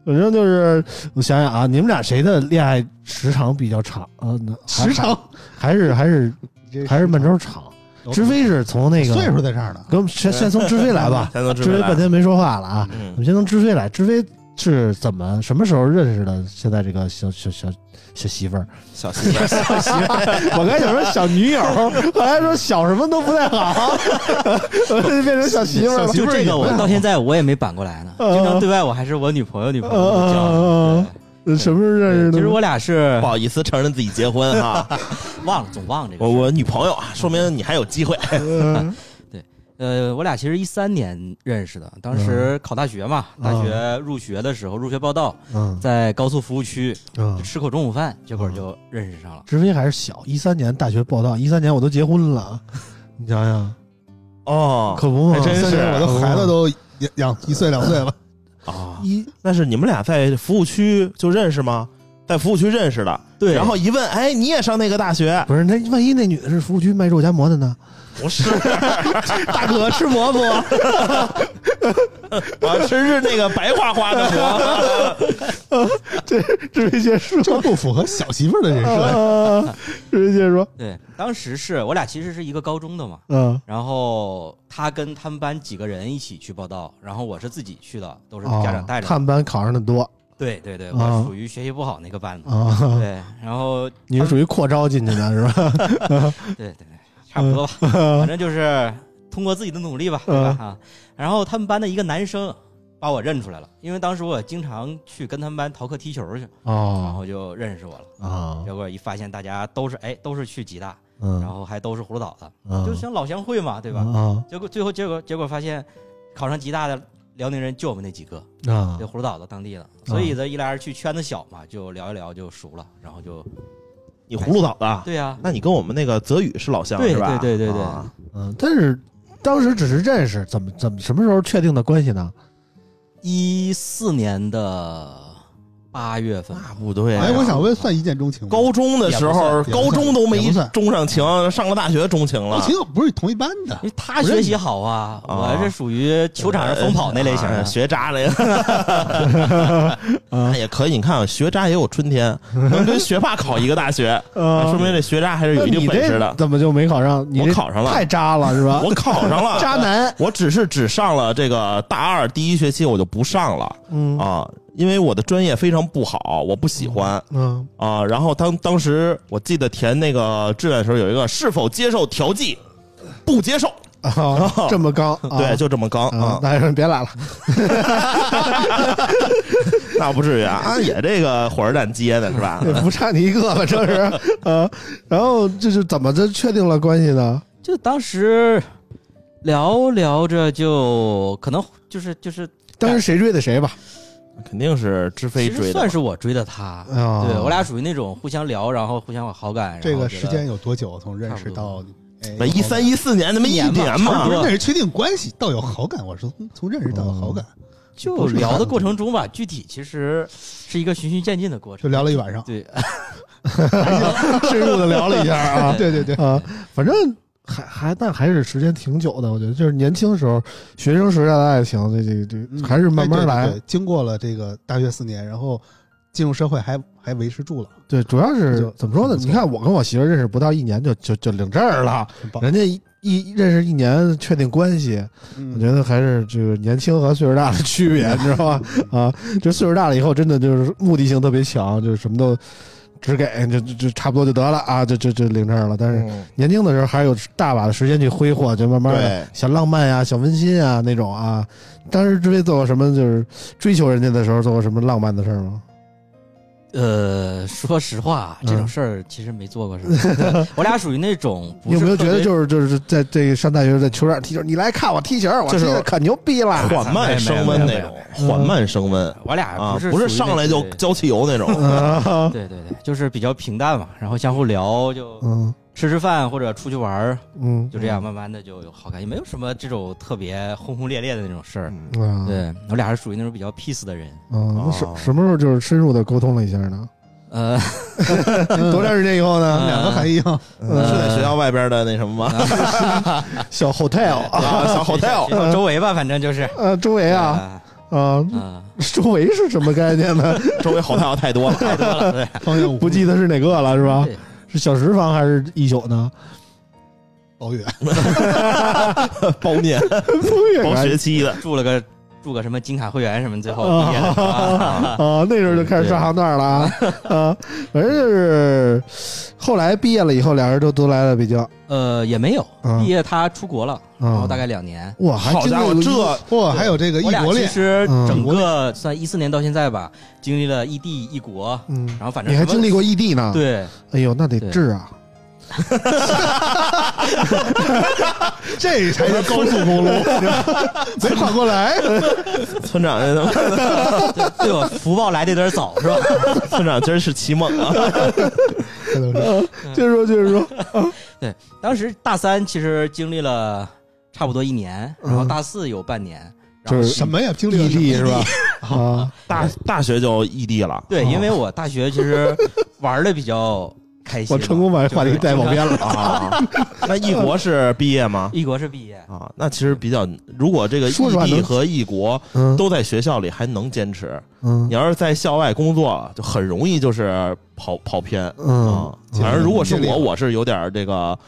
S2: 反正就是我想想啊，你们俩谁的恋爱时长比较长啊？那还
S4: 时长
S2: 还是还是还是闷
S4: 闷
S2: 头长。知飞是从那个
S4: 岁数在这儿呢，
S2: 给我们先先从知飞来吧
S3: 先从知
S2: 知
S3: 飞来
S2: 飞半天没说话了啊，
S3: 对
S2: 我
S3: 对，
S2: 们先从知飞来。知飞是怎么什么时候认识的？现在这个小小小小媳妇儿，
S3: 小媳 妇
S2: 小
S3: 儿，
S2: 媳妇儿，我刚才想说小女友，后来说小什么都不太好， 我就变成小媳妇儿了
S4: 小媳。妇儿
S5: 这个我
S4: 也不
S5: 到现在我也没反过来呢，
S2: 呃
S5: 经常对外我还是我女朋友女朋友这
S2: 呃呃呃
S5: 么
S2: 什么时候哦认识的？
S5: 叫。其实我俩是
S3: 不好意思承认自己结婚哈，
S5: 忘了，总忘这个
S3: 我
S5: 事儿。
S3: 我女朋友啊，说明你还有机会。
S2: 嗯
S5: 呃，我俩其实一三年认识的，当时考大学嘛，大
S2: 哦
S5: 学入学的时候入学报道，
S2: 嗯
S5: 在高速服务区
S2: 嗯，
S5: 吃口中午饭，结果
S2: 哦
S5: 就认识上了。
S2: 直飞还是小，一三年大学报到，一三年我都结婚了，你想想，
S3: 哦
S2: 可不嘛
S3: 还，真
S4: 现
S3: 是哦
S4: 在我的孩子都养养一岁两 岁了，
S3: 啊，
S2: 一
S3: 那是你们俩在服务区就认识吗？在服务区认识的，
S5: 对
S3: 然后一问，哎，你也上那个大学？
S2: 不是那万一那女的是服务区卖肉夹馍的呢？
S3: 不 是，
S2: 大哥吃馍不？
S3: 我要吃是那个白花花的馍。
S2: 这直飞姐说，
S4: 这不符合小媳妇儿的 人设。
S3: 哦
S2: 啊直飞姐说，
S5: 对，当时是我俩其实是一个高中的嘛，
S2: 嗯，
S5: 然后他跟
S2: 哦
S5: 他们班几个人一起去报道，然后我是自己去的，都是家长带着。
S2: 啊看班考上的多，
S5: 对对对，
S2: 啊
S5: 我属于学习不好那个班的。
S2: 啊，
S5: 对，然后
S2: 你是属于扩招进去的是吧？
S5: 对对对，差不多吧，
S2: 嗯
S5: 反正就是通过自己的努力吧，对吧？啊，然后他们班的一个男生把我认出来了，因为当时我经常去跟他们班逃课踢球去，然
S2: 哦
S5: 后就认识我了。
S2: 啊，
S5: 结果一发现大家都是哎都是去吉大，然
S2: 嗯，
S5: 后还都是葫芦岛的，
S2: 嗯
S5: 就像老乡会嘛，对吧？
S2: 啊
S5: 结果最后结果结果发现，考上吉大的辽宁人就我们那几个，
S2: 啊
S5: 就葫芦岛的当地的，所以这一来二去圈子小嘛，就聊一聊就熟了，然后就
S3: 你葫芦岛
S2: 啊
S3: 的，
S5: 对啊呀、
S3: 那你跟我们那个泽宇是老乡
S5: 对
S3: 是吧？
S5: 对对对对
S3: 啊
S2: 嗯，但是当时只是认识，怎么怎么什么时候确定的关系呢？
S5: 一四年的八月份，
S3: 那不对啊。
S4: 哎，我想问，算一见钟情吗？
S3: 高中的时候，
S4: 也不算
S3: 高中都
S4: 也
S3: 没
S4: 不算
S3: 中上情，上了大学钟情了
S4: 高。情又不是同一班的
S3: 哎
S5: 因为他学习好啊，
S3: 不
S5: 我
S3: 认识
S5: 是属于球场上疯跑那类型
S3: 啊
S5: 的。
S3: 呃学渣类的那也可以。你看，学渣也有春天，能跟学霸考一个大学，
S2: 啊
S3: 说明这学渣还是有一定本事的。
S2: 怎么就没考上？你
S3: 我
S2: 这
S3: 考上了
S2: 太渣了是吧？
S3: 我考上了，呃
S2: 渣男，
S3: 我只是只上了这个大二第一学期，我就不上了
S2: 嗯
S3: 啊，因为我的专业非常不好，我不喜欢。
S2: 嗯
S3: 啊，然后当当时我记得填那个志愿的时候，有一个是否接受调剂，不接受，
S2: 啊，这么刚，啊
S3: 对，就这么刚
S2: 啊
S3: 啊，，
S2: 那人别来了，
S3: 那不至于啊，啊也这个火车站接的是吧？
S2: 不差你一 个了，这是啊。然后这是怎么就确定了关系呢？
S5: 就当时聊聊着就可能就是就是，
S2: 当时谁追的谁吧？
S3: 肯定是知飞
S5: 其实
S3: 追的
S5: 算，是我追的他。
S2: 啊，
S5: 对我俩属于那种互相聊，然后互相有好感。
S4: 这
S5: 然后
S4: 个
S5: 觉
S4: 时
S5: 得
S4: 间有多久？从认识
S5: 差
S4: 到哎
S3: 那一三一四年，那么一
S5: 一
S3: 年
S5: 年
S3: 嘛
S5: 嘛差，
S4: 不是那是确定关系到有好感，我是从从认识到有好感，
S5: 就聊的过程中吧，具体其实是一个循序渐进的过
S4: 就
S5: 程。
S4: 聊了一晚上，
S5: 对，，
S2: 深入的聊了一下啊
S4: 对对对，
S2: 啊，反正还还但还是时间挺久的，我觉得就是年轻时候学生时代的爱情，这这这
S4: 嗯
S2: 还是慢慢
S4: 哎
S2: 来
S4: 对对。对经过了这个大学四年，然后进入社会还还维持住了，
S2: 对，主要是
S4: 就
S2: 怎么说呢？
S4: 很不错
S2: 你看我跟我媳妇认识不到一年就就就领证了，
S4: 很棒。
S2: 人家一一认识一年确定关系，我觉
S4: 嗯，
S2: 得还是这个年轻和岁数大的区 别，你知道吗？啊，这岁数大了以后，真的就是目的性特别强，就是什么都只给，就就就差不多就得了啊，就就就领证了。但是
S3: 嗯
S2: 年轻的时候还有大把的时间去挥霍，就慢慢的
S3: 对
S2: 小浪漫呀、小温馨啊那种啊。当时追做过什么？就是追求人家的时候做过什么浪漫的事儿 吗？
S5: 呃，说实话，这种事儿其实没做过什么。对我俩属于那种不
S2: 你
S5: 是
S2: 有没有觉
S5: 特
S2: 得
S5: 别
S2: 就是就是在这个上大学在球场踢球，你来看我踢球，我踢
S3: 就是
S2: 的可牛 逼了。
S3: 缓慢升温那种，缓慢升温
S5: 我俩
S3: 啊，
S5: 是
S3: 不
S5: 哎不
S3: 是上来就浇汽油那种。
S2: 啊
S5: 对对对，就是比较平淡嘛，然后相互聊，就
S2: 嗯
S5: 吃吃饭或者出去玩儿，
S2: 嗯
S5: 就这样慢慢的就有好感，也没有什么这种特别轰轰烈烈的那种事儿。
S2: 啊
S5: 对我俩是属于那种比较 peace 的人，
S2: 嗯，那什
S3: 哦
S2: 什么时候就是深入的沟通了一下呢？
S5: 呃，
S4: 嗯
S2: 多长时间以后呢？
S4: 两个还一样，
S5: 呃
S3: 是在学校外边的那什么吗？
S2: 小 hotel 啊
S3: 啊， 小
S5: 学
S3: hotel
S5: 校周围吧，反正就是。
S2: 呃，周围啊啊，
S5: 嗯，
S2: 周围是什么概念 呢？
S3: 周围 hotel 太多了，
S5: 太多了，对
S4: 方圆五
S2: 不记得是哪个了，是吧？
S5: 对
S3: 嗯
S2: 是小时房还是一宿呢？
S4: 老远，
S3: 包年包学期的，
S5: 住了个住个什么金卡会员什么，最后毕业了啊
S2: 啊，那时候就开始上行段了啊啊，反正就是后来毕业了以后，俩人都都来了啊北京
S5: 呃，也没有
S2: 嗯
S5: 毕业，他出国了，然后大概两年。
S2: 哇，还
S3: 好
S2: 经
S3: 家
S2: 历
S3: 伙，
S2: 过一
S3: 这
S4: 哇，还有这个呃异
S5: 我俩
S4: 国
S5: 其
S4: 恋，
S5: 实
S2: 嗯
S5: 整个算一四年到现在吧，经历了异地异国，
S2: 嗯，
S5: 然后反正
S2: 你还
S5: 什么
S2: 经历过异地呢？，
S3: 嗯
S5: 对，
S2: 哎呦，那得治啊！
S4: 这才是高速公路，没缓过来，
S3: 村长那他 妈
S5: 对对我福报来的有点早是吧？
S3: 村长今儿是奇梦啊，
S2: 接着说，接着说，
S5: 当时大三其实经历了差不多一年，然后大四有半年，然
S2: 就
S5: 后
S2: 是
S4: 什么呀？经历了
S2: 异地是吧？啊，
S3: 大大学就异地了，
S5: 对，因为
S2: 哦
S5: 我大学其实玩的比较开心
S2: 我
S5: 嘛，
S2: 成功把
S5: 就是
S2: 话题带往边了
S3: 啊。那异国是毕业吗？
S5: 异国是毕业，
S3: 啊，那其实比较，如果这个
S2: 说实话
S3: 异
S2: 能
S3: 地和异国
S2: 嗯
S3: 都在学校里还能坚持，
S2: 嗯
S3: 你要是在校外工作，就很容易就是跑跑偏。
S2: 嗯
S3: 啊，反正如果是
S4: 尽力
S3: 我，
S4: 了
S3: 我是有点这个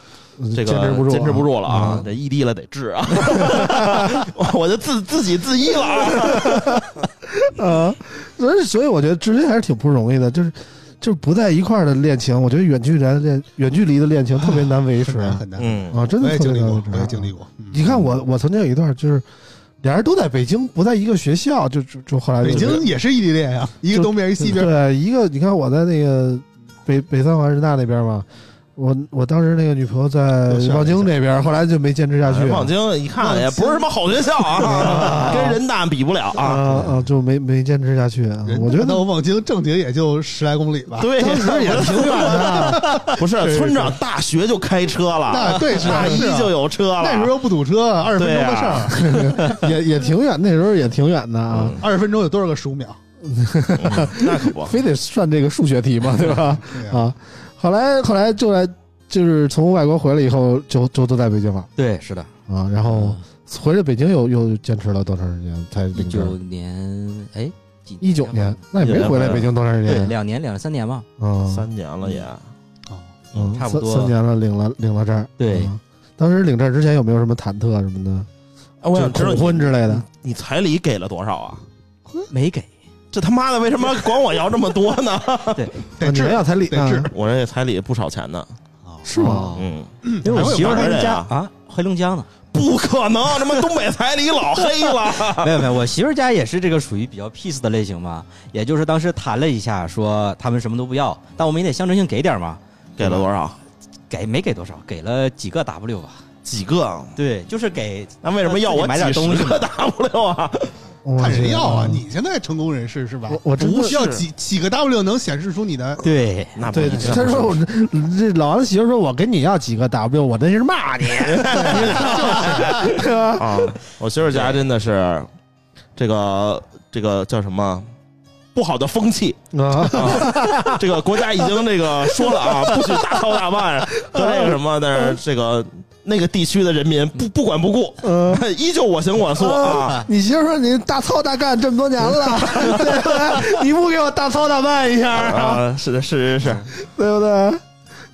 S3: 这个
S2: 坚持不住啊，
S3: 坚持不住了啊
S2: 嗯！
S3: 这异地了得治啊， 我就自自己自医了啊！
S2: 啊，所以所以我觉得至今还是挺不容易的，就是就是不在一块儿的恋情，我觉得远距离的恋远距离的恋情特别难维持
S4: 很难
S2: 啊，
S4: 很难。
S3: 嗯
S2: 真
S4: 我
S2: 的
S4: 也
S2: 特
S4: 经历
S2: 别难维
S4: 过，
S2: 持。啊
S4: 我也经历过。嗯
S2: 你看我，我曾经有一段就是，俩人都在北京，不在一个学校，就就就后来就
S4: 北京也是异地恋呀，一个东边，一个西边。
S2: 对一个，你看我在那个北北三环人大那边嘛，我我当时那个女朋友在
S4: 又吓了
S2: 望
S4: 一跳
S2: 京这边，后来就没坚持下
S4: 哎
S2: 去。
S3: 望京哎一看也不是什么好学校啊， 跟人大比不了
S2: 啊
S3: 啊。
S2: 啊，就没没坚持下去。啊
S3: 嗯
S4: 人
S2: 我觉
S4: 到
S2: 得
S4: 望京正经也就十来公里吧。
S3: 对，
S2: 当 时也挺远的，
S3: 不是村长大学就开车了，
S4: 那对是啊
S3: 大一
S4: 是啊
S3: 就有车了。啊
S4: 那时候又不堵车，二十分钟的事儿，
S2: 也也挺远，那时候也挺远的啊。
S4: 二十分钟有多少个 十五秒？
S3: 嗯那可不，
S2: 非得算这个数学题嘛，对吧？
S4: 对啊，
S2: 啊，后来后来就来，就是从外国回来以后，就就都在北京了
S5: 对，是的，
S2: 啊。然后
S5: 嗯
S2: 回来北京又又坚持了多长时间才
S5: 一
S2: 领
S5: 九
S2: 证？
S5: 年，哎，几
S2: 一九年，，那也没回来北京多长时
S5: 对，
S2: 间？啊
S5: 两年两三年吧，
S2: 嗯
S3: 三年了也。
S4: 哦
S2: 嗯，
S5: 差不
S2: 三
S5: 多
S2: 三年了，领了领了证。
S5: 对
S2: 嗯，当时领证之前有没有什么忐忑什么的？
S3: 哎，我想
S2: 就
S3: 知道
S2: 恐
S3: 你
S2: 婚之类的
S3: 你，你彩礼给了多少啊？
S5: 没给，
S3: 这他妈的为什么管我要这么多 呢？
S4: 得
S2: 你
S4: 治
S2: 们要彩礼
S4: 得治
S2: 啊？
S3: 我这彩礼不少钱呢。
S5: 哦
S4: 啊，
S2: 是吗？
S3: 嗯，
S5: 因为我媳妇儿
S3: 还会有白
S5: 是
S3: 人
S5: 家
S3: 啊
S5: 啊，黑龙江 的，
S3: 不可能，他妈东北彩礼老黑 了。
S5: 没有没有，我媳妇儿家也是这个属于比较 peace 的类型嘛，也就是当时谈了一下，说他们什么都不要，但我们也得象征性给点嘛，
S3: 给了多少？
S5: 给没给多少，给了几个 W 吧，
S3: 几个？
S5: 对，就是给
S3: 那为什么要我
S5: 买点
S3: 几十
S5: 东西
S3: 个 W 啊？
S2: 我
S4: 看谁要
S3: 嗯
S4: 啊？
S2: 觉得
S4: 你现在成功人士是吧
S2: 我？我真
S3: 不
S2: 的
S3: 是
S4: 要几几个 W 能显示出你的？
S5: 对
S3: 那不
S2: 对，
S3: 一定
S2: 他 说我这这老王媳妇说，我跟你要几个 W，我那是骂你， 对 吧？
S3: 啊，我媳妇儿家真的是这个这个叫什么？不好的风气
S2: 啊，
S3: 啊！ 这个国家已经这个说了啊，不许大操大办和那个什么，但是这个那个地区的人民不不管不顾，
S2: 嗯。
S3: 依旧我行我素啊！
S2: 你媳妇说你大操大干这么多年了，对不对？你不给我大操大办一下 啊，
S3: 啊， 是的，是是是，
S2: 对不对？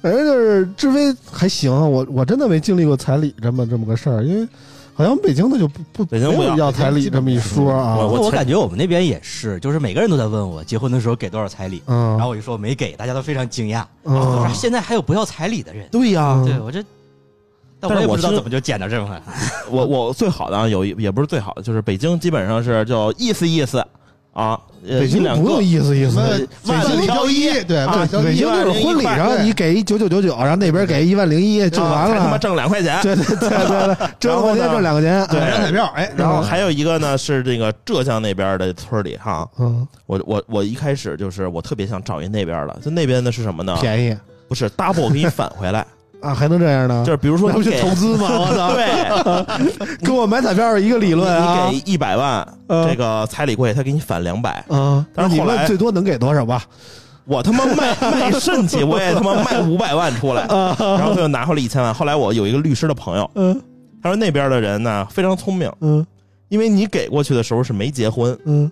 S2: 反正就是志飞还行，我我真的没经历过彩礼这么这么个事儿，因为好像北京的就不不
S3: 北京不
S2: 没有
S3: 要
S2: 要彩礼这么一说啊。
S3: 我
S5: 我
S3: 猜
S5: 感觉我们那边也是，就是每个人都在问我结婚的时候给多少彩礼，
S2: 嗯，
S5: 然后我就说没给，大家都非常惊讶，我
S2: 嗯
S3: 啊
S5: 说现在还有不要彩礼的人，
S3: 对呀
S5: 哦对我这，但
S3: 但
S5: 我
S3: 是
S5: 也
S3: 我
S5: 不知道
S3: 听
S5: 怎么就捡到这么
S3: 我我最好的啊，有一也不是最好的，就是北京基本上是就意思意思啊，呃
S2: 北京
S3: 一两
S2: 不
S3: 个
S2: 用意思意
S4: 什
S2: 思
S4: 么，
S3: 呃万
S4: 里
S3: 里挑
S4: 一
S3: 一，
S4: 对，
S3: 啊
S4: 万里挑
S2: 北
S4: 一
S2: 京
S3: 一万
S2: 就是
S3: 零一
S2: 婚礼
S3: 块啊
S2: 上你给九九九九，然后那边给一万零一就完
S3: 才他妈
S2: 了。
S3: 挣两块钱。
S2: 对对对对对，挣 两
S3: 然后
S2: 块
S3: 呢
S2: 钱挣两块钱，
S3: 对
S2: 啊
S4: 两张彩票，哎，
S3: 然后还有一个呢是这个浙江那边的村里哈，
S2: 嗯，
S3: 我我我一开始就是我特别想找一那边的，就那边的是什么呢？
S2: 便宜
S3: 不是 double 给你返回来，
S2: 啊，还能这样呢？
S3: 啊就是比如说
S2: 那不
S3: 你
S2: 去
S3: 给
S2: 投资 吗？我操，
S3: 对，
S2: 跟我买彩票是一个 理论啊。
S3: 你你给一百万，
S2: 嗯
S3: 这个彩礼贵，他给你返两百，
S2: 啊，
S3: 但是
S2: 你
S3: 后来
S2: 们最多能给多少吧？
S3: 我他妈卖卖肾去，我也他妈卖五百万出来，然后他就拿回了一千万。后来我有一个律师的朋友，
S2: 嗯
S3: 他说那边的人呢非常聪明，
S2: 嗯
S3: 因为你给过去的时候是没结婚，
S2: 嗯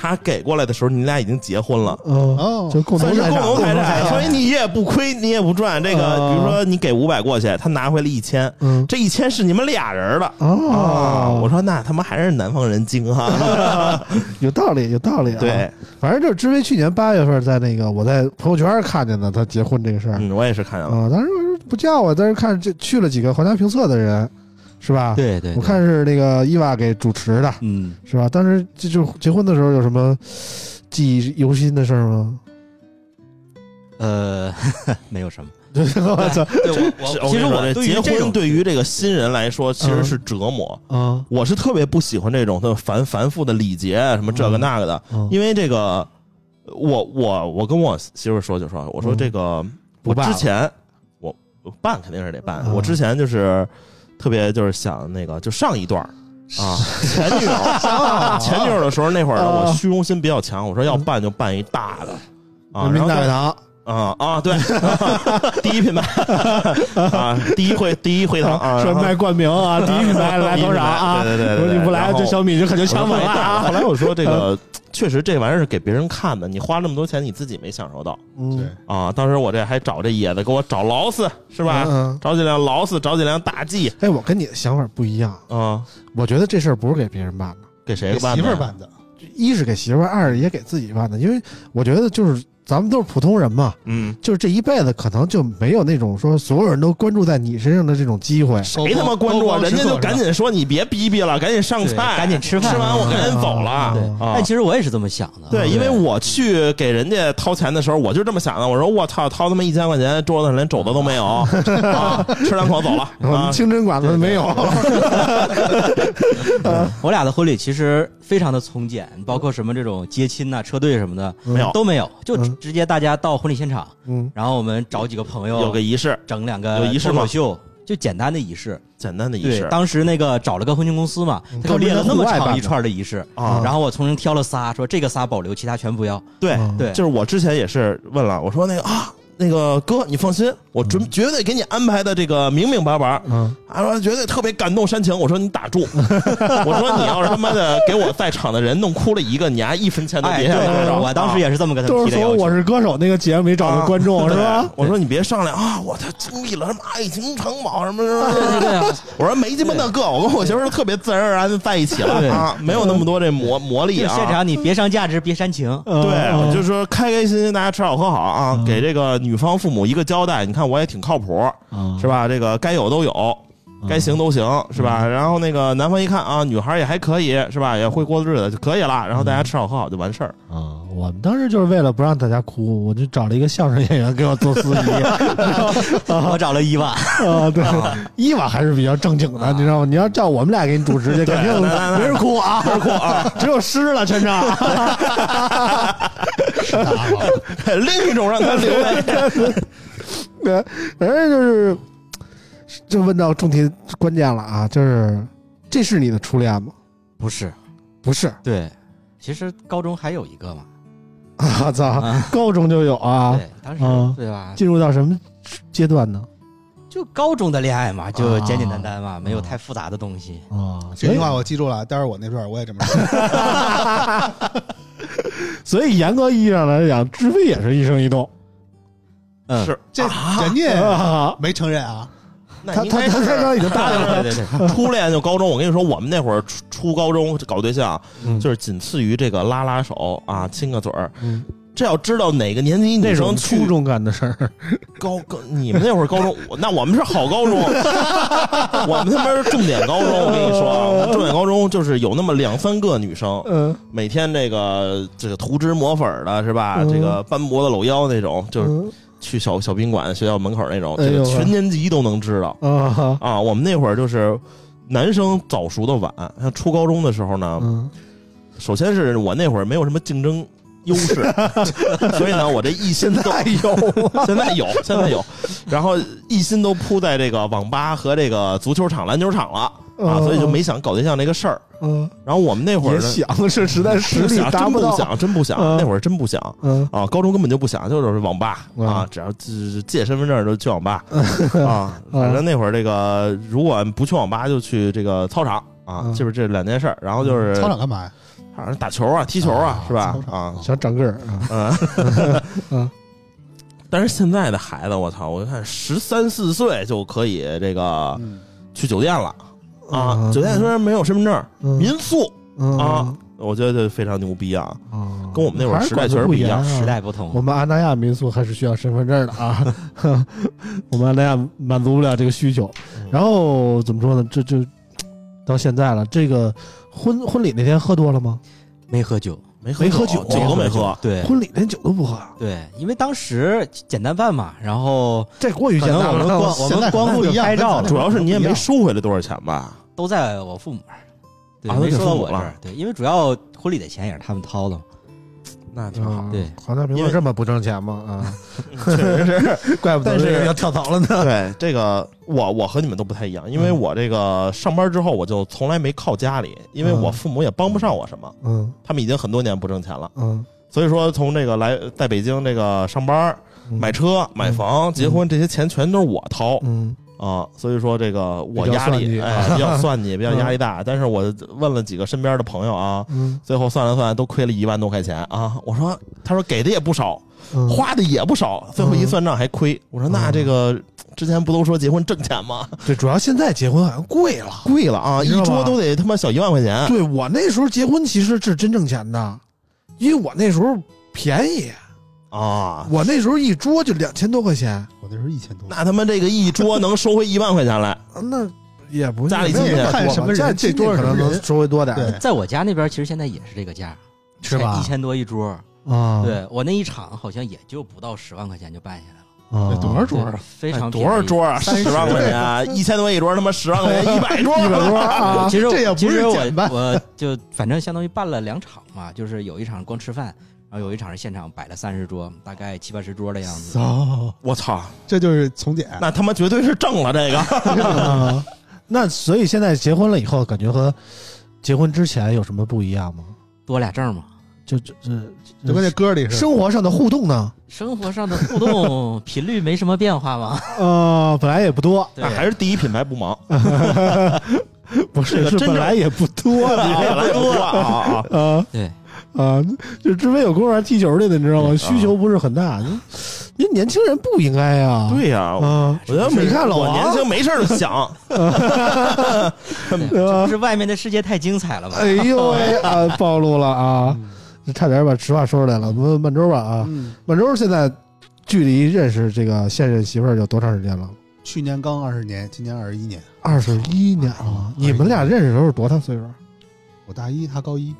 S3: 他给过来的时候你俩已经结婚了。
S2: 嗯，
S4: 哦，
S2: 就共
S3: 算
S2: 同
S3: 是
S2: 财
S3: 共
S2: 产，
S3: 同财产，所以你也不亏，你也不赚。这个，
S2: 啊
S3: 比如说你给五百过去，他拿回了一千，
S2: 嗯
S3: 这一千是你们俩人的啊。
S2: 哦，
S3: 我说那他妈还是南方人精哈。
S2: 有道理，有道理。 啊
S3: 对，，
S2: 反正就是知微去年八月份在那个我在朋友圈看见的他结婚这个事儿
S3: 嗯，我也是看见了。
S2: 啊，当时我说不叫我，但是看这去了几个皇家评测的人，是吧？，
S5: 对对
S2: 我看是那个伊娃给主持的，
S5: 嗯，
S2: 是吧？当时这就结婚的时候有什么记忆犹新的事儿吗？
S5: 呃， 没有什么。
S2: 对，我操，
S5: 对，其
S3: 是
S5: 实
S3: 跟你说
S5: 我
S3: 这嗯结
S5: 这种
S3: 婚对于这个新人来说其实是折磨。
S2: 啊
S3: 我是特别不喜欢这种的繁繁复的礼节啊什么这个
S2: 嗯
S3: 那个的，
S2: 嗯
S3: 因为这个，我我我跟我媳妇儿说就说，我说
S2: 嗯
S3: 这个、
S2: 不
S3: 我
S2: 办
S3: 之
S2: 了
S3: 前我我办肯定是得办，
S2: 嗯
S3: 我之前就是特别就是想那个就上 一段儿啊前女友 前女友的时候那会儿呢，
S2: 啊
S3: 我虚荣心比较强，我说要办就办一大的。啊，
S2: 人
S3: 然
S2: 民
S3: 后
S2: 大
S3: 但
S2: 会堂，
S3: 啊啊，对， 第一品牌啊，第一会第一会堂啊，
S2: 说
S3: 然后
S2: 卖冠名啊，第一品 牌来多少啊？
S3: 对对对对
S2: 我说你不来
S3: 然后
S2: 这小米就 可就
S3: 我说
S2: 抢我
S3: 没
S2: 了
S3: 大后
S2: 啊！
S3: 来我说这
S5: 嗯
S3: 个确实这玩意儿是给别人看的，你花那么多钱你自己没享受到
S4: 对
S2: 嗯，，
S3: 啊。当时我这还找这野子给我找劳斯是吧？
S2: 嗯，
S3: 找几辆劳斯，找几辆大 G
S2: 哎，我跟你的想法不一样，
S3: 啊，
S2: 我觉得这事儿不是给别人办的，
S3: 给谁
S4: 给
S3: 办？
S4: 媳妇儿。办的，
S2: 一是给媳妇儿，二是也给自己吧的，因为我觉得就是咱们都是普通人嘛，
S3: 嗯，
S2: 就是这一辈子可能就没有那种说所有人都关注在你身上的这种机会。
S3: 谁他妈关注啊？人家就赶紧说你别逼逼了，赶紧上
S5: 对
S3: 菜，
S5: 赶紧吃饭
S3: 吃完我赶紧走了
S2: 啊
S5: 对，
S3: 啊
S5: 但。其实我也是这么想的。
S3: 对，因为我去给人家掏钱的时候，我就这么想的。我说我操，掏他妈一千块钱，桌子上连肘子都没有，啊，吃两口走了
S2: 我们
S3: 啊。
S2: 清真馆子没有，
S5: 我俩的婚礼其实非常的从简，包括什么这种接亲呐、车队什么的
S3: 没有
S5: 都没有，就
S2: 嗯
S5: 直接大家到婚礼现场，
S2: 嗯，
S5: 然后我们找几个朋友，
S3: 有个仪式，
S5: 整两个
S3: 有仪式吗
S5: 脱口秀，就简单的仪式。
S3: 简单的仪
S5: 对
S3: 式，
S5: 当时那个找了个婚庆公司嘛，
S2: 嗯
S5: 他给我列了那么长一串的仪式，
S3: 啊。
S5: 然后我从中挑了仨，说这个仨保留，其他全不要。
S3: 对
S2: 嗯
S5: 对，
S3: 就是我之前也是问了，我说那个啊，那个哥，你放心，我准
S5: 嗯
S3: 绝对给你安排的这个明明白白。
S2: 嗯，
S3: 啊，说绝对特别感动煽情。我说 你打住，我说你要是他妈的给我在场的人弄哭了一个，你还一分钱都
S5: 哎，
S3: 别
S5: 对
S3: 想啊多
S5: 对，对
S3: 少。
S5: 我当时也是这么跟他
S2: 都
S5: 们
S2: 是
S5: 提的
S2: 说
S5: 要
S2: 我
S5: 求。
S2: 是歌手那个节目没找着观众是 吧？
S3: 我说你别上来啊！我他经历了什么爱情长跑什么什 么什么，我说没鸡巴那个，我跟我媳妇儿特别自然而然的在一起了啊，没有那么多这魔魔力
S5: 就
S3: 啊。
S5: 现场你别伤价值，别煽情。
S2: 对
S3: 对，我就说开开心心，大家吃好喝好
S2: 嗯
S3: 啊，给这个女方父母一个交代。你看我也挺靠谱，
S2: 嗯
S3: 是吧？这个该有都有，该行都行，是吧？
S2: 嗯
S3: 然后那个男方一看啊，女孩也还可以，是吧？也会过日子就可以了。然后大家吃好喝好就完事儿。
S2: 啊，我们当时就是为了不让大家哭，我就找了一个相声演员给我做司仪
S5: 我找了伊万，
S2: 啊，对，伊娃还是比较正经的，你知道吗？你要叫我们俩给你主持去，肯定没人哭啊，没人哭啊， 只有诗了全场。
S3: 啊 另一种让他留在
S2: 对，反正哎就是，就问到重题关键了啊，就是这是你的初恋吗？
S5: 不是，
S2: 不是，
S5: 对，其实高中还有一个嘛，
S2: 我操，
S5: 啊
S2: 高中就有啊，
S5: 对，当时
S2: 啊
S5: 对吧？
S2: 进入到什么阶段呢？
S5: 就高中的恋爱
S3: 啊
S5: 嘛，就简简单单嘛，没有太复杂的东西。
S2: 啊，
S4: 这句话我记住了，待会儿我那段我也这么说。
S2: 所以严格意义上来讲，志飞也是一生一动。
S5: 嗯，
S3: 是
S4: 这人家
S2: 啊
S4: 没承认啊，
S3: 那
S2: 他
S3: 应
S2: 他
S3: 该
S2: 他
S3: 是
S2: 刚刚已经
S3: 啊
S2: 答应了，
S5: 对对对，
S3: 初恋就高中，我跟你说，我们那会儿初初高中搞对象，啊
S2: 嗯
S3: 就是仅次于这个拉拉手啊，亲个嘴儿。
S2: 嗯
S3: 这要知道哪个年级女
S2: 那种
S3: 生
S2: 初
S3: 去
S2: 中干的事儿，
S3: 高高，你们那会儿高中，我那我们是好高中，我们他妈是重点高中。我跟你说啊，我们重点高中就是有那么两三个女生，
S2: 嗯
S3: 每天这个这个涂脂抹粉儿的是吧？
S2: 嗯
S3: 这个斑驳的搂腰那种，就是
S2: 嗯
S3: 去小小宾馆、学校门口那种，
S2: 哎
S3: 这
S2: 呦
S3: 个
S2: 呵
S3: 全年级都能知道。
S2: 啊
S3: 啊，我们那会儿就是男生早熟的晚，像初高中的时候呢，
S2: 嗯
S3: 首先是我那会儿没有什么竞争优势， 所以呢，我这一心都
S2: 啊
S3: 有， 现在有，现在有，然后一心都扑在这个网吧和这个足球场、篮球场了啊，
S2: 嗯
S3: 所以就没想搞对象这个事儿。
S2: 嗯，
S3: 然后我们那会儿
S2: 也
S3: 呢，
S2: 想是实在实
S3: 不
S2: 力
S3: 想，
S2: 达
S3: 真
S2: 到
S3: 不，想，真不想，
S2: 嗯
S3: 那会儿真不想。
S2: 嗯
S3: 啊，高中根本就不想，就是网吧啊
S2: 啊，
S3: 只要就是借身份证就去网吧
S2: 嗯
S3: 啊。反正那会儿这个，如果不去网吧就去这个操场啊，
S2: 嗯
S3: 就是这两件事儿。然后就是
S4: 操场干嘛呀？
S3: 反正打球啊、踢球啊
S4: 啊，
S3: 是吧
S4: 操？场
S3: 啊，
S2: 想长个儿啊，
S3: 嗯
S2: 嗯。
S3: 但是现在的孩子，我操！我看十三四岁就可以这
S2: 啊
S3: 个
S4: 嗯，
S3: 去酒店了啊！
S2: 嗯
S3: 酒店虽然没有身份证，
S2: 嗯
S3: 民宿，
S2: 嗯
S3: 啊我觉得非常牛逼啊！
S2: 啊
S3: 跟我们那会儿时代确
S2: 不
S3: 实
S2: 啊
S3: 不一样
S5: 时代不同
S2: 我。们安那亚民宿还是需要身份证的啊， 我们安那亚满足不了这个需求。
S3: 嗯
S2: 然后怎么说呢？这就到现在了，这个婚婚礼那天喝多了吗？
S5: 没喝酒，
S3: 没
S2: 没喝
S3: 喝
S2: 酒
S3: 酒都没喝，
S5: 对
S2: 婚礼连酒都不喝，啊
S5: 对，因为当时简单办嘛，然后
S2: 这过于
S5: 可
S2: 简
S5: 能
S2: 单
S5: 我们
S2: 了。
S5: 光我们光顾着拍
S2: 哦
S5: 照了，
S3: 主要是你也没收回来多少钱吧？
S5: 都在我父母那儿，对，
S3: 啊都
S5: 没
S3: 给
S5: 说到我
S3: 父
S5: 这
S3: 母
S5: 儿
S3: 了，
S5: 对，因为主要婚礼的钱也是他们掏的嘛，
S3: 那挺好。
S2: 嗯
S5: 对
S2: 黄大平怎
S3: 因
S2: 么
S3: 为
S2: 这么不挣钱吗？啊，
S3: 确实是，
S2: 怪不得
S3: 但是
S2: 人要跳槽了呢。
S3: 对这个我我和你们都不太一样，因为
S2: 嗯
S3: 我这个上班之后我就从来没靠家里，因为我父母也帮不上我什么，
S2: 嗯
S3: 他们已经很多年不挣钱了，
S2: 嗯，
S3: 所以说从这个来在北京这个上班、
S2: 嗯
S3: 买车、买房、结婚这些钱全都是我掏
S2: 嗯
S3: 啊，所以说这个我
S2: 比较
S3: 压力
S2: 算计
S3: 哎比较算计，比较压力大。但是我问了几个身边的朋友啊。
S2: 嗯
S3: 最后算了算，都亏了一万多块钱啊！我说，他说给的也不少，
S2: 嗯，
S3: 嗯花的也不少，最后一算账还亏。我说那这个之前不都说结婚挣钱吗？
S2: 对，主要现在结婚好像贵了。
S3: 贵了啊，
S2: 你
S3: 一
S2: 知道吧
S3: 桌都得他妈小一万块钱。
S2: 对我那时候结婚其实是真挣钱的，因为我那时候便宜，
S3: 啊，
S2: 我那时候一桌就两千多块钱，
S4: 我那时候一千多，
S3: 那他妈这个一桌能收回一万块钱来，
S2: 那也不
S3: 家里
S2: 也没有那
S3: 亲戚
S2: 么多吧
S4: 看什么人
S2: 家里
S4: 这
S2: 亲戚
S4: 桌
S2: 可
S4: 什么
S2: 能能
S4: 人
S2: 稍微多点儿
S4: 对，
S5: 在我家那边其实现在也是这个价，
S2: 是吧
S5: 一？千多一桌。
S4: 嗯
S2: 啊，
S5: 对我那一场好像也就不到十万块钱就办下来了，
S2: 啊，
S4: 对多少桌
S5: 对
S4: 啊？
S5: 非常
S3: 哎多少
S5: 便宜
S3: 桌啊？
S4: 30
S3: 十万块钱，一千多一桌，他妈十万 块钱，一百桌，
S2: 一百多 啊，
S5: 其实
S4: 这也不
S5: 其
S4: 是
S5: 实我
S4: 减半
S5: 我就反正相当于办了两场嘛，就是有一场光吃饭，然后有一场是现场摆了三十桌，大概七八十桌的样子。
S2: 啊
S4: 哦，
S3: 我操，
S4: 这就是从简。
S3: 那他妈绝对是挣了这个。
S2: 啊那所以现在结婚了以后，感觉和结婚之前有什么不一样吗？
S5: 多俩证嘛，
S2: 就这这
S4: 就跟那歌里似的，
S2: 生活上的互动呢？
S5: 生活上的互 动频率没什么变化嘛。
S2: 呃，本来也不多，
S5: 对
S3: 那，还是第一品牌不忙，
S2: 不
S3: 这
S2: 是
S3: 个
S2: 是本
S3: 真正
S2: 来也不多， 你
S3: 啊本来多啊啊！
S2: 啊
S5: 对
S2: 啊，就是之前有公务员踢球去的，你知道吗？需求不是很大，您您年轻人不应该啊。
S3: 啊对呀，
S2: 啊，
S3: 我觉得
S2: 你
S3: 没
S2: 看老
S3: 我
S2: 王
S3: 年轻没事儿就想，
S5: 对，这不是外面的世界太精彩了嘛。
S2: 哎呦喂啊，暴露了啊！
S4: 嗯
S2: 差点把实话说出来了。我们满洲吧啊，
S4: 嗯，
S2: 满洲现在距离认识这个现任媳妇儿有多长时间了？
S4: 去年刚二十年，今年二十一年，
S2: 二十一年了
S4: 啊。
S2: 你们俩认识的时候是多大岁数？
S4: 我大一，他高一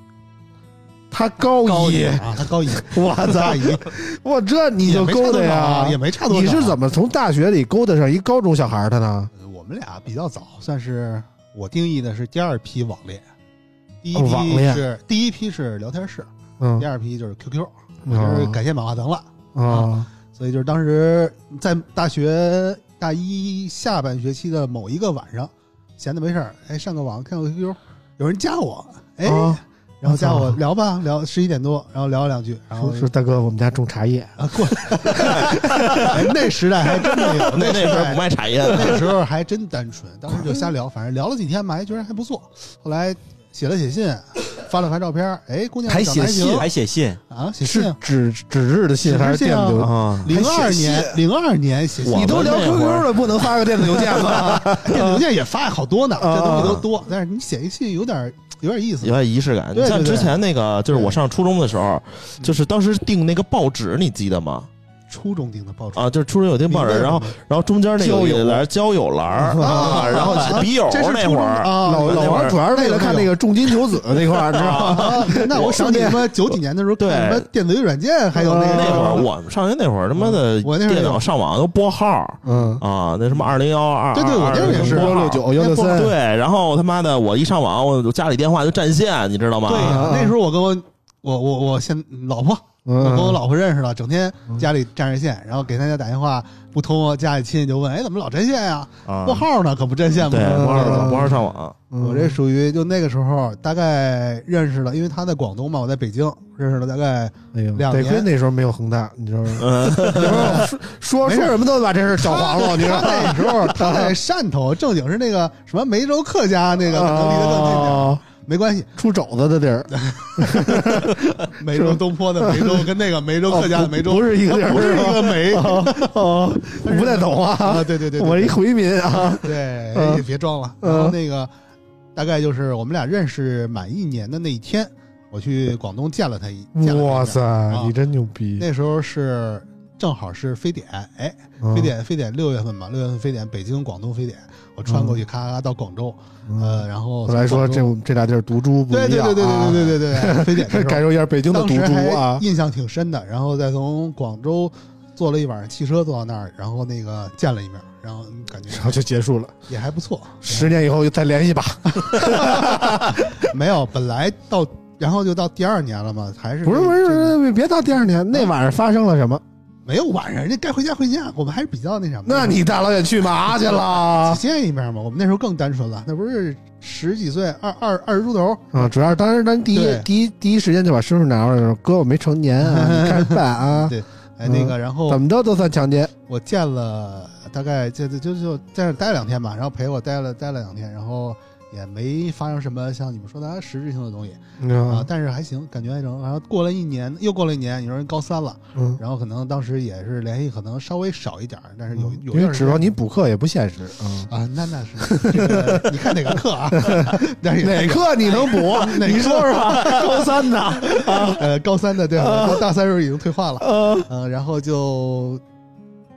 S2: 他高
S5: 高
S2: 一
S5: 一，
S4: 啊，他高一，
S2: 我
S4: 他
S2: 操
S4: 大！一，
S2: 我这你
S4: 也
S2: 就
S4: 没差
S2: 勾搭
S4: 多少啊
S2: 呀？
S4: 也没差多少。
S2: 你是怎么从大学里勾搭上一高中小孩的呢？
S4: 呃？我们俩比较早，算是我定义的是第二批网恋。第一
S2: 哦网
S4: 批
S2: 恋
S4: 是第一批是聊天室，
S2: 嗯
S4: 第，二批就是 QQ，
S2: 嗯
S4: 就是感谢马化腾了。
S2: 啊
S4: 所以就是当时在大学大一下半学期的某一个晚上，闲的没事儿，哎，上个网看个 QQ，有人加我，哎，
S2: 啊！
S4: 然后加我
S2: 我操
S4: 聊吧，聊十一点多，然后聊了两句，然后
S2: 说说大哥，我们家种茶叶，
S4: 啊过来、 哎那时代还真没有，
S3: 那
S4: 时
S3: 时候
S4: 代
S3: 不卖茶叶的。
S4: 那时候还真单纯，当时就瞎聊，反正聊了几天吧，哎，觉得还不错。后来写了写信，发了发照片，哎，姑娘
S2: 还
S4: 长得
S2: 写
S4: 行
S2: 信
S5: 还写信，
S4: 啊，写
S2: 是
S4: 信。
S2: 纸纸质的信还是
S4: 纸质
S2: 电
S4: 信啊
S2: 子邮？
S3: 啊，
S4: 零二年，零二年写信，
S3: 我
S2: 你都聊
S3: 那会儿
S2: QQ 了，不能发个电子邮件吗？
S4: 电子邮件也发好多呢，
S2: 啊
S4: 这东西都多，但是你写一信有点有点意思
S3: 有，点仪式感。你
S4: 对
S3: 像
S4: 对
S3: 之
S4: 对
S3: 前那个，就是我上初中的时候，
S4: 嗯
S3: 就是当时订那个报纸，你记得吗？
S4: 初中订的报纸
S3: 啊，就是初中有订报纸，然后然后中间那
S2: 交
S3: 个
S2: 友
S3: 有栏交友栏儿
S4: 啊
S3: 啊，然后
S4: 啊
S3: 笔友
S4: 这是
S3: 那
S4: 初
S3: 会
S4: 中
S3: 儿
S4: 啊，
S2: 老老
S3: 那会儿
S2: 王主要是为了看那个重金求 子那块儿，你知道吗？
S4: 啊， 那我想起什 么九几年的时候，
S3: 对
S4: 看什么电子阅软件，还有那个
S3: 那会儿我们上学那会儿他妈的
S4: 啊嗯我那时候也
S3: 电
S4: 有
S3: 脑上网都拨号儿
S2: 嗯，
S3: 啊，那什么二零幺二，
S4: 对对我那会儿也是
S2: 幺六九幺六三，
S3: 对，然后他妈的我一上网，我家里电话就占线，你知道吗？
S4: 对呀
S2: 啊，
S4: 那时候我跟我我我我现老婆，我跟
S2: 嗯，
S4: 我老婆认识了，整天家里占着线，然后给她家打电话不通，家里亲戚就问，哎，怎么老占线呀？
S3: 啊
S4: 拨号呢，可不占线吗
S3: 对？拨号
S2: 嗯
S3: 拨号上网，
S4: 我这属于就那个时候大概认识了，因为她在广东嘛，我在北京认识了大概
S2: 哎呦，
S4: 两
S2: 得
S4: 年
S2: 亏那时候没有恒大，你知道吗？
S3: 嗯，
S2: 说说
S4: 没事
S2: 什么都把这事儿搅黄了，你知道吗？
S4: 那时候 他在汕头，正经是那个什么梅州客家那
S2: 哦
S4: 个，可能离得更近点儿，
S2: 啊
S4: 没关系。
S2: 出肘子的地 儿，
S4: 梅州东坡的梅 州跟那个梅州客家的梅
S2: 哦不
S4: 州
S2: 不是一个地儿，
S4: 不是一个梅
S2: 吧 哦，我不太懂啊
S4: 啊，，对对对，对
S2: 我一回民啊，
S4: 对，
S2: 嗯
S4: 哎也别装了。
S2: 嗯
S4: 然后那个大概就是我们俩认识满一年的那一天，我去广东见了他一，见了他
S2: 哇
S4: 一面！
S2: 塞，你真牛逼！
S4: 那时候是正好是非典，哎，
S2: 嗯
S4: 非典非典六月份嘛，六月份非典，北京、广东非典，我穿过去咔咔到广州，呃，然后
S2: 嗯后来说
S4: 从广
S2: 这
S4: 州
S2: 我们这俩地儿毒株不一
S4: 对
S2: 样，啊
S4: 对对对对对
S2: 对
S4: 对对对，非典 的时候
S2: 感受一下北京的
S4: 当
S2: 毒
S4: 时
S2: 株啊
S4: 还，印象挺深的。然后再从广州坐了一晚上汽车坐到那儿，然后那个见了一面，然后感觉
S2: 然后就结束了。
S4: 也还不错。
S2: 十年以后再联系吧，
S4: 没有，本来到然后就到第二年了嘛，还是嗯
S2: 不是不是不是，不是别到第二年那晚上发生了什么？
S4: 没有晚上，人家该回家回家，我们还是比较那什么的。
S2: 那你啊大老远去嘛去了？
S4: 见一面嘛，我们那时候更单纯了， 那不是十几岁，二二二十出头，
S2: 啊，主要是当时咱第一
S4: 对
S2: 第一第一时间就把身份拿出来了，哥我没成年啊，你看办啊，
S4: 对哎那个，然 后
S2: 怎么着都算强奸。
S4: 我见了大概就就就就在那儿待两天吧，然后陪我待了待了两天，然后也没发生什么像你们说的啊实质性的东西
S2: 你知道
S4: 啊
S2: 吗，？
S4: 但是还行，感觉还成。然后过了一年，又过了一年，你说人高三了，
S2: 嗯，
S4: 然后可能当时也是联系可能稍微少一点儿，但是有有
S2: 嗯因
S4: 一
S2: 为
S4: 段时
S2: 指
S4: 间
S2: 望你补课也不现实啊。
S4: 啊，那那是这个你看哪个课啊？但是
S2: 哪
S4: 也
S2: 课你能补？你说说吧，高三的，啊
S4: 呃，高三的对，我到大三时候已经退化了，嗯、然后就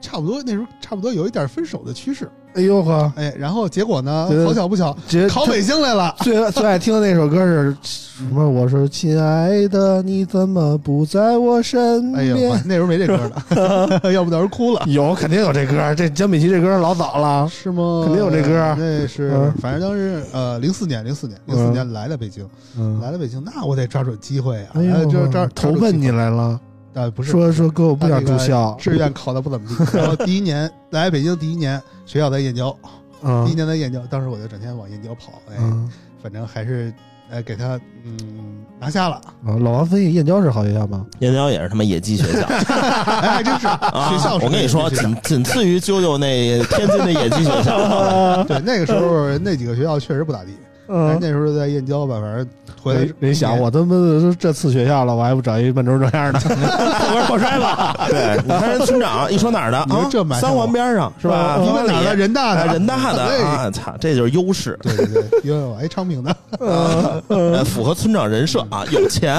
S4: 差不多那时候差不多有一点分手的趋势，
S2: 哎呦呵，
S4: 哎，然后结果呢
S2: 对，
S4: 好巧不巧，
S2: 直接
S4: 考北京来 了，
S2: 最最爱听的那首歌是什么？我说亲爱的，你怎么不在我身
S4: 哎呦，
S2: 边？
S4: 那时候没这歌呢， 要不到时候哭了。
S2: 有肯定有这歌，这真比奇这歌老早了。
S4: 是
S2: 啊
S4: 吗？
S2: 肯定有这歌啊
S4: 那是
S2: 嗯，
S4: 反正当时呃，零四年，零四年，零四年来了北京，
S2: 嗯，
S4: 来了北京，那我得抓准机会啊！
S2: 哎呦，
S4: 就是这
S2: 投奔你，来了，
S4: 呃，不是
S2: 说说哥，我不想住
S4: 他那个
S2: 校。
S4: 志愿考的不怎么地。然后第一年来北京，第一年学校在燕郊，
S2: 嗯
S4: 第一年在燕郊，当时我就整天往燕郊跑，哎，
S2: 嗯，
S4: 反正还是呃给他嗯拿下了，
S2: 啊老王分析燕郊是好学校吗？
S3: 燕郊也是他妈野鸡学 校
S4: 哎，还真是
S3: 啊！
S4: 学校是
S3: 我跟你说，
S4: 学校
S3: 仅仅次于啾啾那天津的野鸡学 校。
S4: 对那个时 候那几个学校确实不咋地，但是
S2: 嗯，
S4: 那时候在燕郊吧，反正回来
S2: 你你想，我他妈都这次学校了，我还不找一笨拙这样的， 破罐破摔吧？
S3: 对，你看人村长一说哪儿的
S4: 你说
S3: 啊？
S4: 这买
S3: 三环边上是吧？
S4: 你
S3: 平
S4: 们
S3: 安里
S4: 哪儿的？人大
S3: 啊
S2: 哎
S4: 的，
S3: 人大的
S4: 对
S3: 啊，操，这就是优势，
S4: 对对对，因为我爱昌平的，嗯
S3: 呃符合村长人设啊，有钱，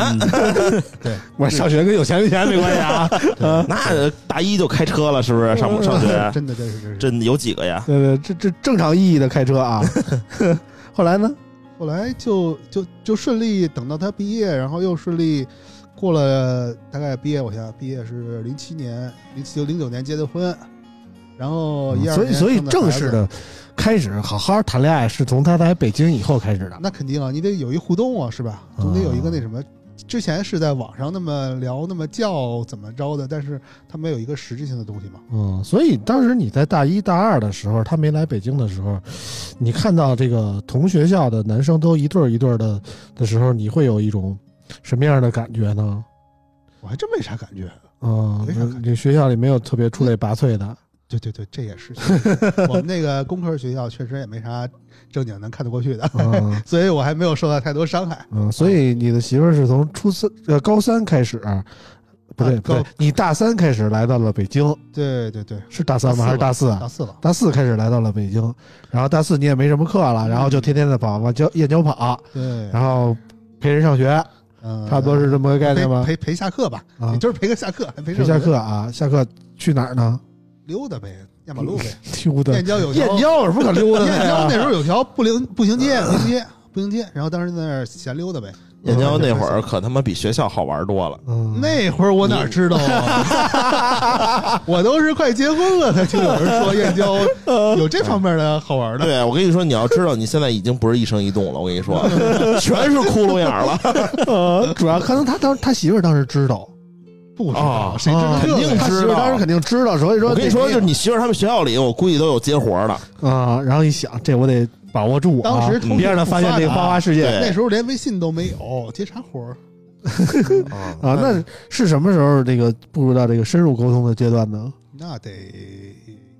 S2: 我上学跟有钱没钱没关系 啊。
S4: 嗯
S3: 那大一就开车了，是不是？上上 学，
S4: 真的真 是真是。
S3: 这有几个呀？
S2: 对对，这这正常意义的开车啊。 后来呢？
S4: 后来就就就顺利等到他毕业，然后又顺利过了大概毕业，我想想，毕业是零七年，零七零九年结的婚，然后哦一二、
S2: 嗯所以所以正式的开始好好谈恋爱是从他来北京以后开始的。
S4: 那肯定啊，你得有一互动啊，是吧？
S2: 嗯
S4: 总得有一个那什么。之前是在网上那么聊、那么叫怎么着的，但是他没有一个实质性的东西嘛。
S2: 嗯，所以当时你在大一大二的时候，他没来北京的时候，你看到这个同学校的男生都一对儿一对儿的的时候，你会有一种什么样的感觉呢？
S4: 我还真没啥感觉。
S2: 嗯，
S4: 没啥感觉
S2: 你学校里没有特别出类拔萃 的，
S4: 对对对，这也是 我们那个工科学校确实也没啥正经能看得过去的，
S2: 嗯
S4: 所以我还没有受到太多伤害。
S2: 嗯，所以你的媳妇儿是从初三呃高三开始，不对
S4: 啊
S2: 不对
S4: 高，
S2: 你大三开始来到了北京，
S4: 对对对，
S2: 是大三吗？还是大四啊？
S4: 大四了。
S2: 大四开始来到了北京，然后大四你也没什么课了，然后就天天的跑往郊燕郊跑，
S4: 对，
S2: 然后陪人上学，
S4: 嗯，
S2: 差不多是这么个概念吧？
S4: 陪陪陪下课吧，
S2: 啊
S4: 也就是陪个下课，还陪
S2: 陪
S4: 上
S2: 下
S4: 学
S2: 课啊，下课去哪儿呢？
S4: 溜达呗，压马 路呗。
S2: 溜达
S4: 燕。郊有条
S2: 嗯燕郊有什么可溜达
S4: 燕
S2: 的
S4: 郊那时
S2: 呀？
S4: 候有条步行步行街，步行街步行街，然后当时在那儿闲溜达呗。
S3: 燕郊那会儿可他妈比学校好玩多了。
S2: 嗯，
S4: 那会儿我哪知道啊？ 我都是快结婚了才听有人说燕郊有这方面的好玩的。
S3: 对，我跟你说，你要知道，你现在已经不是一生一动了。我跟 你说，全是窟窿眼儿了。
S2: 呃主要 可能他当他媳妇儿当时知道，
S4: 不知
S3: 啊
S4: 道，谁知道这
S3: 肯
S4: 个
S3: 定
S4: 呀？
S2: 他媳
S3: 知
S2: 妇儿当
S3: 道
S2: 时肯定知道，所以说
S3: 我跟你说，就是你媳妇儿他们学校里，我估计都有接活儿的。
S2: 啊，然后一想这我得把握住啊，
S4: 当时
S2: 别让他发现这个花花世界
S3: 嗯对
S4: 那时候连微信都没有，接啥活 儿？
S3: 啊
S2: 啊。那是什么时候这个步入到这个深入沟通的阶段呢？
S4: 那得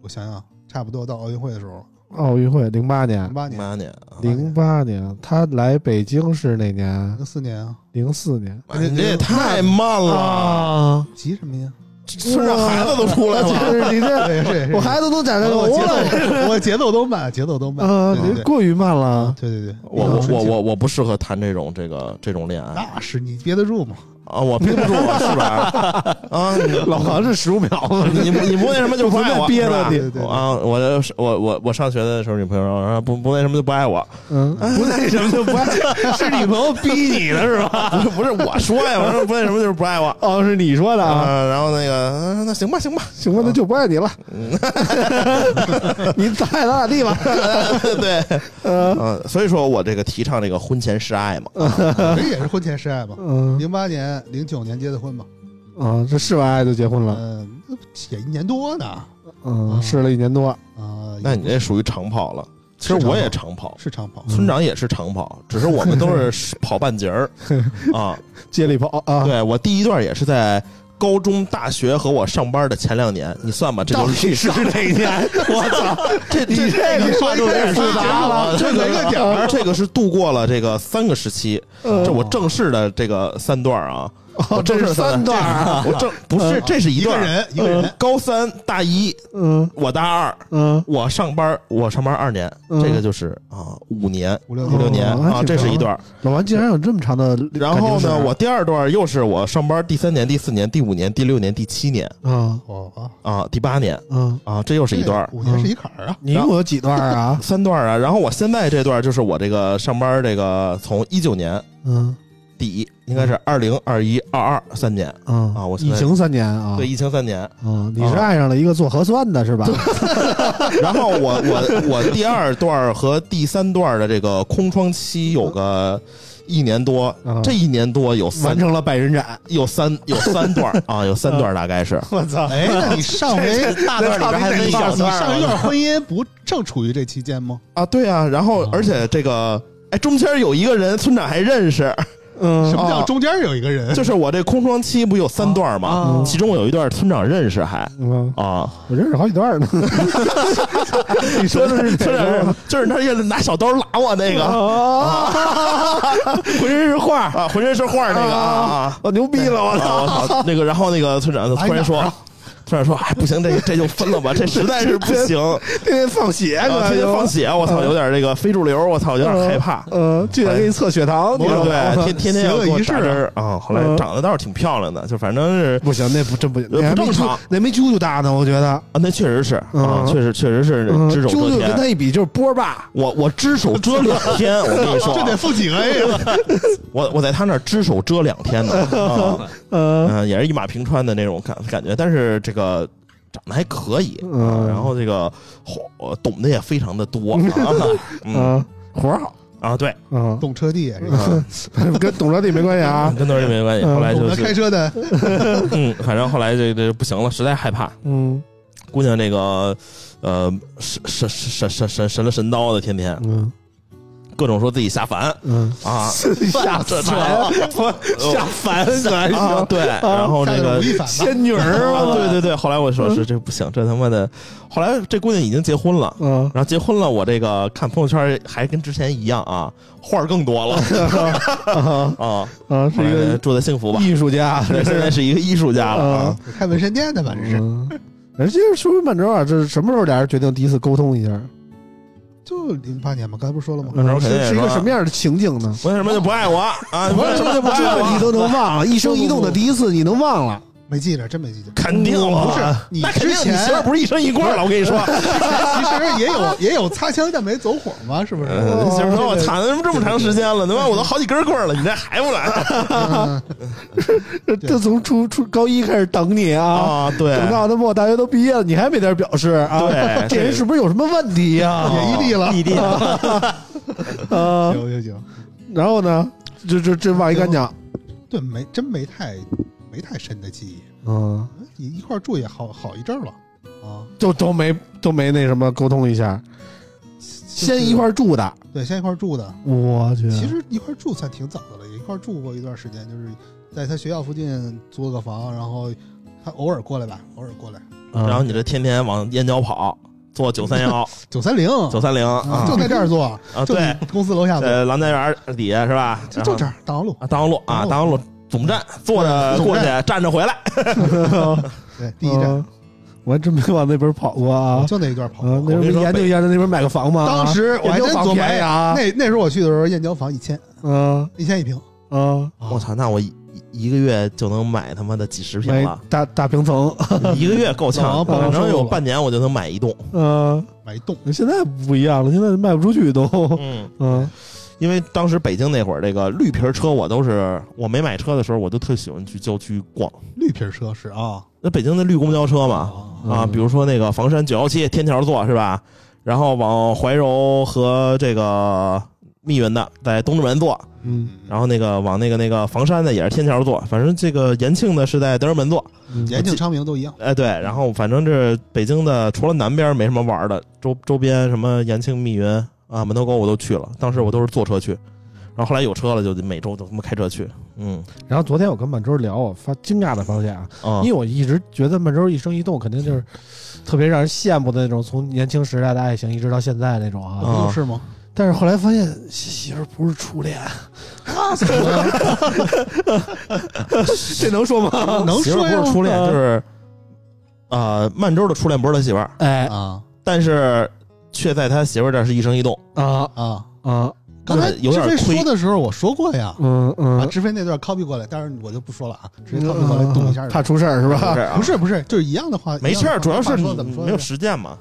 S4: 我想想，差不多到奥运会的时候，
S2: 奥运会零八年
S4: 零，八年、
S3: 妈年啊，
S2: 零八年他来北京是哪年？
S4: 零四年啊，
S2: 零四年
S3: 你这也太慢了，
S2: 啊，
S4: 急什么呀？
S3: 村上孩子都出来
S2: 就
S3: 了。
S2: 是你这，
S4: 对，是是
S2: 我孩子都长大
S4: 我
S2: 了，
S4: 节
S2: 我
S4: 奏， 我节奏都慢，节奏都慢。
S2: 啊，
S4: 对嗯
S2: 你
S4: 对对
S2: 过于慢了。
S4: 对对对，
S3: 我我我我我不适合谈这种这个这种恋
S2: 啊
S3: 爱
S4: 那是你憋得住吗？
S3: 啊，我憋不住了，是吧？啊，你
S2: 老黄是十五秒吗？
S3: 你不你不那什么就不爱我，
S2: 憋
S3: 是吧
S2: 着你
S4: 对对对，
S3: 啊！我就是我我我上学的时候，女朋友说啊不不那什么就不爱我，
S2: 嗯，
S3: 不那什么就不爱，
S2: 是女朋友逼 你的是吧？
S3: 不是不是我说呀，我说不那什么就是不爱我。
S2: 哦，是你说的啊？
S3: 啊，然后那个，啊那行吧，行吧，
S2: 行吧，那就不爱你 了。你咋爱咋咋地吧。
S3: 对，嗯，所以说我这个提倡这个婚前示爱嘛，
S4: 这也是婚前示爱嘛。
S2: 嗯
S4: 零八年、零九年结的婚嘛，
S2: 啊，这试完爱就结婚了。
S4: 嗯，也一年多呢。
S2: 嗯，试了一年多。
S4: 啊，
S3: 那你这属于长跑了。其实我也长跑，
S4: 是长跑，
S3: 村长也是长跑，只是我们都是跑半截儿啊。
S2: 接力跑啊，
S3: 对我第一段也是在高中、大学和我上班的前两年，你算吧，这就
S4: 到
S3: 是
S4: 底
S3: 是哪 年？我操，这
S4: 你
S3: 这
S4: 你
S3: 个
S4: 说
S3: 话就有点复杂了。
S4: 这没个点儿
S3: 而这个是度过了这个三个时期，
S2: 呃
S3: 这我正式的这个三段儿啊，我正式
S2: 哦这是三段儿啊
S3: 我正不是，这是一
S4: 一个
S3: 段儿。嗯
S4: 人一个人，
S3: 高三、大一，
S2: 嗯
S3: 我大二，
S2: 嗯，
S3: 我上班，我上班二年，
S2: 嗯
S3: 这个就是啊五年、
S4: 五六
S3: 五六年
S2: 哦还
S3: 啊，
S2: 挺
S3: 这是
S2: 长
S3: 一段儿。
S2: 老王竟然有这么长的感情史啊，
S3: 然后呢，我第二段又是我上班第三年、第四年、第五年、第六年、第七年
S2: 啊
S4: 哦，
S3: 啊，第八年
S2: 嗯，
S3: 啊，这又是一段儿。嗯
S4: 五年是一坎儿啊，
S2: 你一共有几段儿 啊？
S3: 三段儿啊，然后我现在这段就是我这个上班这个从一九年
S2: 嗯
S3: 底，应该是二零二一二二三年，
S2: 嗯
S3: 啊我现
S2: 疫
S3: 在
S2: 情三年啊，
S3: 对，疫情三年。
S2: 嗯，你是爱上了一个做核酸的是吧？
S3: 然后我我我第二段儿和第三段儿的这个空窗期有个一年多
S2: 啊，
S3: 这一年多有
S2: 完
S3: 三
S2: 成了百人斩，
S3: 有三有三段儿啊，有三段儿大概是。
S2: 我操！
S4: 哎，那你上回
S5: 大段里边还分
S4: 你
S5: 小段
S4: 上一
S5: 儿
S4: 段婚姻不正处于这期间吗？
S3: 啊，对啊，然后而且这个，哎，中间有一个人，村长还认识，
S4: 什
S2: 嗯
S4: 么叫中间有一个人？
S3: 哦就是我这空窗期不有三段
S5: 啊
S3: 吗？
S5: 啊
S3: 其中有一段村长认识还
S2: 嗯，
S3: 啊，
S2: 我认识好几 段呢。你说的是
S3: 村长认识就是他也拿小刀拉我那个
S2: 啊， 浑身是画儿，
S3: 啊，浑身是画儿那个啊
S2: 我哦牛逼了，
S3: 啊
S2: 我
S3: 啊！
S2: 操！哎
S3: 我操，那个然后那个村长就突然说，村长说，哎，不行，这这就分了吧，这实在是不 行，
S2: 天天放血，
S3: 然后啊天天放血，我操，
S2: 嗯
S3: 有点这个非主流，我操，有点害怕。
S2: 呃，去给你测血糖，你知道吗？
S3: 哎对，天天天要给我打针儿啊！后来
S2: 嗯
S3: 长得倒是挺漂亮的，就反正是
S2: 不行，那不真不行，
S3: 呃
S2: 那还
S3: 不
S2: 没
S3: 正常
S2: 啾，那没啾啾大呢，我觉得。
S3: 啊，那确实是啊，
S2: 嗯
S3: 确实确实是
S2: 嗯
S3: 只手
S2: 啾
S3: 遮
S2: 啾跟他
S3: 天。
S2: 一比就是波霸，
S3: 我我只手遮两天，我跟你 说
S4: 这
S3: 啊
S4: 得，负几个 A 啊？
S3: 我我在他那儿只手遮两天呢， 啊
S2: 呃，
S3: 嗯，也是一马平川的那种感感觉，但是这个长得还可以，啊
S2: 嗯
S3: 然后这个哦懂得也非常的多，啊嗯
S2: 嗯，活儿好，
S3: 啊，对，
S2: 嗯，
S4: 懂车帝也是，
S3: 嗯
S2: 跟董着地没关系 啊，
S3: 跟那人没关系。
S2: 嗯
S3: 后来
S4: 懂
S3: 哎就
S4: 得开
S3: 是，
S4: 车的，
S3: 嗯，反正后来这这不行了，实在害怕，
S2: 嗯
S3: 姑娘这个呃神神神神神神了神叨的，天天
S2: 嗯
S3: 各种说自己下凡
S2: 嗯，
S3: 啊，
S2: 下凡，下凡可还
S3: 啊，
S2: 行，
S3: 对，然后
S4: 下
S3: 那
S4: 点
S3: 个
S4: 吴亦凡 吧。
S2: 仙女儿
S3: 啊，
S2: 嘛，
S3: 对对对，后来我说是这不行，这他妈的，后来这姑娘已经结婚了。
S2: 嗯，
S3: 然后结婚了，我这个看朋友圈还跟之前一样啊，话儿更多了
S2: 啊
S3: 啊。
S2: 啊，是
S3: 后
S2: 一
S3: 来
S2: 个
S3: 祝她幸福吧，
S2: 艺术家，呃
S3: 对，现在是一个艺术家了啊。
S4: 开纹身店的吧，这是。
S2: 嗯，人家说说满洲啊，这是什么时候俩人决定第一次沟通一下？
S4: 就零八年嘛，刚才不是说了吗？
S3: 那时候肯定
S2: 是
S3: 也
S2: 是一个
S3: 说
S2: 什么样的情境呢？
S3: 为什么就不爱我啊？为什么就不爱
S2: 这你
S3: 我？
S2: 都能忘了，一生一动的第一次你能忘了？
S4: 没记着，真没记着。
S3: 肯定
S4: 不
S3: 不
S4: 是
S3: 是，
S4: 你
S3: 那肯
S4: 之
S3: 定你媳妇儿
S4: 前
S3: 不是一身一棍儿了，我跟你说。
S4: 其实也有也有擦枪但没走火嘛，是不是？
S3: 嗯
S4: 哦
S3: 媳妇儿说我谈了这么长时间了，他妈我都好几根棍儿了，你这还不来
S4: 嗯
S2: 这从初初高一开始等你啊，
S3: 啊？对，
S2: 等到他妈我大学都毕业了，你还没点表示啊？
S3: 对
S2: 这人是不是有什么问题呀？
S4: 也异地了，
S5: 异地的，
S2: 啊，
S4: 行行行，
S2: 然后呢，这这这忘一干净，
S4: 对，没真没太没太深的记忆，
S2: 嗯，
S4: 你一块儿住也好好一阵儿了啊。
S2: 就都没都没那什么沟通一下，
S4: 先
S2: 先一块儿啊住的，
S4: 对，先一块儿住的。
S2: 我去
S4: 其实一块儿住算挺早的了，也一块儿住过一段时间，就是在他学校附近租了个房，然后他偶尔过来吧，偶尔过来。
S3: 然后
S2: 啊
S3: 你这天天往燕郊跑，坐九三幺、
S4: 九三零，
S3: 九三零
S4: 啊
S3: 啊
S4: 就在这儿住，
S3: 啊，
S4: 就
S3: 对，
S4: 你公司楼下住，
S3: 在郎家园底下是吧？
S4: 就就这儿大望路。
S3: 啊，大望路啊，大望路总站坐着过去，站着回来。
S4: 对，第一站，
S2: 啊我还真没往那边跑过啊
S4: 我。就那一段跑。
S2: 嗯，那啊
S3: 我跟
S2: 时
S3: 你
S2: 候
S3: 说
S2: 研究研究那边买个房吗？
S4: 当时我还真琢磨，
S2: 便宜
S4: 哎
S2: 啊，
S4: 那那时候我去的时候，燕郊房一千
S2: 嗯
S4: 一千一平，
S2: 嗯，
S3: 我操，那我一一个月就能买他妈的几十平
S2: 买
S3: 了，
S2: 大大平层，
S3: 一个月够
S4: 老
S3: 呛，
S4: 王暴
S3: 反正
S4: 瘦
S3: 有
S4: 了
S3: 半年我就能买一栋。
S2: 嗯，
S4: 买一栋。
S2: 现在不一样了，现在卖不出去都，
S3: 嗯，
S2: 嗯
S3: 因为当时北京那会儿，这个绿皮儿车我都是我没买车的时候，我就特喜欢去郊区逛。
S4: 绿皮车是啊，
S3: 那北京的绿公交车嘛，
S4: 啊
S3: 啊，
S2: 嗯
S3: 比如说那个房山九幺七天桥坐是吧？然后往怀柔和这个密云的在东直门坐，
S2: 嗯，
S3: 然后那个往那个那个房山的也是天桥坐，反正这个延庆的是在德胜门坐，
S2: 嗯
S4: 延庆、昌平都一样。
S3: 哎对，然后反正这北京的除了南边没什么玩的，周周边什么延庆、密云啊、门头沟我都去了，当时我都是坐车去，然后后来有车了，就每周都他妈开车去。嗯
S2: 然后昨天我跟满洲聊，我发惊讶的发现啊，
S3: 啊
S2: 因为我一直觉得满洲一生一动肯定就是特别让人羡慕的那种，从年轻时代的爱情一直到现在那种啊。
S4: 不
S3: 啊
S4: 就是吗？
S2: 但是后来发现媳妇儿不是初 恋，
S3: 这能说吗？
S4: 能
S3: 媳妇
S4: 说
S3: 儿
S4: 呀
S3: 不是初恋，就是呃，曼周的初恋不是他媳妇儿，
S2: 哎
S4: 啊
S3: 但是却在他媳妇儿这儿是一生一动。
S2: 啊
S4: 啊！
S2: 啊
S4: 刚才
S3: 就是有
S4: 志
S3: 点
S4: 飞
S3: 亏
S4: 说的时候我说过呀，
S2: 嗯
S4: 把
S2: 嗯，
S4: 志飞那段 copy 过来，但是我就不说了啊，直接 copy 过来动一下就。
S2: 嗯怕出事儿是吧？
S3: 这样啊
S4: 不是不是，就是一样的话，
S3: 没事儿，主要是
S4: 你
S3: 你
S4: 怎么说
S3: 没有
S4: 的
S3: 实践嘛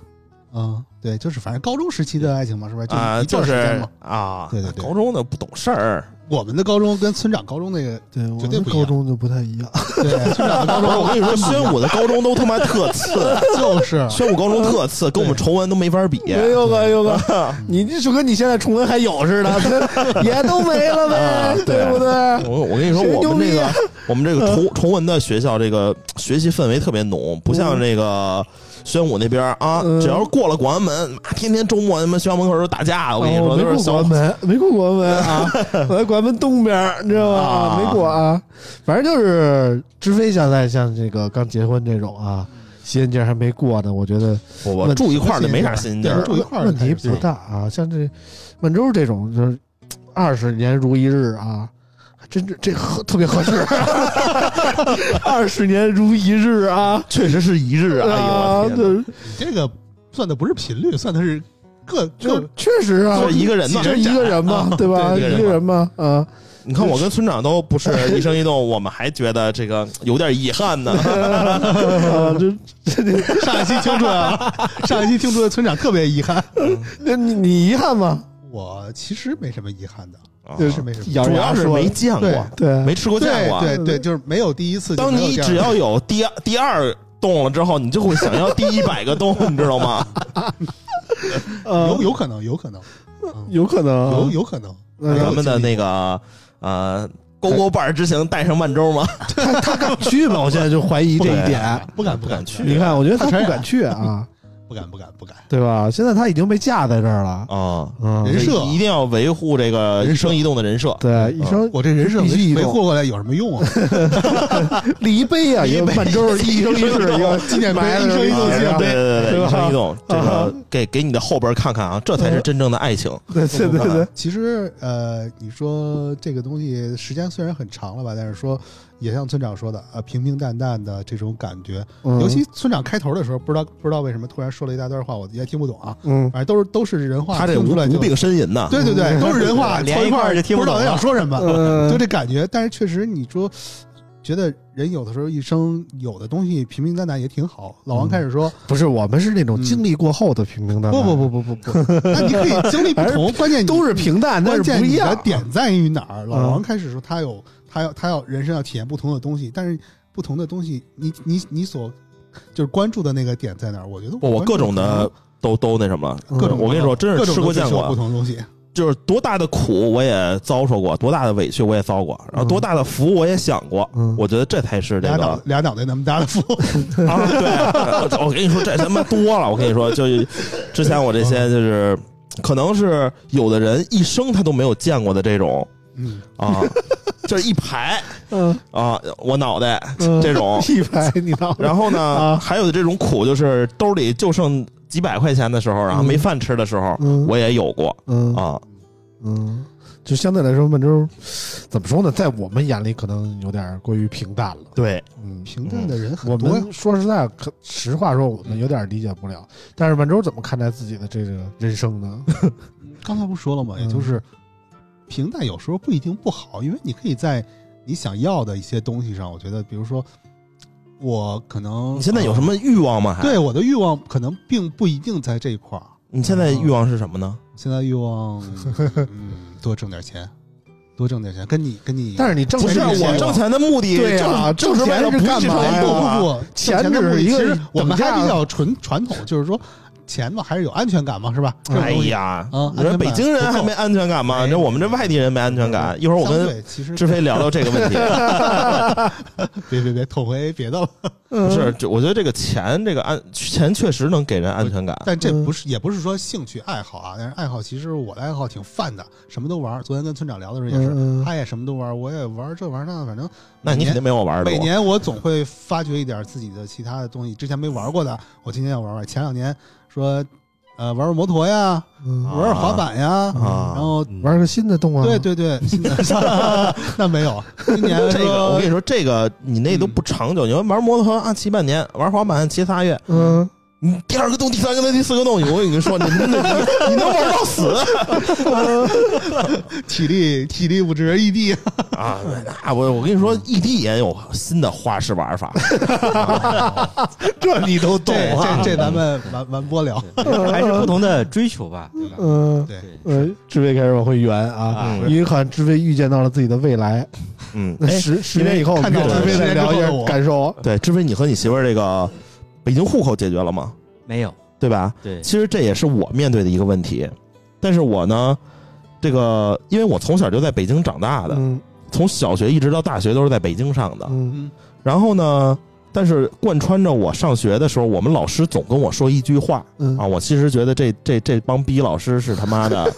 S4: 嗯，对，就是反正高中时期的爱情嘛，是吧？
S3: 啊，
S4: 一
S3: 就
S4: 段时间
S3: 是
S4: 嘛。
S3: 啊，
S4: 对对对
S3: 高中的不懂事儿。
S4: 我们的高中跟村长高中那个，
S2: 对，
S4: 绝对
S2: 我
S4: 不一样
S2: 高中就不太 一样。
S4: 对，村长的高
S3: 不是，
S4: 中
S3: 我跟你说，宣武的高中都他妈 特次，
S4: 就是
S3: 宣武高中特次，跟我们崇文都没法比。
S2: 有哥，有哥，
S3: 嗯
S2: 你这就跟你现在重温还有似的，也都没了
S3: 啊对
S2: 对？
S3: 我我跟你说，
S2: 谁
S3: 我们这
S2: 牛逼
S3: 个
S2: 啊
S3: 我们这个崇崇文的学校，这个学习氛围特别浓，不像这个宣武那边儿啊，
S2: 嗯
S3: 只要是过了广安门，妈天天周末他妈学校门口就打架，我跟你
S2: 啊
S3: 说，
S2: 没
S3: 都是
S2: 过
S3: 小
S2: 国安门，没过国安门啊， 我在国安门东边儿，你知道吗？
S3: 啊
S2: 没过啊，反正就是知飞现在像这个刚结婚这种啊，
S3: 嗯
S2: 新界还没过呢，我觉得
S3: 我我
S2: 问
S3: 住一块儿就没啥新鲜劲
S4: 对
S3: 儿。
S4: 住一块儿
S2: 问题
S4: 开始
S2: 不大啊。像这满洲这种，就是二十年如一日啊，还真是这合特别合适， 二十年如一日啊。
S3: 确实是一日啊，哎呦我天哪
S2: 对，
S4: 你这个算的不是频率，算的是个
S2: 就
S4: 个
S2: 确实啊，
S3: 就是一个人嘛啊
S2: 就是一个人嘛，对吧？
S3: 对一个人嘛
S2: 一个人嘛，啊，
S3: 你看我跟村长都 不是一生一动，我们还觉得这个有点遗憾 呢。
S2: 啊，这这这
S4: 上一期听出 来了，上一期听出来村长特别遗憾。
S2: 那你你遗憾吗？
S4: 我其实没什么遗憾的，
S3: 啊
S2: 对
S4: 是没什么遗憾。
S2: 咬
S3: 主
S2: 着
S3: 要
S2: 牙
S3: 是
S2: 说
S3: 没见过，
S2: 对，
S3: 没吃过见过。啊
S4: 对对对，就是没有第一次就
S3: 当
S4: 没有
S3: 你
S4: 第二
S3: 只
S4: 次。
S3: 要有第二第二洞了之后，你就会想要第一百个 洞，你知道吗？
S2: 呃
S4: 有有可能，有可能，嗯
S2: 有可能啊
S4: 有有可能。哎
S2: 那
S3: 咱们的那个呃。勾勾伴儿之行带上万州吗？
S2: 去吧，我现在就怀疑这一点。
S4: 不敢不敢
S3: 去
S2: 你看，我觉得他不敢去 啊，
S4: 不敢不敢不敢。
S2: 对吧？现在他已经被架在这儿了，
S3: 啊，
S2: 嗯
S4: 人，设
S3: 一定要维护这个一生一动的人设。
S2: 对，一生
S4: 我这人设
S2: 必须移
S4: 没
S2: 动
S4: 没霍过来有什么用啊？
S2: 离杯啊，一个满洲一生一世，一个
S4: 纪念碑
S2: 埋在
S4: 一生一
S3: 啊
S4: 世
S2: 这儿
S3: 对对
S4: 纪念
S3: 对
S4: 碑
S2: 对
S3: 对，
S2: 吧
S3: 一生一动，这
S2: 啊
S3: 个给给你的后边看看啊，这才是真正的爱情。
S2: 对对对对，
S4: 其实呃，你说这个东西时间虽然很长了吧，但是说也像村长说的啊，平平淡淡的这种感觉。
S2: 嗯
S4: 尤其村长开头的时候，不知道不知道为什么突然说了一大段话，我也听不懂啊。
S2: 嗯，
S4: 反正都是都是人话，
S3: 他这
S4: 听
S3: 无
S4: 出来就
S3: 无病呻吟呐，
S4: 对对对，都是人话，
S5: 连
S4: 凑一块
S5: 一块儿就听
S4: 不
S5: 不
S4: 知
S5: 懂
S4: 道
S5: 了
S4: 他想说什么，
S2: 嗯
S4: 就这感觉。但是确实，你说觉得人有的时候一生有的东西平平淡淡也挺好。老王开始说，
S2: 不是，我们是那种经历过后的平平淡淡，
S4: 不不不不不不，那你可以经历不同，关键 你
S2: 都是平淡，但
S4: 关
S2: 是
S4: 键
S2: 不一
S4: 你的
S2: 样。
S4: 点在于哪儿？老
S2: 嗯
S4: 王开始说他有他要他要人生要体验不同的东西，但是不同的东西，你你你所就是关注的那个点在哪儿？我觉得
S3: 不我
S4: 关注
S3: 各种的都都那什么了。
S4: 各种
S3: 我跟你说，真
S4: 各
S3: 是
S4: 种
S3: 吃过
S4: 都接
S3: 见
S4: 受
S3: 过啊
S4: 不，同的东西，
S3: 就是多大的苦我也遭受过，多大的委屈我也遭过，
S4: 嗯
S3: 然后多大的福我也享过。
S2: 嗯
S3: 我觉得这才是这
S4: 俩
S3: 个
S4: 脑俩脑袋那么大的福。
S3: 啊，对，我我跟你说，这他妈多了。我跟你说，就之前我这些就是，可能是有的人一生他都没有见过的这种
S4: 嗯，
S3: 啊，就是一 排
S2: 嗯，
S3: 啊，我脑袋
S2: 嗯
S3: 这 种，
S2: 一拍你到，
S3: 然后呢
S2: 啊，
S3: 还有这种苦，就是兜里就剩几百块钱的时候，然后没饭吃的时候，
S2: 嗯
S3: 我也有过
S2: 嗯
S3: 啊。
S2: 嗯，就相对来说，满洲怎么说呢，在我们眼里可能有点过于平淡了。
S3: 对，
S2: 嗯，
S4: 平淡的人很
S2: 我
S4: 多呀。
S2: 们说实在，可实话说，我们有点理解不了。但是满洲怎么看待自己的这个人生呢？
S4: 刚才不说了吗？
S2: 嗯
S4: 也哎就是平淡有时候不一定不好，因为你可以在你想要的一些东西上，我觉得，比如说我可能呃
S3: 你现在有什么欲望吗？还
S4: 对，我的欲望可能并不一定在这一块儿。
S3: 你现在欲望是什么呢？
S4: 现在欲望，嗯，多挣点钱，多挣点钱，跟你跟你
S2: 但是你挣
S3: 不是
S2: 钱
S4: 这个
S3: 我
S4: 钱
S3: 挣钱的目的，
S2: 对啊
S3: 正
S2: 挣
S3: 是为
S2: 钱
S3: 了
S2: 是
S3: 不
S2: 干
S3: 去
S2: 嘛
S3: 成
S2: 呀
S3: 一
S4: 不
S3: 动
S4: 不
S3: 啊
S4: 不，
S2: 钱
S4: 挣
S2: 只
S4: 的目
S2: 是
S4: 的
S2: 一个
S4: 其实我们
S2: 等价
S4: 还
S2: 的
S4: 比较纯传统，就是说钱嘛，还是有安全感嘛，是吧？这种
S3: 哎
S4: 东西，
S3: 呀，
S4: 嗯
S3: 你说
S4: 安全感
S3: 北京人还没安全感吗？
S4: 哎
S3: 你说我们这外地人没安全感。一会儿我
S4: 相
S3: 跟
S4: 对其实
S3: 志飞聊聊这个 问题。
S4: 别别别，捅回别的了。
S2: 嗯
S3: 不是，就我觉得这个钱，这个安钱确实能给人安全感。
S4: 但这
S2: 嗯
S4: 不是，也不是说兴趣爱好啊。但是爱好，其实我的爱好挺泛的，什么都玩儿。昨天跟村长聊的时候也是，
S2: 嗯嗯
S4: 他也什么都玩儿，我也玩儿这玩儿那，反正
S3: 那你
S4: 每
S3: 肯
S4: 年
S3: 定没我玩的
S4: 每
S3: 多。
S4: 年我总会发掘一点自己的其他的东西，之前没玩过的，我今天要玩玩。前两年说，呃，玩玩摩托呀，
S2: 嗯
S3: 啊
S4: 玩玩滑板呀，
S3: 啊
S4: 然后。
S2: 玩个新的动画，
S4: 对，对对，新的 那没有，今年
S3: 这个
S4: 说
S3: 我跟你说，这个你那
S4: 嗯
S3: 都不长久。你玩摩托啊，骑半年；玩滑板骑仨月。
S2: 嗯，
S3: 你第二个洞、第三个洞、第四个洞，我跟你说，你你你能玩到 死
S4: 体力体力不支，异地，
S3: 啊！那我我跟你说，异地也有新的花式玩法。
S4: 这你都懂
S3: 啊
S4: 这这咱们完完播聊，
S5: 还是不同的追求吧，对吧？
S2: 嗯，
S4: 对，
S2: 呃，志伟开始往回圆啊
S5: 啊，
S2: 因为好像志伟预见到了自己的未来。
S3: 嗯，
S2: 那十十年以后，我们
S4: 看
S2: 志
S4: 到
S3: 了
S2: 伟再聊一
S4: 十年之后的
S2: 下
S4: 我
S2: 感受啊。
S3: 对，志飞，你和你媳妇儿这个北京户口解决了吗？
S5: 没有，
S3: 对吧？
S5: 对，
S3: 其实这也是我面对的一个问题。但是我呢，这个因为我从小就在北京长大的，
S2: 嗯
S3: 从小学一直到大学都是在北京上的。
S2: 嗯
S4: 嗯
S3: 然后呢，但是贯穿着我上学的时候，我们老师总跟我说一句话
S2: 嗯
S3: 啊，我其实觉得这这这帮逼老师是他 妈的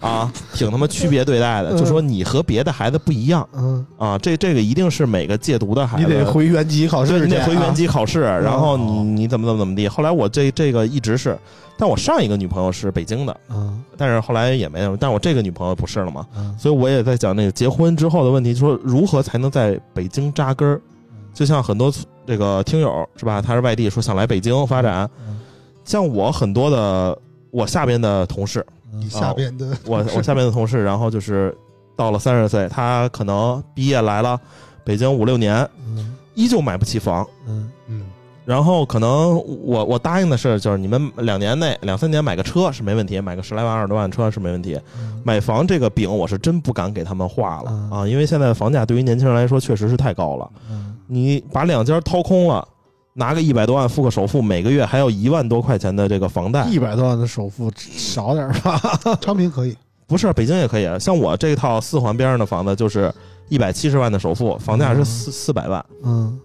S3: 啊，挺他妈区别对待的，就说你和别的孩子不一样
S2: 嗯，
S3: 啊，这这个一定是每个戒毒的孩
S2: 你
S3: 子
S2: 得回原籍考
S3: 对，
S2: 试去，
S3: 你得回原籍考试，然后你
S4: 啊哦
S3: 你怎么怎么怎么地。后来我这这个一直是，但我上一个女朋友是北京的，
S2: 啊。
S3: 但是后来也没有，但我这个女朋友不是了嘛，
S2: 嗯
S3: 所以我也在讲那个结婚之后的问题，就说如何才能在北京扎根儿。
S4: 嗯
S3: 就像很多这个听友是吧，他是外地，说想来北京发展，
S2: 嗯
S3: 像我很多的我下边的同事，
S4: 你下边的
S3: 我我下面的同事，然后就是到了三十岁，他可能毕业来了北京五六年，
S2: 嗯
S3: 依旧买不起房。
S2: 嗯
S4: 嗯
S3: 然后可能我我答应的是，就是你们两年内两三年买个车是没问题，买个十来万二十多万车是没问题。
S2: 嗯
S3: 买房这个饼我是真不敢给他们画了
S2: 嗯
S3: 啊，因为现在的房价对于年轻人来说确实是太高了。
S2: 嗯
S3: 你把两家掏空了，拿个一百多万付个首付，每个月还有一万多块钱的这个房贷，
S2: 一百多万的首付少点儿吧，
S4: 昌平可以，
S3: 不是北京也可以。像我这套四环边上的房子就是一百七十万的首付，房价是四四百万，
S2: 嗯，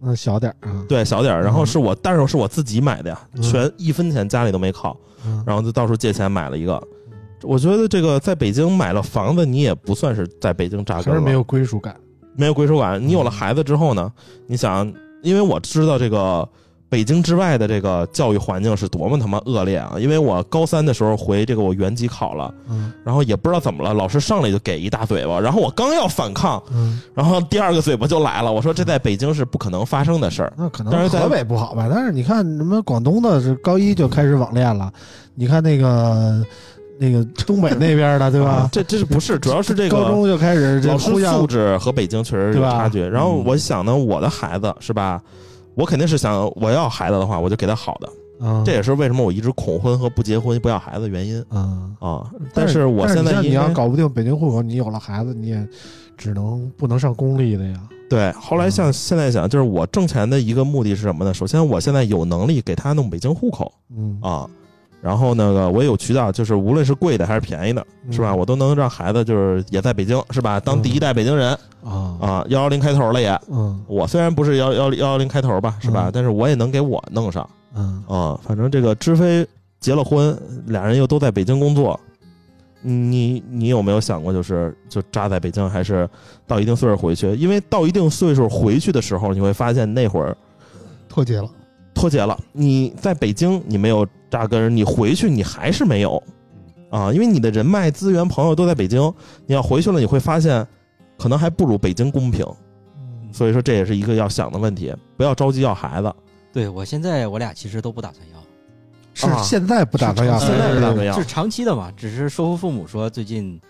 S2: 那小点儿啊，
S3: 对，小点儿。然后是我，但是是我自己买的呀，
S2: 嗯
S3: 全一分钱家里都没靠。
S2: 嗯
S3: 然后就到处借钱买了一个。我觉得这个在北京买了房子，你也不算是在北京扎
S2: 还
S3: 根
S2: 是
S3: 了，
S2: 没有归属感，
S3: 没有归属感。你有了孩子之后呢，你想，因为我知道这个北京之外的这个教育环境是多么他妈恶劣啊！因为我高三的时候回这个我原籍考了，
S2: 嗯
S3: 然后也不知道怎么了，老师上来就给一大嘴巴，然后我刚要反抗，
S2: 嗯，
S3: 然后第二个嘴巴就来了，我说这在北京是不可能发生的事儿。
S2: 那可
S3: 但
S2: 能
S3: 是在
S2: 河北不好吧？但是你看什么广东的，是高一就开始网恋了，你看那个那个东北那边的，对吧
S3: 啊？这这是不是主要是这个
S2: 高中就开始这
S3: 老师
S2: 互相
S3: 素质和北京确实
S2: 对
S3: 有
S2: 吧嗯
S3: 差距。然后我想呢，我的孩子是吧？我肯定是想，我要孩子的话，我就给他好的。
S2: 嗯
S3: 这也是为什么我一直恐婚和不结婚、不要孩子的原因
S2: 嗯。
S3: 啊。
S2: 但
S3: 是我
S2: 但
S3: 现在
S2: 你像你
S3: 因为
S2: 要搞不定北京户口，你有了孩子，你也只能不能上公立的呀。
S3: 对，后来
S2: 嗯
S3: 像现在想，就是我挣钱的一个目的是什么呢？首先，我现在有能力给他弄北京户口
S2: 嗯，
S3: 啊，然后那个我有渠道，就是无论是贵的还是便宜的，是吧？
S2: 嗯
S3: 我都能让孩子就是也在北京，是吧？当第一代北京人
S2: 啊
S3: 啊，幺幺零开头了也。
S2: 嗯
S3: 我虽然不是幺幺幺幺零开头吧，是吧？
S2: 嗯
S3: 但是我也能给我弄上
S2: 嗯
S3: 啊、反正这个知飞结了婚，俩人又都在北京工作，你你有没有想过，就是就扎在北京，还是到一定岁数回去？因为到一定岁数回去的时候，你会发现那会儿
S4: 脱节了。
S3: 脱节了。你在北京你没有扎根，你回去你还是没有啊，因为你的人脉资源、朋友都在北京，你要回去了，你会发现可能还不如北京公平。所以说这也是一个要想的问题，不要着急要孩子。
S5: 对我现在我俩其实都不打算要，
S2: 是
S3: 啊
S2: 现在不打算要，
S3: 是现在不打算要
S5: 就是长期的嘛，只是说服父母说最近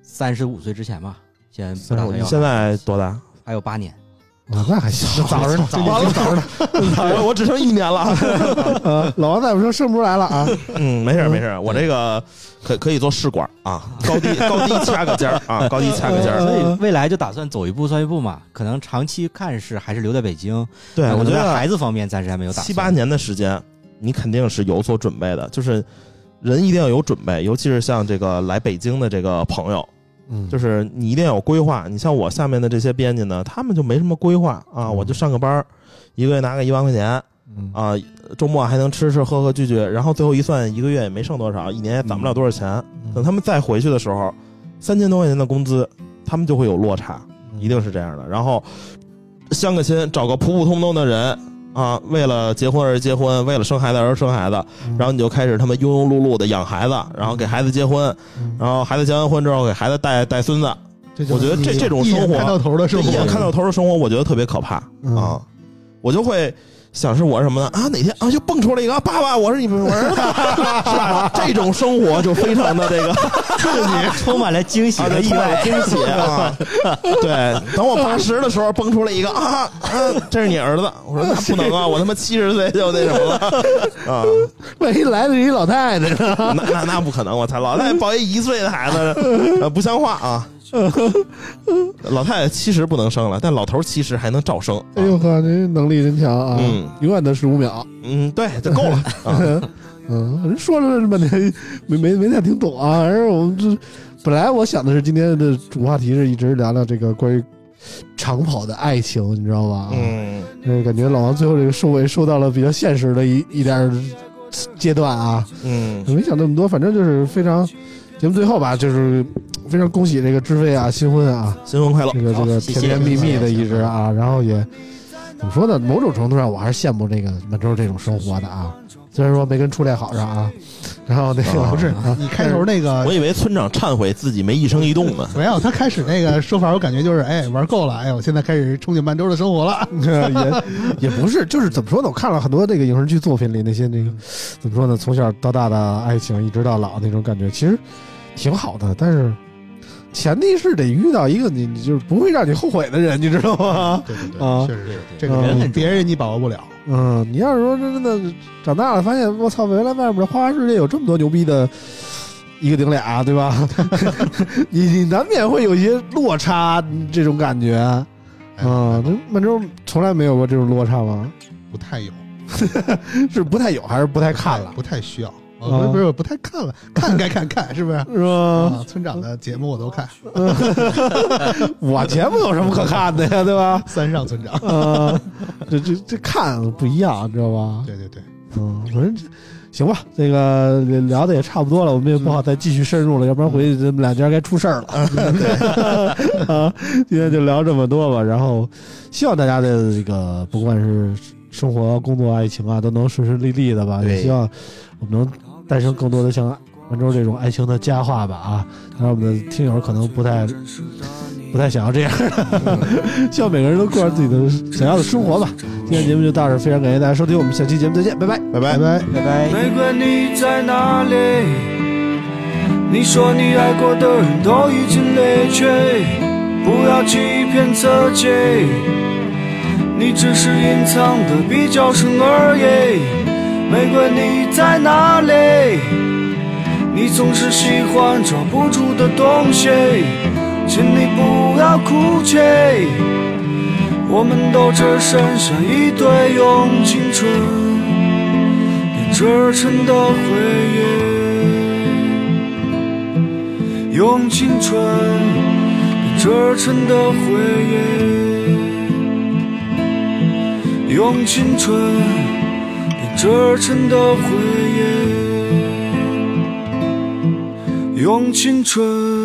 S5: 三十五岁之前嘛，先不打算要。
S3: 现在多大？
S5: 还有八年，
S2: 啊那还行，早 着呢，
S4: 这
S2: 着
S4: 年
S2: 呢
S4: 纪早着呢，
S3: 我只剩一年了。
S2: 呃，老王大夫说生不出来了啊，
S3: 嗯，没事儿没事儿，我这个可可以做试管啊，高 低高低掐个尖儿啊，高低掐个尖
S2: 嗯
S3: 儿。
S5: 所以未来就打算走一步算一步嘛。可能长期看是还是留在北京。
S3: 对，
S5: 可
S3: 我
S5: 能
S3: 觉
S5: 在
S3: 得
S5: 孩子方面暂时还没有打算。
S3: 七八年的时间，你肯定是有所准备的，就是人一定要有准备，尤其是像这个来北京的这个朋友，
S6: 嗯，
S3: 就是是你一定要有规划。你像我下面的这些编辑呢，他们就没什么规划啊，
S6: 嗯
S3: 我就上个班儿，一个月拿个一万块钱
S6: 嗯
S3: 啊，周末还能吃吃喝喝聚聚，然后最后一算，一个月也没剩多少，一年也攒不
S6: 嗯
S3: 了多少钱。等他们再回去的时候，三千多块钱的工资，他们就会有落差。
S2: 嗯
S3: 一定是这样的。然后相个亲，找个普普通通的人啊，为了结婚而结婚，为了生孩子而生孩子，
S2: 嗯
S3: 然后你就开始他妈庸庸碌碌的养孩子，然后给孩子结婚，
S6: 嗯
S3: 然后孩子结完婚之后给孩子带带孙子，
S6: 这就是
S3: 我觉得这
S6: 你
S3: 这种
S6: 一眼
S3: 生活
S6: 看到头的
S3: 这
S6: 生活，
S3: 一眼看到头的生活，我觉得特别可怕
S6: 嗯
S3: 啊！我就会想是我什么呢？啊，哪天啊又蹦出来一个、啊爸爸，我是你们我儿子， 是吧？这种生活就非常的这个。
S5: 充满了惊喜
S3: 啊，
S5: 和
S3: 对，
S5: 意
S3: 充满
S5: 外
S3: 了。惊喜啊！对，等我八十的时候蹦出来一个啊，啊这是你儿子。我说那不能啊，我他妈七十岁就那 什么了啊，
S6: 万一来了一老太太呢？
S3: 那那那不可能！我操，老太太抱一一岁的孩子，呃不像话啊！老太太七十不能生了，但老头七十还能照生。啊
S2: 哎呦呵，这能力真强啊！
S3: 嗯
S2: 永远的十五秒。
S3: 嗯，对，这够 了啊！
S2: 嗯，人说了这么天没没没太听懂啊。而我们这本来我想的是今天的主话题是一直聊聊这个关于长跑的爱情，你知道吧？，
S3: 嗯，
S2: 呃，感觉老王最后这个收尾收到了比较现实的一一点儿阶段啊。
S3: 嗯，
S2: 没想那么多，反正就是非常节目最后吧，就是非常恭喜这个知飞啊，新婚啊，
S3: 新婚快乐
S2: 这！个这
S5: 好
S2: 个
S5: 谢
S2: 甜
S5: 谢
S2: 甜蜜蜜的
S5: 谢谢
S2: 一直啊，然后也怎么说呢？某种程度上，我还是羡慕这个满洲这种生活的啊。虽然说没跟初恋好上啊，然后那个、
S3: 啊
S4: 不 是你开头那个
S3: 我以为村长忏悔自己没一生一动呢。
S4: 没有，他开始那个说法，我感觉就是哎，玩够了，哎，我现在开始憧憬曼州的生活了。
S2: 也也不是，就是怎么说呢？我看了很多这个影视剧作品里那些那个怎么说呢？从小到大的爱情，一直到老那种感觉，其实挺好的，但是。前提是得遇到一个你，你就是不会让你后悔的人，你知道吗？
S4: 对对对，
S2: 啊
S4: 确实
S5: 对
S4: 是
S5: 对
S4: 这个
S2: 人
S5: 很重
S4: 别
S5: 要
S4: 人你把握不了。
S2: 嗯，你要是说真的长大了，发现我操，原来外面的花花世界有这么多牛逼的，一个顶俩，对吧？ 你你难免会有一些落差，这种感觉。
S4: 哎
S2: 嗯，那曼州从来没有过这种落差吗？
S4: 不太有，
S2: 是不太有，还是不太看了？
S4: 不太需要。
S2: 啊
S4: 哦，不是不是，不太看了，看该看看，是不是？
S2: 是吧？
S4: 啊，村长的节目我都看，
S2: 我节目有什么可看的呀，对吧？
S4: 三上村 长。
S2: 嗯，这这这看不一样，知道吧？
S4: 对对对，
S2: 嗯，反正这行吧，这个聊的也差不多了，我们也不好再继续深入了，要不然回去咱们两家该出事儿了。 啊，今天就聊这么多吧。然后希望大家的这个不管是生活、工作、爱情啊，都能顺顺利利的吧。
S3: 对
S2: 也希望我们能诞生更多的像温州这种爱情的佳话吧啊。当然，我们的听友可能不太不太想要这样， 希望每个人都过上自己的想要的生活吧。今天节目就到这儿，非常感谢大家收听，我们下期节目再见，拜拜。
S3: 拜拜
S4: 拜。拜。
S5: 拜拜。
S1: 玫瑰你在哪里？你说你爱过的人都已经离去，不要欺骗自己，你只是隐藏的比较深而已。玫瑰你在哪里？你总是喜欢抓不住的东西，请你不要哭泣，我们都只剩下一堆用青春。编织成的回忆，用青春编织成的回忆，用青春编织成的回忆，用青春。